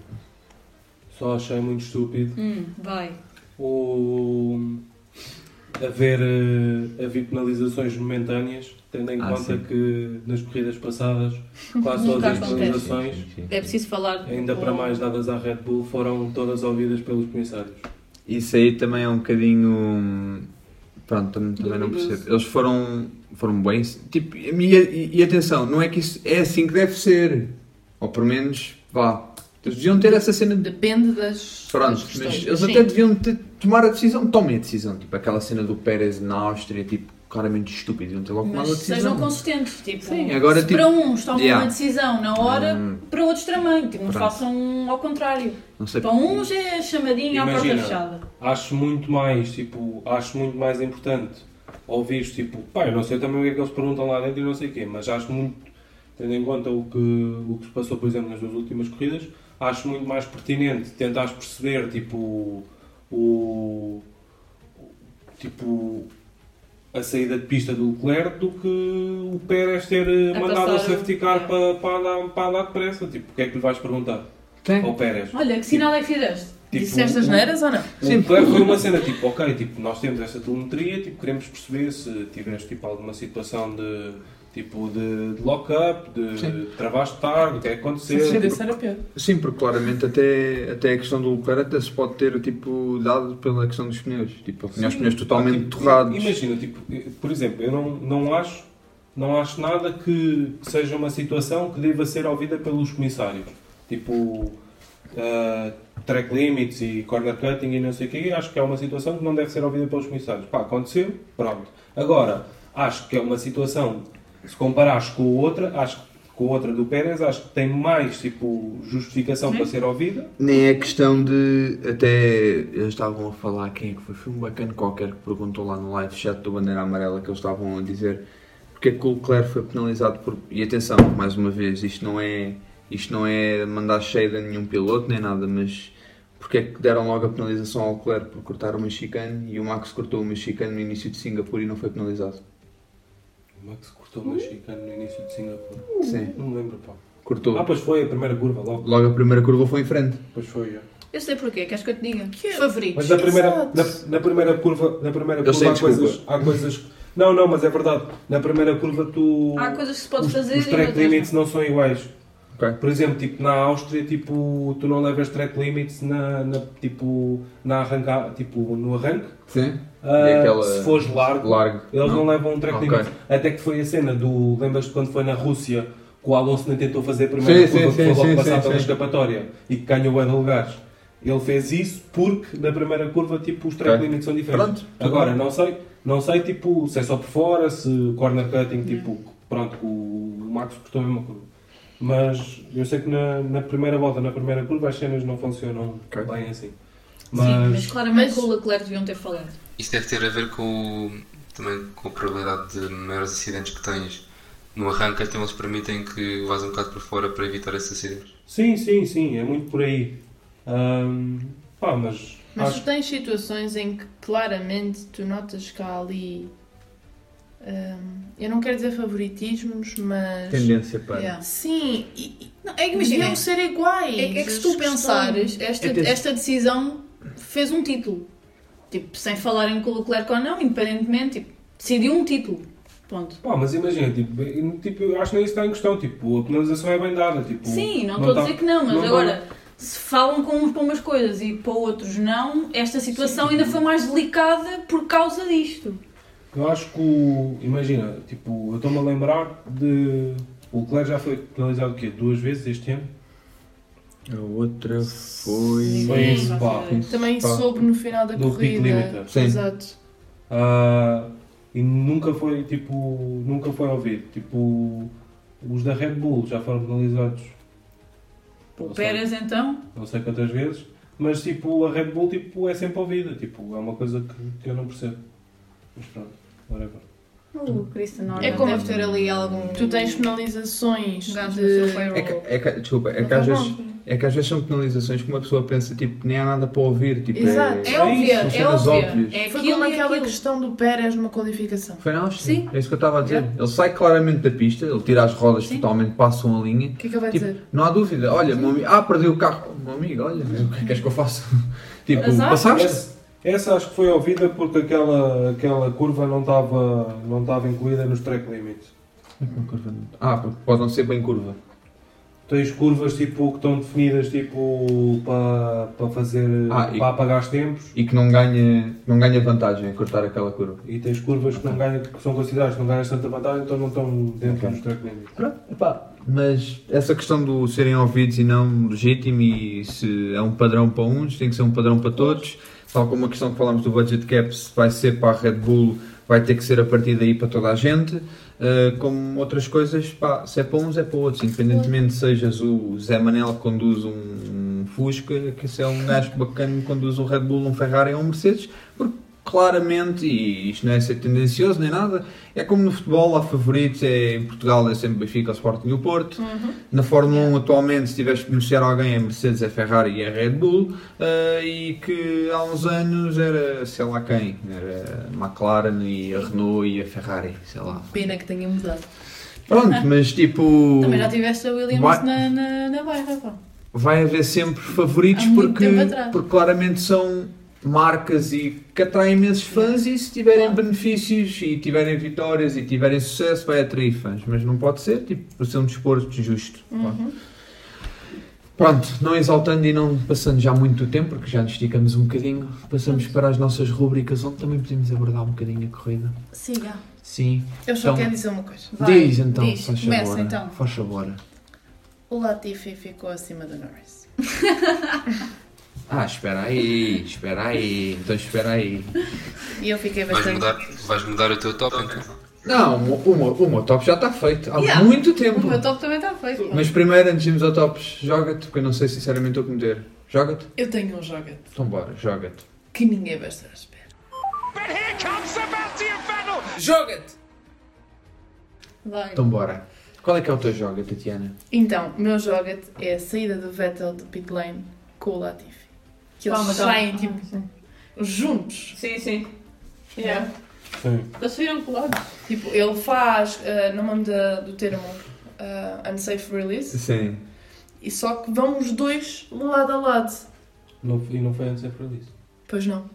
S8: Só achei muito estúpido
S6: Hum, vai.
S8: o haver, eh, haver penalizações momentâneas, tendo em
S10: Ah,
S8: conta
S10: sim.
S8: que nas corridas passadas
S10: *laughs*
S8: quase
S6: Nunca
S8: todas as
S6: acontece.
S8: penalizações,
S6: É preciso falar.
S8: ainda para mais dadas à Red Bull, foram todas ouvidas pelos comissários.
S10: Isso aí também é um bocadinho. Pronto, também, também não
S7: Duvidoso.
S10: percebo. Eles foram, foram bem. Tipo, e, e- e atenção, não é que isso é assim que deve ser. Ou pelo menos, vá. Eles deviam ter essa cena de.
S3: Depende das.
S10: Pronto,
S3: das
S10: mas
S3: questões.
S10: eles
S3: Sim.
S10: até deviam ter, tomar a decisão. Tomem a decisão. Tipo, aquela cena do Pérez na Áustria, tipo, claramente estúpido. Deviam ter logo tomado a
S6: Mas
S10: decisão.
S6: sejam consistentes, tipo,
S10: Sim, agora,
S6: se
S10: tipo,
S6: para uns tomam
S10: yeah.
S6: uma decisão na hora,
S10: Hum.
S6: para outros também, tipo, não
S10: Pronto.
S6: façam ao contrário.
S10: Não sei.
S6: Para uns é chamadinha à porta
S8: Imagina.
S6: fechada.
S8: acho muito mais, tipo, acho muito mais importante ouvir tipo, pá, eu não sei também o que é que eles perguntam lá dentro e não sei o quê, mas acho muito, tendo em conta o que, o que se passou, por exemplo, nas duas últimas corridas, acho muito mais pertinente tentares perceber, tipo, o... tipo, a saída de pista do Leclerc do que o Pérez ter eh,
S7: A
S8: mandado o
S7: passar,
S8: safety car
S7: é.
S8: para, para, andar, para andar depressa, tipo, o que é que lhe vais perguntar
S10: Tem.
S8: ao Pérez?
S6: Olha, que sinal é que fizeste?
S8: Tipo,
S3: Disseste as
S8: o-
S3: neiras ou não?
S8: Sim, claro, foi uma cena tipo, ok, tipo, nós temos esta telemetria, tipo, queremos perceber se tiveste tipo, alguma situação de tipo de, de lock-up, de
S10: Sim.
S8: travaste tarde, o que é que aconteceu.
S3: era pior.
S10: Sim, porque claramente até, até a questão do Leclerc até se pode ter, tipo, dado pela questão dos pneus. Tipo, ele tinha os pneus totalmente
S8: Tipo,
S10: torrados.
S8: Imagina, tipo, por exemplo, eu não, não acho não acho nada que seja uma situação que deva ser ouvida pelos comissários. Tipo, ah, track limits e corner cutting e não sei o quê, acho que é uma situação que não deve ser ouvida pelos comissários. Pá, aconteceu, pronto. Agora, acho que é uma situação, se comparares com outra, acho que com a outra do Pérez, acho que tem mais tipo, justificação para ser ouvida.
S10: Nem é questão de. Até eles estavam a falar quem é que foi. Foi um bacana qualquer que perguntou lá no live chat do Bandeira Amarela que eles estavam a dizer porque é que o Leclerc foi penalizado por. E atenção, mais uma vez, isto não é. Isto não é mandar cheio a nenhum piloto nem nada, mas porque é que deram logo a penalização ao Leclerc por cortar uma chicane e o Max cortou uma chicane no início de Singapura e não foi penalizado?
S8: O Max cortou uma chicane no início de Singapura.
S10: Sim.
S8: Não me lembro, pá.
S10: Cortou.
S8: Ah, pois foi a primeira curva logo.
S10: Logo a primeira curva foi em frente.
S8: Pois foi, é.
S4: Eu sei porquê, queres que eu te diga? Favoritos.
S8: Mas na primeira, na, na primeira curva, na primeira
S10: Eu
S8: curva
S10: sei,
S8: há, coisas,
S10: desculpa.
S8: há coisas. Não, não, mas é verdade. Na primeira curva tu.
S4: Há coisas que se pode
S8: os,
S4: fazer
S8: Os
S4: e
S8: track
S4: outras
S8: limits não são iguais.
S10: Ok.
S8: Por exemplo, tipo, na Áustria, tipo, tu não levas track limits na, na, tipo, na arranca, tipo, no arranque.
S10: Sim.
S8: Ah,
S10: É aquela-
S8: Se fores largo,
S10: Largo.
S8: eles não, levam um track
S10: Ok.
S8: limit. Até que foi a cena do. Lembras-te quando foi na Rússia que o Alonso nem tentou fazer a primeira
S10: Sim,
S8: curva
S10: sim,
S8: que foi
S10: sim,
S8: logo
S10: sim,
S8: passar
S10: sim,
S8: pela
S10: sim.
S8: escapatória e que ganhou bué de lugares. Ele fez isso porque na primeira curva tipo, os track
S10: Ok.
S8: limits são diferentes.
S10: Pronto, tudo
S8: Agora,
S10: bem.
S8: não sei, não sei tipo, se é só por fora, se corner cutting, tipo, pronto, que o Max cortou a mesma curva. Mas eu sei que na, na primeira volta, na primeira curva, as cenas não funcionam
S10: Ok.
S8: bem assim.
S4: Sim, mas
S3: Mas-
S4: claramente com o Leclerc deviam ter falado.
S5: Isso deve ter a ver com o- também com a probabilidade de maiores acidentes que tens. No arranque, então eles permitem que vás um bocado por fora para evitar esses acidentes.
S8: Sim, sim, sim, é muito por aí. Ahm, pá, mas,
S3: Mas
S8: acho
S3: tu tens situações em que claramente tu notas que há ali. hum, eu não quero dizer favoritismos, mas.
S10: Tendência para.
S4: Yeah.
S3: Sim, e, e
S4: Não, é que imagina,
S3: deviam ser iguais.
S4: É, é que se
S3: as
S4: tu
S3: questões.
S4: pensares, esta,
S10: É desse-
S4: esta decisão fez um título. Tipo, sem falarem com o Leclerc ou não, independentemente, tipo, decidiu um título. Ponto.
S8: Pá, mas imagina, tipo, bem, tipo, eu acho que nem isso está em questão, tipo, a penalização é bem dada, tipo...
S4: Sim, não estou a
S8: tá-
S4: dizer que não, mas
S8: não tá-
S4: agora, se falam com uns para umas coisas e para outros não, esta situação ainda foi mais delicada por causa disto.
S8: Eu acho que, o- imagina, tipo, eu estou-me a lembrar de... O Leclerc já foi penalizado, o quê? Duas vezes este ano?
S10: A outra foi.
S8: Foi isso, pá.
S3: Também
S10: Pá.
S3: soube no final da
S8: Do peak
S3: corrida.
S8: limiter.
S10: Sim.
S3: Exato.
S8: Ah, e nunca foi, tipo, nunca foi ouvido. Tipo, os da Red Bull já foram penalizados
S4: O
S8: Não sei.
S4: Pérez então,
S8: não sei quantas vezes, mas tipo, a Red Bull tipo, é sempre ouvida, tipo, é uma coisa que, que eu não percebo. Mas pronto, whatever.
S4: Oh, o Christian Norman
S3: É como-
S4: deve ter ali algum...
S3: Tu tens penalizações
S4: um gajo no seu
S3: de.
S4: payroll.
S10: É que, é que- desculpa, é que, às vezes, é que às vezes são penalizações que uma pessoa pensa, tipo, nem há nada para ouvir. Tipo,
S3: Exato.
S4: É óbvio,
S10: São
S4: é
S10: cenas
S4: óbvio.
S10: óbvias.
S4: É
S3: Foi
S4: aquilo
S3: como
S4: e
S3: aquela
S4: aquilo.
S3: questão do Pérez numa qualificação.
S10: Foi na Áustria.
S4: Sim.
S10: É isso que eu estava a dizer. Ele sai claramente da pista, ele tira as rodas
S4: Sim.
S10: totalmente, passam a linha.
S3: O que é que ele vai
S10: Tipo,
S3: dizer?
S10: não há dúvida. Olha, meu amigo, ah, perdi o carro. Meu amigo, olha, o que é que queres que eu faça? *laughs* tipo,
S4: Azar.
S10: passaste?
S8: Essa, essa acho que foi ouvida porque aquela, aquela curva não estava não estava incluída nos track limits.
S10: Ah, porque pode não ser bem curva.
S8: Tens curvas tipo, que estão definidas tipo, para, para fazer
S10: Ah, e-
S8: para apagar os tempos
S10: E que não ganha, não ganha vantagem a cortar aquela curva.
S8: e tens curvas que, não ganham, que são consideradas que não ganhas tanta vantagem, então não estão dentro
S10: Ok.
S8: dos track limits.
S10: Mas essa questão do serem ouvidos e não legítimo e se é um padrão para uns, tem que ser um padrão para todos, tal como a questão que falámos do budget cap, se vai ser para a Red Bull, vai ter que ser a partir daí para toda a gente, Uh, como outras coisas, pá, se é para uns é para outros, independentemente sejas o Zé Manel que conduz um Fusca, que se é um gajo bacana que conduz um Red Bull, um Ferrari ou um Mercedes, porque claramente, e isto não é ser tendencioso nem nada, é como no futebol, há favoritos, é, em Portugal é sempre Benfica, o Sporting e o Porto.
S4: Uhum.
S10: Na Fórmula 1 atualmente, se tiveres que beneficiar alguém, é Mercedes, é Ferrari e é Red Bull. eh, e que há uns anos era, sei lá quem, era a McLaren e a Renault e a Ferrari, sei lá.
S6: Pena que tenha mudado.
S4: *laughs*
S10: Pronto, mas tipo,
S4: Também já tiveste a Williams
S10: Vai-
S4: na, na, na bairra, pá.
S10: vai haver sempre favoritos
S4: Há muito
S10: porque,
S4: tempo atrás.
S10: porque claramente são marcas e que atraem
S4: É.
S10: imensos fãs e se tiverem benefícios e tiverem vitórias e tiverem sucesso vai atrair fãs, mas não pode ser, tipo, por ser um desporto justo. Pronto, não exaltando e não passando já muito do tempo, porque já nos esticamos um bocadinho, passamos para as nossas rubricas onde também podemos abordar um bocadinho a corrida.
S4: Siga.
S10: Sim.
S3: Eu só
S10: Então,
S3: quero dizer uma coisa.
S4: Vai,
S10: diz então,
S4: diz.
S10: faz
S4: Começa,
S10: favor.
S4: então.
S10: Faz favor.
S3: O Latifi ficou acima do Norris.
S10: Ah, espera aí, espera aí, então espera aí.
S3: E eu fiquei
S5: Vais
S3: bastante.
S5: mudar, vais mudar o teu top então?
S10: Não, uma, uma, o top já está feito há
S4: Yeah.
S10: muito
S4: O
S10: tempo.
S4: meu top também está feito. pá.
S10: Mas primeiro, antes de irmos ao tops, joga-te, porque eu não sei sinceramente o que meter. Joga-te?
S3: Eu tenho um joguete
S10: Então bora, joga-te.
S3: que ninguém vai estar à espera.
S1: But here comes Sebastian Vettel.
S11: Joga-te!
S3: Vai.
S10: Então bora. Qual é que é o teu joga, Tatiana?
S3: Então, o meu joguete é a saída do Vettel do pit lane com o Latifi. Que eles
S4: Palma, palma.
S3: saem tipo juntos.
S7: Sim, sim.
S3: Yeah.
S8: Sim.
S7: Eles saíram colados.
S3: Tipo, ele faz, uh, no nome da- do termo, uh, unsafe release,
S10: Sim.
S3: e só que vão os dois lado a lado.
S8: Não, e não foi antes é para isso.
S3: Pois não.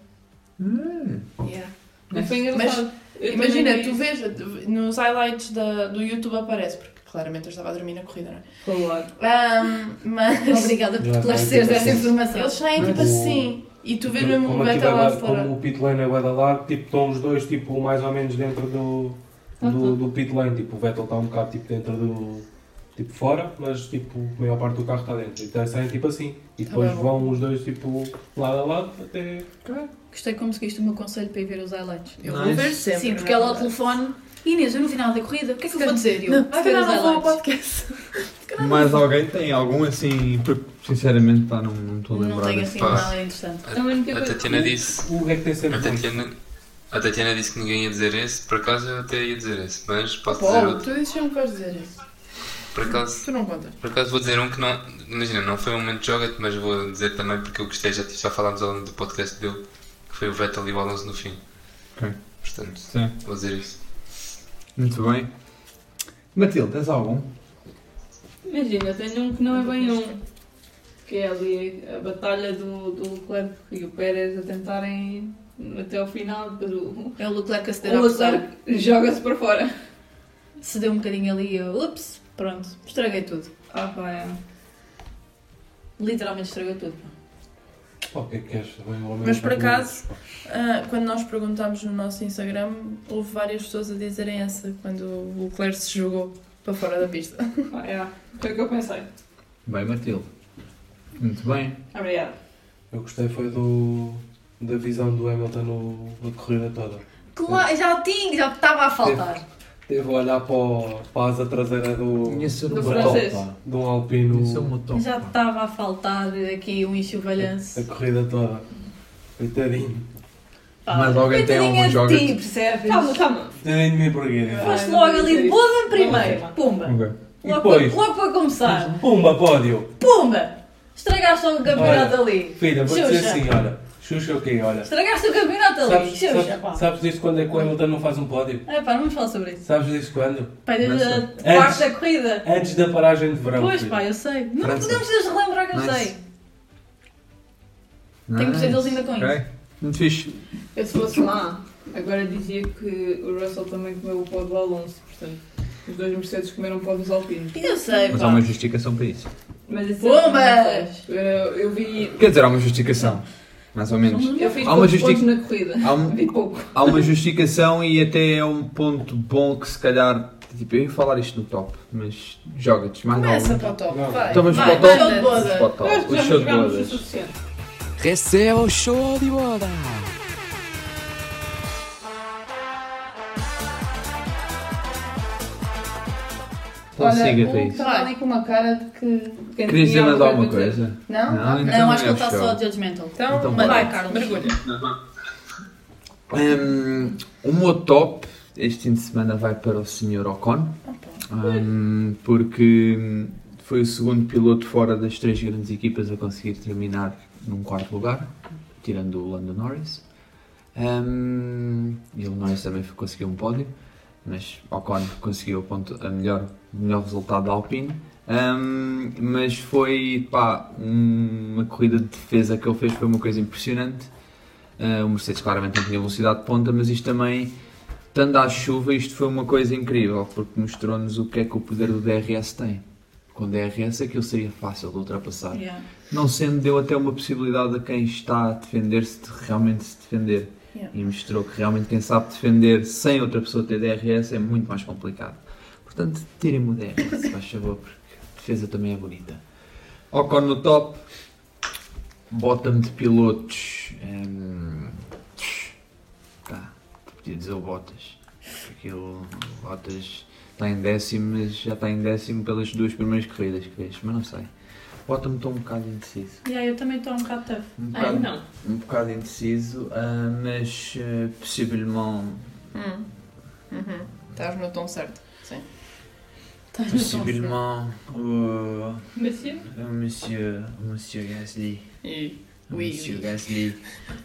S3: Yeah.
S7: Mas foi engraçado. Eu
S3: Imagina,
S7: também
S3: tu
S7: vi
S3: vês, tu- nos highlights da- do YouTube aparece, porque claramente eu estava a dormir na corrida, não é?
S7: colado.
S3: Ahm, mas
S4: *laughs* Obrigada por
S8: Já está,
S4: esclareceres
S8: tipo
S4: essa
S8: assim.
S4: informação.
S3: eles saem tipo
S8: Mas o-
S3: assim, e tu vês mesmo
S8: Como,
S3: o
S8: aquilo
S3: Vettel tá lá
S8: é, bué-
S3: fora.
S8: como o pit lane é bué de largo, tipo, estão os dois tipo, mais ou menos dentro do, do, do pit lane. Tipo, o Vettel está um bocado tipo, dentro do. Tipo, fora, mas tipo, a maior parte do carro está dentro. Então saem tipo assim. E
S3: Tá
S8: depois
S3: bem.
S8: vão os dois tipo, lado a lado até.
S4: Gostei como seguiste o meu conselho para ir ver os highlights.
S3: Eu vou ver sempre.
S4: Sim, porque
S3: não é
S4: ela ao
S3: verdade?
S4: telefone. Inês, eu no final da corrida, o que é que eu vou dizer? Eu,
S3: Não, se
S4: vai ver
S3: calhar
S4: os
S3: não
S8: é
S3: vou ao
S4: highlights.
S3: podcast.
S10: Mais alguém tem algum assim? Porque, sinceramente, pá, não não estou a
S4: Não
S10: lembrar.
S4: tenho assim
S5: Pá.
S4: nada interessante.
S5: A,
S7: Também nunca
S5: a
S7: foi-
S5: Tatiana disse.
S8: O é que tem sempre
S5: A
S8: bom.
S5: Tatiana, a Tatiana disse que ninguém ia dizer esse, por acaso eu até ia dizer esse, mas posso dizer
S3: Pô,
S5: outro.
S3: tu dizes sempre que vais dizer isso.
S5: Por acaso,
S3: Tu não contas.
S5: por acaso vou dizer um que não. Imagina, não foi um momento de joga-te, mas vou dizer também porque eu gostei, já, já falámos ao longo do podcast dele, que foi o Vettel e o Alonso no fim.
S10: Ok.
S5: Portanto,
S10: Sim.
S5: vou dizer isso.
S10: Muito bem. Matilde, tens algum?
S7: Imagina, eu tenho um que não é bem um. Que é ali a batalha do, do Leclerc e o Pérez a tentarem até ao final. Depois o,
S4: É o Leclerc a ceder
S7: o
S4: à pressão.
S7: Leclerc joga-se para fora.
S4: Cedeu um bocadinho ali e eu, ups, pronto, estraguei tudo.
S7: Ah, pá, é.
S4: Literalmente estraguei tudo.
S8: Pá, o que é que queres? Também, ao menos,
S3: Mas, por
S8: tá com-
S3: acaso, Ah, quando nós perguntámos no nosso Instagram, houve várias pessoas a dizerem essa, quando o Leclerc se jogou para fora da pista.
S7: Ah, é. Foi o que eu pensei.
S10: Bem, Matilde. Muito bem.
S7: Obrigada.
S8: Eu gostei foi do. Da visão do Hamilton no, na corrida toda.
S4: Claro, já tinha, já estava a faltar.
S8: Teve a olhar para, o, para a asa traseira do.
S10: ser
S7: Do
S10: um
S7: francês.
S10: top, pá.
S8: de um
S10: Ia
S8: alpino.
S10: ser um top.
S4: Já
S10: pá.
S4: estava a faltar aqui um enxovalhanço.
S8: A corrida toda. Coitadinho.
S10: Mas alguém tem
S4: Coitadinha
S10: algum
S4: de
S10: joga-te?
S4: ti, percebes?
S7: Calma, calma.
S8: Coitadinho de mim porquê.
S4: Foste logo ali de boa em
S7: Não,
S4: primeiro. Pumba.
S10: Ok.
S8: E
S4: Logo, para-
S8: depois,
S4: logo para começar.
S8: pumba, pódio.
S4: Pumba! Estragaste logo o campeonato
S8: Olha.
S4: ali.
S8: Filha, vou dizer
S4: Xuxa.
S8: assim, olha. Xuxa o quê, olha.
S4: Estragaste o campeonato ali.
S8: Sabes,
S4: Xuxa, pá.
S8: sabes, sabes disto quando é que o Hamilton não faz um pódio?
S4: Ah, pá, não vamos falar sobre isso.
S8: Sabes disto quando?
S4: Pai, desde a
S10: Antes.
S4: quarta corrida.
S8: Antes da paragem de verão.
S4: Pois,
S8: filha.
S4: pá, eu sei. Não
S10: França.
S4: podemos ter de relembrar que eu
S10: Nice.
S4: sei. Tenho que ser deles ainda com
S10: Ok. Muito fixe.
S7: Eu se fosse lá, agora dizia que o Russell também comeu o pó do Alonso, portanto. Os dois Mercedes comeram pó dos alpinos.
S4: isso. Eu sei,
S10: Mas há
S4: pá.
S10: uma justificação para isso.
S7: Mas isso é
S4: Bombas!
S7: Eu, eu vi.
S10: Quer dizer, há uma justificação. Mais ou menos.
S7: Eu fiz
S10: Há uma
S7: poucos
S10: justi-
S7: pontos na corrida.
S10: Há um-
S7: Vi pouco.
S10: Há uma justificação e até é um ponto bom que se calhar. Tipo, eu ia falar isto no top, mas joga-te mais
S3: Começa
S10: algum.
S3: para o top,
S8: Não.
S3: vai.
S10: Então vamos para
S3: Vai,
S10: o top?
S3: show de bola.
S10: Para o top.
S7: Eu acho que
S10: O
S7: já
S10: show de
S7: jogámos o
S10: bolas.
S7: suficiente.
S2: Receba o show de bola!
S10: Então siga
S3: o
S10: isso.
S3: está ali com uma cara de que...
S7: Quem
S10: Querias dizer
S7: tinha
S10: mais alguma
S7: para dizer?
S10: coisa?
S3: Não?
S10: Não, então
S4: Ah, Não, acho que
S10: é
S4: ele está
S10: show.
S4: só judgmental.
S3: Então,
S10: Então
S3: manda,
S4: vai, Carlos.
S3: mergulha.
S10: Um, o meu top este fim de semana vai para o Sr. Ocon, Um, porque hum, foi o segundo piloto fora das três grandes equipas a conseguir terminar num quarto lugar, tirando o Lando Norris. Um, e o Norris também foi- conseguiu um pódio, mas Ocon conseguiu a, ponto, a melhor, o melhor resultado da Alpine. Um, mas foi pá, uma corrida de defesa que ele fez, foi uma coisa impressionante. Uh, o Mercedes claramente não tinha velocidade de ponta, mas isto também, estando à chuva, isto foi uma coisa incrível, porque mostrou-nos o que é que o poder do DRS tem. Com o DRS aquilo seria fácil de ultrapassar.
S4: Yeah.
S10: Não sendo, deu até uma possibilidade a quem está a defender-se de realmente se defender.
S3: Yeah.
S10: E mostrou que realmente quem sabe defender sem outra pessoa ter DRS é muito mais complicado. Portanto, tirem-me o DRS, se faz favor, porque a defesa também é bonita. Ocon no top, bottom de Ehm, tá. pilotos. hum, pá, podia dizer o Bottas. porque ele Bottas está tá em décimo, mas já está em décimo pelas duas primeiras corridas que fez, mas não sei. Bottas-me estou um bocado indeciso.
S4: E aí eu também estou um bocado tough.
S10: Um
S7: Ah,
S10: bocado,
S7: não.
S10: um bocado indeciso, ah, mas eh, possivelmente
S3: Hum. Uhum. Estás no tom certo. Sim.
S4: Estás no tom.
S10: Possiblement, euh,
S7: Monsieur?
S10: euh, monsieur, monsieur Gasly.
S3: E. Oui,
S10: monsieur
S3: oui.
S10: Gasly.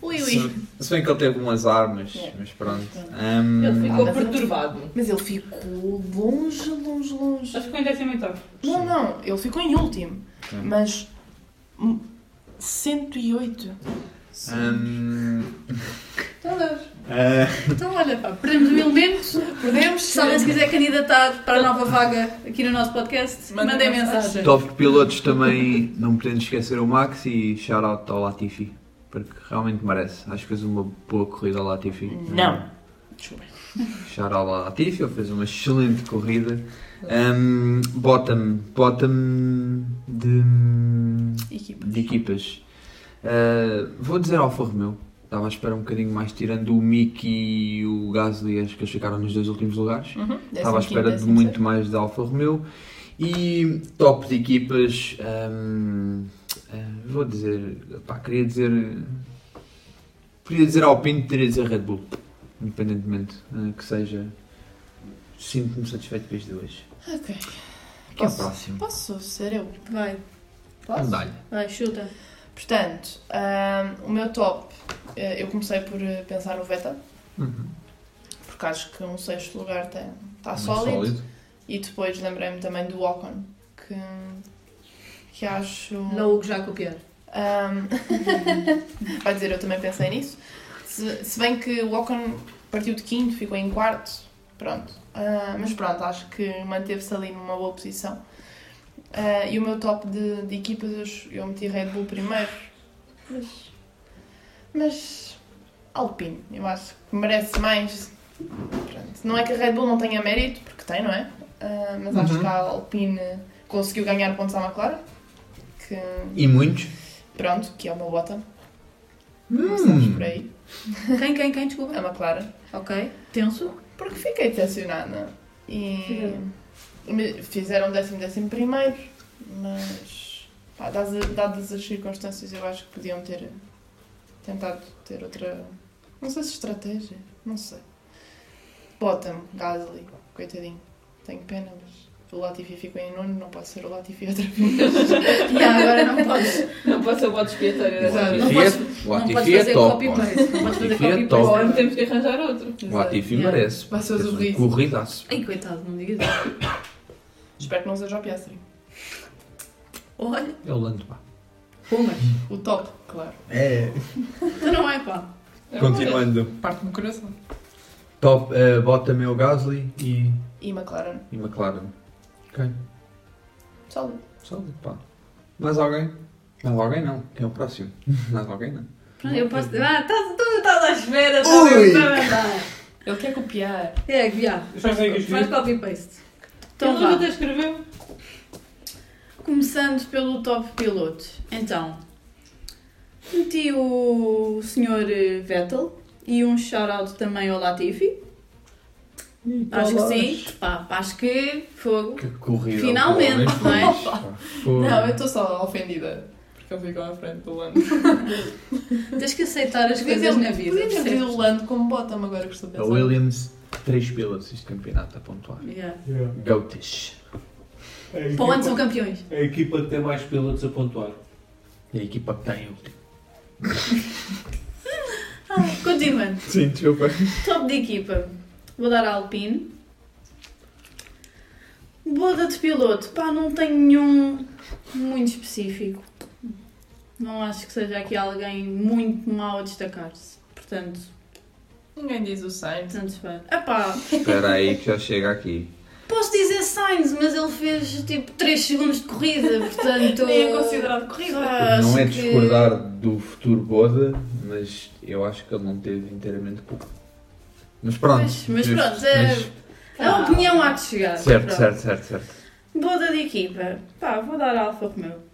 S4: Ui, ui.
S10: Se, se bem que ele teve um azar, mas,
S3: É.
S10: mas pronto.
S4: Pronto.
S10: Ahm,
S6: Hum.
S7: Ele ficou
S3: Nada.
S7: perturbado.
S3: Mas ele ficou longe, longe, longe.
S7: Acho que um ficou em 18.
S3: Não, não, ele ficou em último.
S10: Sim.
S3: Mas. hum, 108.
S10: ahm,
S4: Então, olha-
S10: ah,
S4: então olha, pá, perdemos um elemento.
S3: Perdemos?
S4: Se alguém se quiser candidatar para a nova vaga aqui no nosso podcast,
S3: Mandem
S4: mandem
S3: mensagem.
S4: mensagem.
S10: top pilotos também não podemos esquecer o Max e shout out ao Latifi. Porque realmente merece. Acho que fez uma boa corrida ao Latifi.
S3: Não. Desculpa.
S10: Shout out ao Latifi, ele fez uma excelente corrida. Ahm, Bottom, bottom de.
S3: Equipa.
S10: de equipas. Uh, vou dizer Alfa Romeo. Estava a esperar um bocadinho mais, tirando o Mickey e o Gasly, acho que eles ficaram nos dois últimos lugares.
S3: Uhum.
S10: Estava à espera de muito mais da Alfa Romeo. E top de equipas, hum, uh, vou dizer, pá, queria dizer, podia dizer Alpine, poderia dizer Red Bull, independentemente uh, que seja. Sinto-me satisfeito com as duas.
S3: Ok.
S10: Que é o
S3: Posso?
S10: próximo?
S3: Posso ser eu?
S4: Vai,
S3: Posso?
S10: Dá-lhe.
S4: vai, chuta.
S3: Portanto, ahm, o meu top, eh, eu comecei por eh, pensar no Vettel,
S10: Uhum.
S3: porque acho que um sexto lugar está
S10: Muito
S3: sólido. E depois lembrei-me também do Ocon, que, que acho.
S4: Não o que já copiar.
S3: Ahm, *laughs* vai dizer, eu também pensei nisso. Se, se bem que o Ocon partiu de quinto, ficou em quarto, pronto. Ah, mas pronto, acho que manteve-se ali numa boa posição. Ah, e o meu top de, de equipas, eu acho- eu meti Red Bull primeiro, mas. Mas. Alpine, eu acho que merece mais. Pronto. Não é que a Red Bull não tenha mérito, porque tem, não é? Ah, mas acho
S10: Uhum.
S3: que a Alpine conseguiu ganhar pontos à McLaren. Que,
S10: E muitos?
S3: Pronto, que é uma bota, começamos
S10: Hum.
S3: por aí,
S4: Quem, quem, quem,
S3: a
S4: desculpa?
S3: McLaren,
S4: Ok, tenso. *laughs*
S3: porque fiquei decepcionada. E me- fizeram um décimo, décimo primeiro, mas pá, dadas, a- dadas as circunstâncias eu acho que podiam ter tentado ter outra, não sei se estratégia, não sei. Bottom, Gasly, coitadinho, tenho pena, mas o Latifi ficou em nono, não pode ser o Latifi outra vez.
S4: E agora não podes.
S7: Não posso ser o bode expiatório dessa
S4: Exato.
S7: vez.
S4: Eh, Não podes- Não
S10: Latifi é- Latifi
S4: podes
S10: é
S4: fazer
S10: top, ó.
S4: copy-paste. Não podes fazer
S10: Latifi é
S4: copy-paste.
S10: top.
S7: Agora temos que arranjar outro.
S10: O Latifi
S4: Yeah.
S10: merece.
S3: Vai ser o
S10: fez um
S3: Zorriso.
S10: Corridaço.
S4: Ai, coitado, não digas. isso.
S3: Espero que não seja o Piastri.
S4: Olha,
S10: É o Lando, pá.
S4: pumas.
S3: O top, claro.
S10: É.
S4: Então não é, pá.
S10: Continuando.
S3: Parte-me o coração.
S10: Top, eh, bota meu Gasly e,
S3: E McLaren. um.
S10: e McLaren. Ok.
S3: Sólido.
S10: Sólido, pá. Mais alguém? Mais alguém não. Quem é o próximo? *laughs* Mais alguém não.
S4: Pronto, eu posso. Ah, estás tu estás à espera, estás a mandar.
S3: Ele quer copiar.
S4: É, viado.
S8: Eu já sei que é.
S4: Faz
S8: escrevi.
S4: copy-paste.
S7: Então
S4: Então
S7: ele
S4: vá.
S7: até escreveu.
S4: Começando pelo top piloto. Então, meti o Sr. Vettel e um shout-out também ao Latifi. Acho que sim. Pá, acho que fogo.
S10: Que corrida.
S4: Finalmente,
S10: pô, nem
S4: não é?
S10: fiz, pá. Fogo.
S3: Não, eu estou só ofendida. Porque ele ficou à frente do Lando.
S4: é? Tens que aceitar as
S3: Podia
S4: coisas
S3: ter-
S4: na vida.
S3: Podia ter
S4: percebes?
S3: tido o Lando como bottom agora que estou a
S10: A
S3: pensar.
S10: Williams, três pilotos este campeonato a pontuar.
S4: Yeah.
S8: Yeah.
S10: Goatish.
S8: É a
S4: Para o ano são
S8: equipa-
S4: campeões.
S8: é a equipa que tem mais pilotos a pontuar.
S10: E a equipa que tem último.
S4: Ah, continuando.
S10: Sim, desculpa.
S4: Top de equipa. Vou dar a Alpine. Boda de piloto. Pá, não tenho nenhum muito específico. Não acho que seja aqui alguém muito mau a destacar-se. Portanto,
S3: Ninguém diz o Sainz.
S4: tanto faz. Ah pá,
S10: Espera aí que já chega aqui.
S4: posso dizer Sainz, mas ele fez tipo 3 segundos de corrida, portanto...
S3: Nem é considerado corrida.
S10: não
S4: acho
S10: é
S4: que-
S10: discordar do futuro Boda, mas eu acho que ele não teve inteiramente culpa. Mas pronto.
S4: Mas- mas
S10: justo,
S4: pronto, é- A opinião há de chegar.
S10: mas- certo,
S4: Pronto.
S10: certo, certo, certo.
S4: Boda de equipa. Pá, vou dar Alfa Romeo.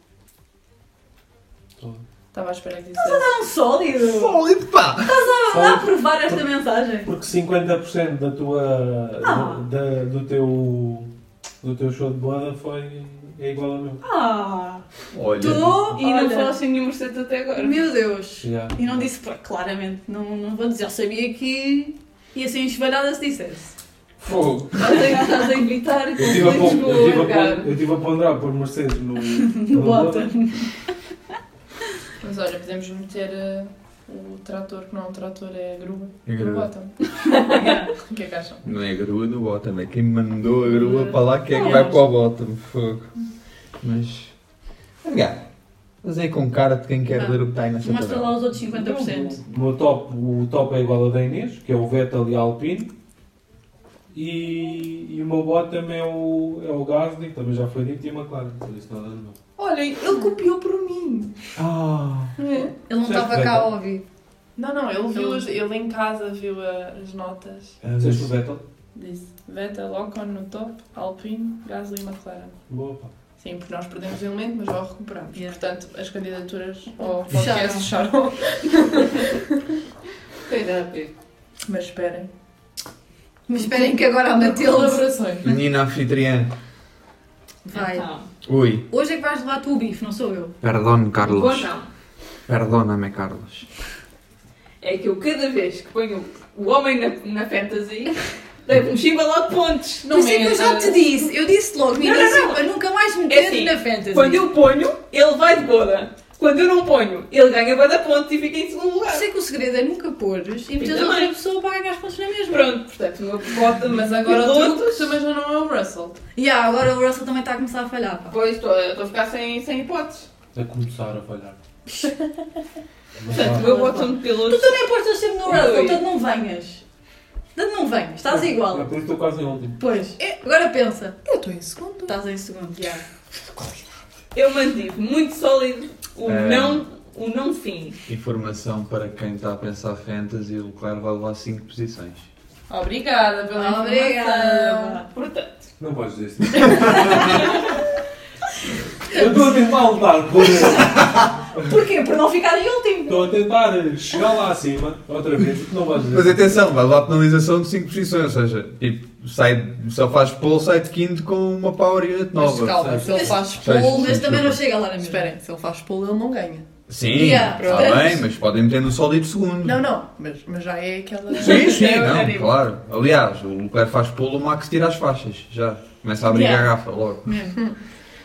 S3: Estava à espera que dissesse.
S4: Tão sólido!
S10: Fólido, pá!
S4: Estás a aprovar esta mensagem?
S8: Porque 50% da tua.
S4: Ah.
S8: da- do teu. do teu show de boda foi. é igual ao meu.
S4: Ah!
S10: Olha,
S4: Tu
S7: E não falaste em nenhum receita até agora.
S4: Meu Deus!
S8: Yeah.
S4: E não disse, pá, claramente, não, não vou dizer. Eu sabia que ia ser enxovalhada se dissesse.
S8: Fogo!
S7: Estás a- Estás a evitar
S8: Eu estive a,
S7: conflitos
S8: pon-
S7: com
S8: eu
S7: o
S8: tive a,
S7: Edgar.
S8: pon- eu tive a ponderar por
S4: *laughs*
S8: Mercedes no. no
S4: Bota.
S3: Mas olha, podemos meter eh, o trator, que não é um trator, é a grua.
S10: É
S3: No
S10: grua. *laughs*
S3: bottom. O que é que acham?
S10: Não é a grua do bottom, é quem mandou a grua para lá que é que vai para o bottom, fogo. Mas. Obrigado. Mas aí com cara de quem quer
S4: Vá.
S10: ler o que está aí nessa
S4: Mostra lá
S10: tabela.
S4: os outros 50%.
S8: O meu top, o top é igual ao da Inês, que é o Vettel e a Alpine. E, e o meu bottom é o, é o Gasly, que também já foi dito, e a McLaren. Por isso nada de novo.
S7: Olhem, ele copiou por mim.
S10: Ah,
S6: Ele não
S8: Já
S6: estava
S8: foi,
S6: cá
S8: tá?
S6: a ouvir.
S3: Não, não, ele viu as- ele em casa viu a- as notas.
S8: Dizeste o Vettel?
S3: Disse Vettel, Ocon no top, Alpine, Gasly e McLaren.
S8: Boa, pá.
S3: Sim, porque nós perdemos o elemento, mas já o recuperamos.
S4: Yeah.
S3: Portanto, as candidaturas ao podcast fecharam.
S7: Terapia.
S3: Mas esperem.
S6: Mas esperem que agora a Matilde
S3: Colaborações.
S10: menina anfitriã.
S6: vai.
S7: Então,
S10: Ui.
S4: Tá. Hoje é que vais levar tu o bife, não sou eu.
S2: Perdón,
S7: ou
S2: Carlos.
S7: não.
S2: Perdona-me, Carlos.
S7: É que eu cada vez que ponho o homem na, na fantasy, levo um chimbaló de pontos.
S6: Por isso é que eu já te disse, eu disse logo,
S7: Não,
S6: ninguém
S7: não, não.
S6: se- nunca mais me
S7: É
S6: meter
S7: assim,
S6: na fantasy.
S7: Quando eu ponho, ele vai de boda. Quando eu não ponho, ele ganha bué da pontos e fica em segundo
S6: Por
S7: lugar.
S6: isso é que o segredo é nunca pôres e meteres
S7: Ainda
S6: outra
S7: bem.
S6: pessoa para ganhar as pontos na mesma.
S7: Pronto, portanto, uma bota,
S3: Mas agora o truque
S7: pilotos.
S3: também já não é o Russell.
S4: E yeah, agora o Russell também está a começar a falhar. pá.
S7: Pois, estou estou a ficar sem, sem hipóteses.
S8: A começar a falhar. Mas
S6: Ah.
S7: Portanto, o
S8: vá.
S7: meu é um botão de
S4: Tu
S7: pilotos.
S4: também apostas sempre no Russell,
S7: Oi.
S4: portanto não venhas. Portanto não venhas, estás
S8: É
S4: igual.
S8: por isso que estou quase em último.
S4: Pois, É, agora pensa,
S3: Eu estou em segundo.
S4: estás em segundo. já.
S7: Eu mantive muito sólido o
S10: É.
S7: não, o não fim.
S10: Informação para quem está a pensar fantasy, o Leclerc vai levar 5 posições.
S3: Obrigada pela informação.
S4: Obrigada.
S7: Portanto,
S8: Não podes dizer
S4: *laughs*
S8: isso. Eu estou a tentar lutar por ele.
S4: Porquê? Por não ficar em último.
S8: Estou a tentar chegar lá acima, outra vez, porque não podes dizer
S10: Mas é atenção, vai levar penalização de 5 posições, ou seja, tipo, sai, só faz pole, sai de quinto com uma power unit
S3: Mas
S10: nova.
S3: calma, se ele faz
S10: Seis,
S3: pull.
S10: seis,
S4: Mas também não
S10: seis.
S4: chega lá na mesma.
S3: Esperem, se ele faz pull, ele não ganha.
S10: Sim,
S4: Yeah,
S10: está
S4: pronto.
S10: bem, mas podem meter no sólido segundo.
S3: Não, não, mas, mas já é *laughs* aquela.
S10: Sim, sim,
S3: É o
S10: não,
S3: ânimo.
S10: claro. Aliás, o Leclerc faz pulo, o Max tira as faixas, já. Começa a abrir
S4: Yeah.
S10: a garrafa logo.
S4: Mesmo.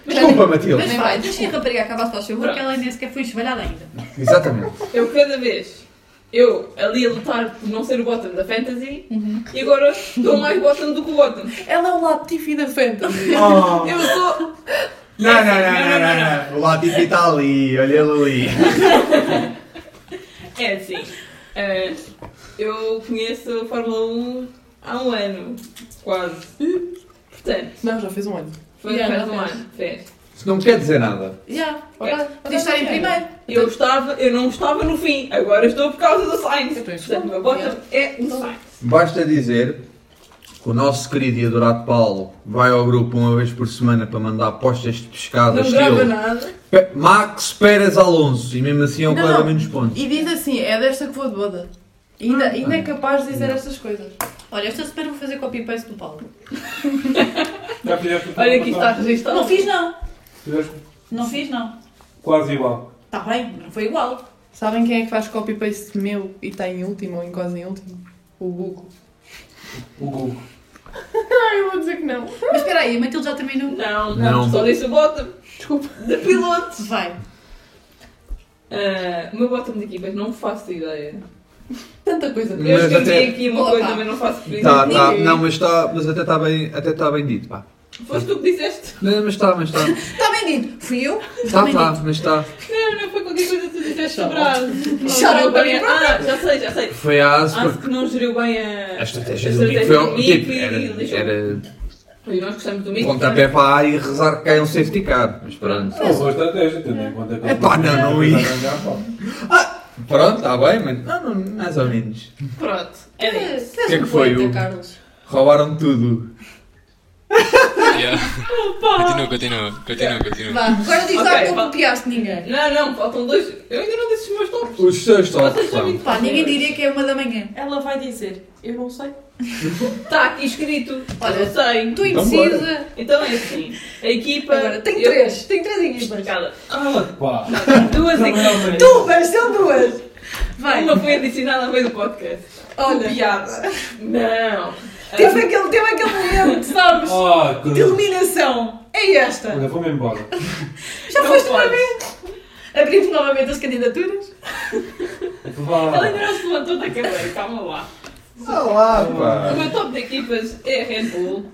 S10: Desculpa, Matilde.
S4: Mas vai, deixem a rapariga acabar, se faz favor, que ela nem sequer foi enxovalhada ainda.
S10: *laughs* Exatamente.
S7: eu cada vez, eu ali a lutar por não ser o bottom da fantasy,
S3: Uhum.
S7: e agora dou mais bottom do que o bottom.
S3: Ela é o Latifi da Fantasy.
S8: Ah,
S7: Eu sou.
S10: Não, não, não, não, não, não. O Latifi está ali, olha ele ali.
S7: É assim. eh, eu conheço a Fórmula 1 há um ano, quase. Portanto,
S3: *laughs* Não, já fez um ano.
S7: foi
S4: Yeah,
S7: faz um
S4: fez.
S7: ano. Fez.
S10: Isso não quer dizer nada.
S4: Já.
S3: Olha,
S4: Podia estar em primeiro.
S7: Eu, estava, eu não estava no fim, agora estou por causa do Sainz.
S3: Eu penso.
S7: Portanto, o meu bottom é o Sainz.
S10: Basta dizer que o nosso querido e adorado Paulo vai ao grupo uma vez por semana para mandar apostas de pescada
S7: Não grava
S10: estilo
S7: nada.
S10: Pe- Max Pérez Alonso e mesmo assim é um
S3: Não,
S10: claro
S3: não.
S10: menos pontos.
S3: E diz assim: é desta que vou de boda. E Ainda, ainda é capaz de dizer estas coisas.
S4: Olha, esta semana vou fazer copy-paste do Paulo.
S8: Já fizeste
S7: Olha, aqui está registado.
S4: Não fiz não.
S8: Fizeste
S4: Não fiz não.
S8: quase igual.
S4: Está Tá bem, não foi igual.
S3: Sabem quem é que faz copy-paste meu e está em último ou em quase em último? O Google.
S8: O Google.
S3: Ai, Ah, eu vou dizer que não.
S4: Mas espera aí, a Matilde já terminou.
S7: Não,
S10: Não.
S7: só disse o bottom. Desculpa. De piloto.
S4: Vai.
S7: Ah, o meu bottom de equipas, não faço ideia.
S3: Tanta coisa.
S7: Eu
S10: Mas
S7: escrevi
S10: até-
S7: aqui uma
S4: Opa.
S7: coisa, mas não faço ideia.
S10: Tá, tá, não, mas, tá, mas até está bem, até tá bem dito, pá.
S7: Foste tu que disseste?
S10: Não, mas está, mas está.
S4: Está Tá bem dito. Fui eu.
S10: Está, tá, mas está.
S7: Não, não foi qualquer coisa que tu disseste sobre a ASE.
S4: Chora
S7: Não,
S4: para
S7: bem-
S4: mim
S7: Ah, já sei, já sei.
S10: Foi a ASE
S7: ASE
S10: porque
S7: que não geriu bem Ah. a,
S10: a estratégia do Mico foi um- tipo, era, era
S7: E nós gostamos do Mico.
S10: pontapé para a área e rezar que caia um safety car. Mas pronto.
S8: É uma boa estratégia, tendo em conta que...
S10: É pá, não, não ia. Pronto, está bem, mas não, não, mais ou menos.
S7: Pronto, é isso.
S4: Tu és
S10: que é
S4: um
S10: que foi
S4: poeta,
S10: o-
S4: Carlos.
S10: Roubaram tudo.
S5: Yeah. Continua, continua, continua, continua.
S4: Vá, agora diz lá
S7: Ok,
S4: que não
S7: vá.
S4: copiaste ninguém.
S7: Não, não, faltam dois. Eu ainda não disse os meus tops.
S2: Os seus
S7: Vocês
S2: toques
S7: já
S2: são.
S7: me-
S4: Pá, ninguém diria que é uma da manhã.
S10: *laughs*
S12: Ela vai dizer, eu não *laughs* sei.
S7: Está Tá aqui escrito.
S4: Olha,
S7: Olha, sei.
S4: Tu
S2: Então
S4: indecisa.
S7: Então é assim. A equipa.
S4: Agora, tenho
S7: eu-
S4: três. Tenho três equipas.
S7: Cada-
S8: Ah, pá!
S7: Duas
S8: é?
S7: equipas.
S12: Duas, são duas!
S4: Vai.
S7: Uma foi adicionada ao meio do podcast.
S4: Olha.
S12: Piada.
S7: Não.
S12: Teve aquele, teve aquele
S7: *laughs*
S12: momento, sabes?
S8: Ah,
S12: De
S8: que...
S12: iluminação. É esta.
S8: Olha, vou-me embora.
S12: Já
S7: Não
S12: foste uma
S7: podes.
S12: vez?
S4: Abrimos novamente as candidaturas.
S7: Ela
S8: Vá!
S7: ainda não se levantou da cadeira, calma lá. O meu top de equipas é a Red Bull,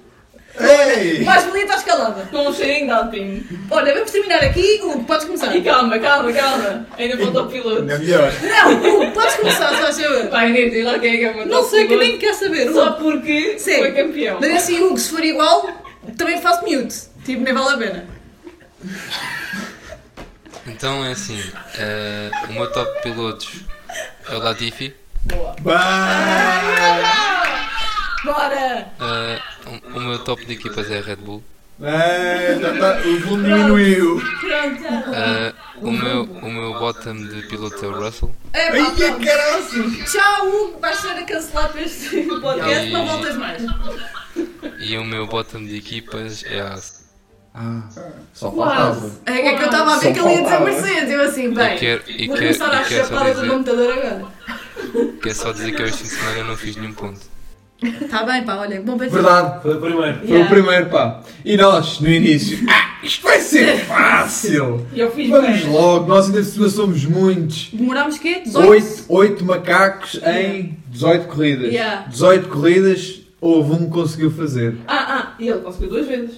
S2: Ei!
S4: Mais valia está escalada.
S7: com um cheirinho de alpino.
S4: Olha, vamos terminar aqui. Hugo, podes começar.
S7: E calma, calma, calma. Ainda falta o piloto.
S2: Ainda melhor.
S4: Não, Hugo, podes começar, só acho eu.
S7: Vai, nem diz lá quem é que é o meu
S4: Não
S7: top
S4: sei que
S7: piloto,
S4: nem quer saber.
S7: Só
S4: Hugo.
S7: porque
S4: Sim.
S7: foi campeão.
S4: Mas assim, Hugo, se for igual, também faço mute. Tipo, nem vale a pena.
S5: Então é assim, eh, o meu top de pilotos é o Latifi.
S4: Bora!
S5: eh, o- o meu top de equipas é a Red Bull.
S2: Ei, já tá- O volume diminuiu.
S5: Eh, o, meu, o meu bottom de piloto é o Russell.
S4: É, pá,
S2: Ai, que
S4: pronto.
S2: caralho!
S4: Tchau, Hugo. Vais ser cancelado para este *laughs* podcast. Não voltas mais.
S5: E o meu bottom de equipas é a Haas.
S2: Ah, só faltava.
S4: É que eu estava a ver
S2: Só
S4: que ele ia dizer
S2: faltava.
S4: Mercedes. Eu assim,
S5: E
S4: bem.
S5: quero, e
S4: Vou
S5: quero,
S4: começar a
S5: e quero só
S4: chapada do
S5: dizer,
S4: computador agora.
S5: quero só dizer que este fim de semana não fiz nenhum ponto.
S4: Está Tá bem, pá, olha, bom para ti.
S2: Verdade.
S8: Foi o primeiro.
S2: Foi o primeiro, pá. E nós, no início, ah, isto vai ser fácil.
S7: E eu fiz
S2: Vamos
S7: bem.
S2: logo, nós ainda por cima somos muitos.
S4: Demorámos quê? 18?
S2: Oito, oito macacos em 18 corridas.
S4: Yeah.
S2: 18 corridas, houve um que conseguiu fazer.
S7: Ah, ah, e ele conseguiu duas vezes.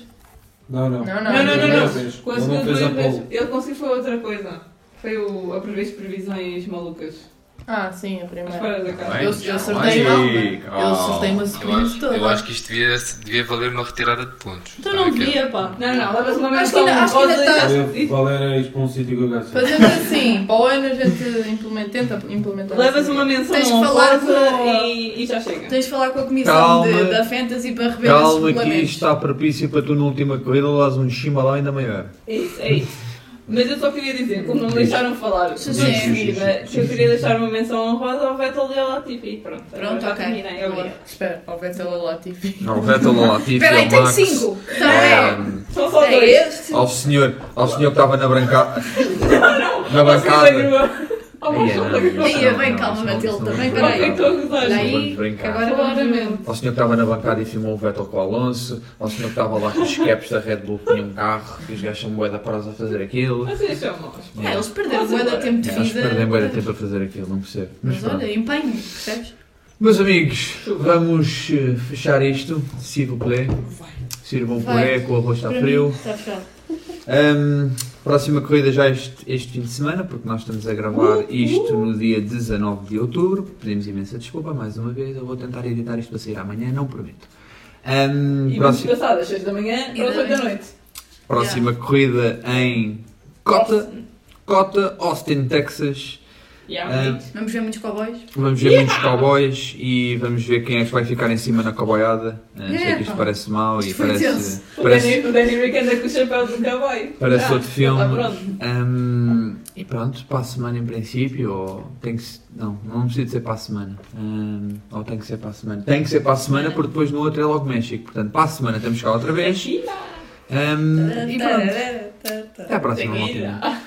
S8: Não, não.
S4: Não,
S7: Não, não, não,
S8: Ele
S7: não.
S8: fez. Ele
S7: Conseguiu
S8: não fez a
S7: duas vezes.
S8: pole.
S7: Ele conseguiu foi outra coisa. Foi o, a previs, previsões malucas.
S3: Ah, sim, a
S7: As
S3: primeira.
S4: Tá
S7: paradas da casa.
S3: Eu, eu acertei mal. Eu acertei uma
S5: oh, Eu acho,
S3: surpresa toda.
S5: eu acho que isto devia, devia valer uma retirada de pontos.
S4: Então
S12: Tu não
S5: Aquela-
S12: via, pá.
S7: Não, não, levas uma
S4: Acho que
S7: menção.
S4: ainda- acho que ainda
S7: rosa e
S4: tá-
S7: já-
S8: Eu- Qual era isto para um sítio que eu gasto?
S3: Fazemos assim, para o ano a gente implementa, tenta implementar.
S7: Levas
S3: assim.
S7: uma menção
S4: Tens que falar
S7: honrosa
S4: com-
S7: e, e já chega.
S4: Tens de falar com a comissão de-
S2: Calma.
S4: da Fantasy para rever esses
S2: Calma que
S4: regulamentos.
S2: isto está propício para tu na última corrida levas um chimalão ainda maior.
S7: É isso, é isso. Mas eu só queria dizer, como não me deixaram falar,
S4: Sim,
S7: todos
S4: sim.
S7: seguida, que eu queria deixar uma menção honrosa ao Vettel e ao Latifi. Pronto, agora
S4: Pronto,
S7: já
S4: ok. Tá
S7: terminei,
S4: Boa.
S7: obrigada.
S3: Espera, ao
S4: é
S3: Vettel a Latifi.
S2: Ao Vettel, ao Latifi,
S4: Espera aí,
S2: ao
S4: tenho
S2: Max,
S4: 5. Então é.
S2: ao-
S7: São só
S4: É
S7: dois.
S4: este.
S2: ao senhor, ao senhor que estava na bancada. Na bancada. Ai, é, não, isso
S4: Aí,
S2: não,
S4: bem
S2: não,
S4: calma,
S2: isso não,
S4: Matilde,
S2: isso não
S4: também,
S2: vamos brincar.
S4: peraí.
S7: Olha, estou a gozar.
S2: Isso não
S4: Aí,
S2: vamos brincar.
S4: Agora claramente.
S2: Ao senhor que estava na bancada e filmou o Vettel com o Alonso, ao senhor que estava lá com os caps da Red Bull que tinha um carro, que os gajos são boeda para a fazer aquilo.
S7: Vocês são maus.
S4: Ah, eles perderam bué da tempo de
S2: É, Eles
S4: vida.
S2: perdem boeda tempo a fazer aquilo, não percebo. Mas
S4: Mas
S2: pronto.
S4: olha, empenho, percebes?
S2: Meus amigos, vamos eh, fechar isto. S'il vous plaît. Sirvam um
S4: Vai.
S2: puré com o arroz está
S4: Para
S2: frio.
S4: mim, Está fechado.
S2: Ahm, próxima corrida já este, este fim de semana, porque nós estamos a gravar isto no dia 19 de outubro. Pedimos imensa desculpa mais uma vez. Eu vou tentar editar isto para sair amanhã, não prometo. Ahm,
S7: E vamos
S2: próxima
S7: passar das 6 da manhã para as 8 da noite.
S2: próxima corrida em Cota, Cota, Austin, Texas.
S7: E há
S2: Ah.
S7: muito.
S4: Vamos ver muitos cowboys.
S2: Vamos ver muitos cowboys e vamos ver quem é que vai ficar em cima na cowboyada. Ah, sei que isto
S4: Epa.
S2: parece mau e
S4: Isto foi
S2: parece.
S4: tenso.
S7: O
S2: parece
S7: Danny- O Danny Rick anda com o chapéu do cowboy.
S2: Parece
S7: Já,
S2: outro filme.
S7: já está pronto.
S2: Ahm, e pronto, para a semana em princípio, ou tem que se- Não, não precisa de ser para a semana. Ahm, ou tem que ser para a semana. Tem que ser para a semana porque depois no outro é logo México. Portanto, para a semana estamos cá outra vez. Ahm, e pronto. Hum, Até à próxima, maltinha.
S7: Tequila.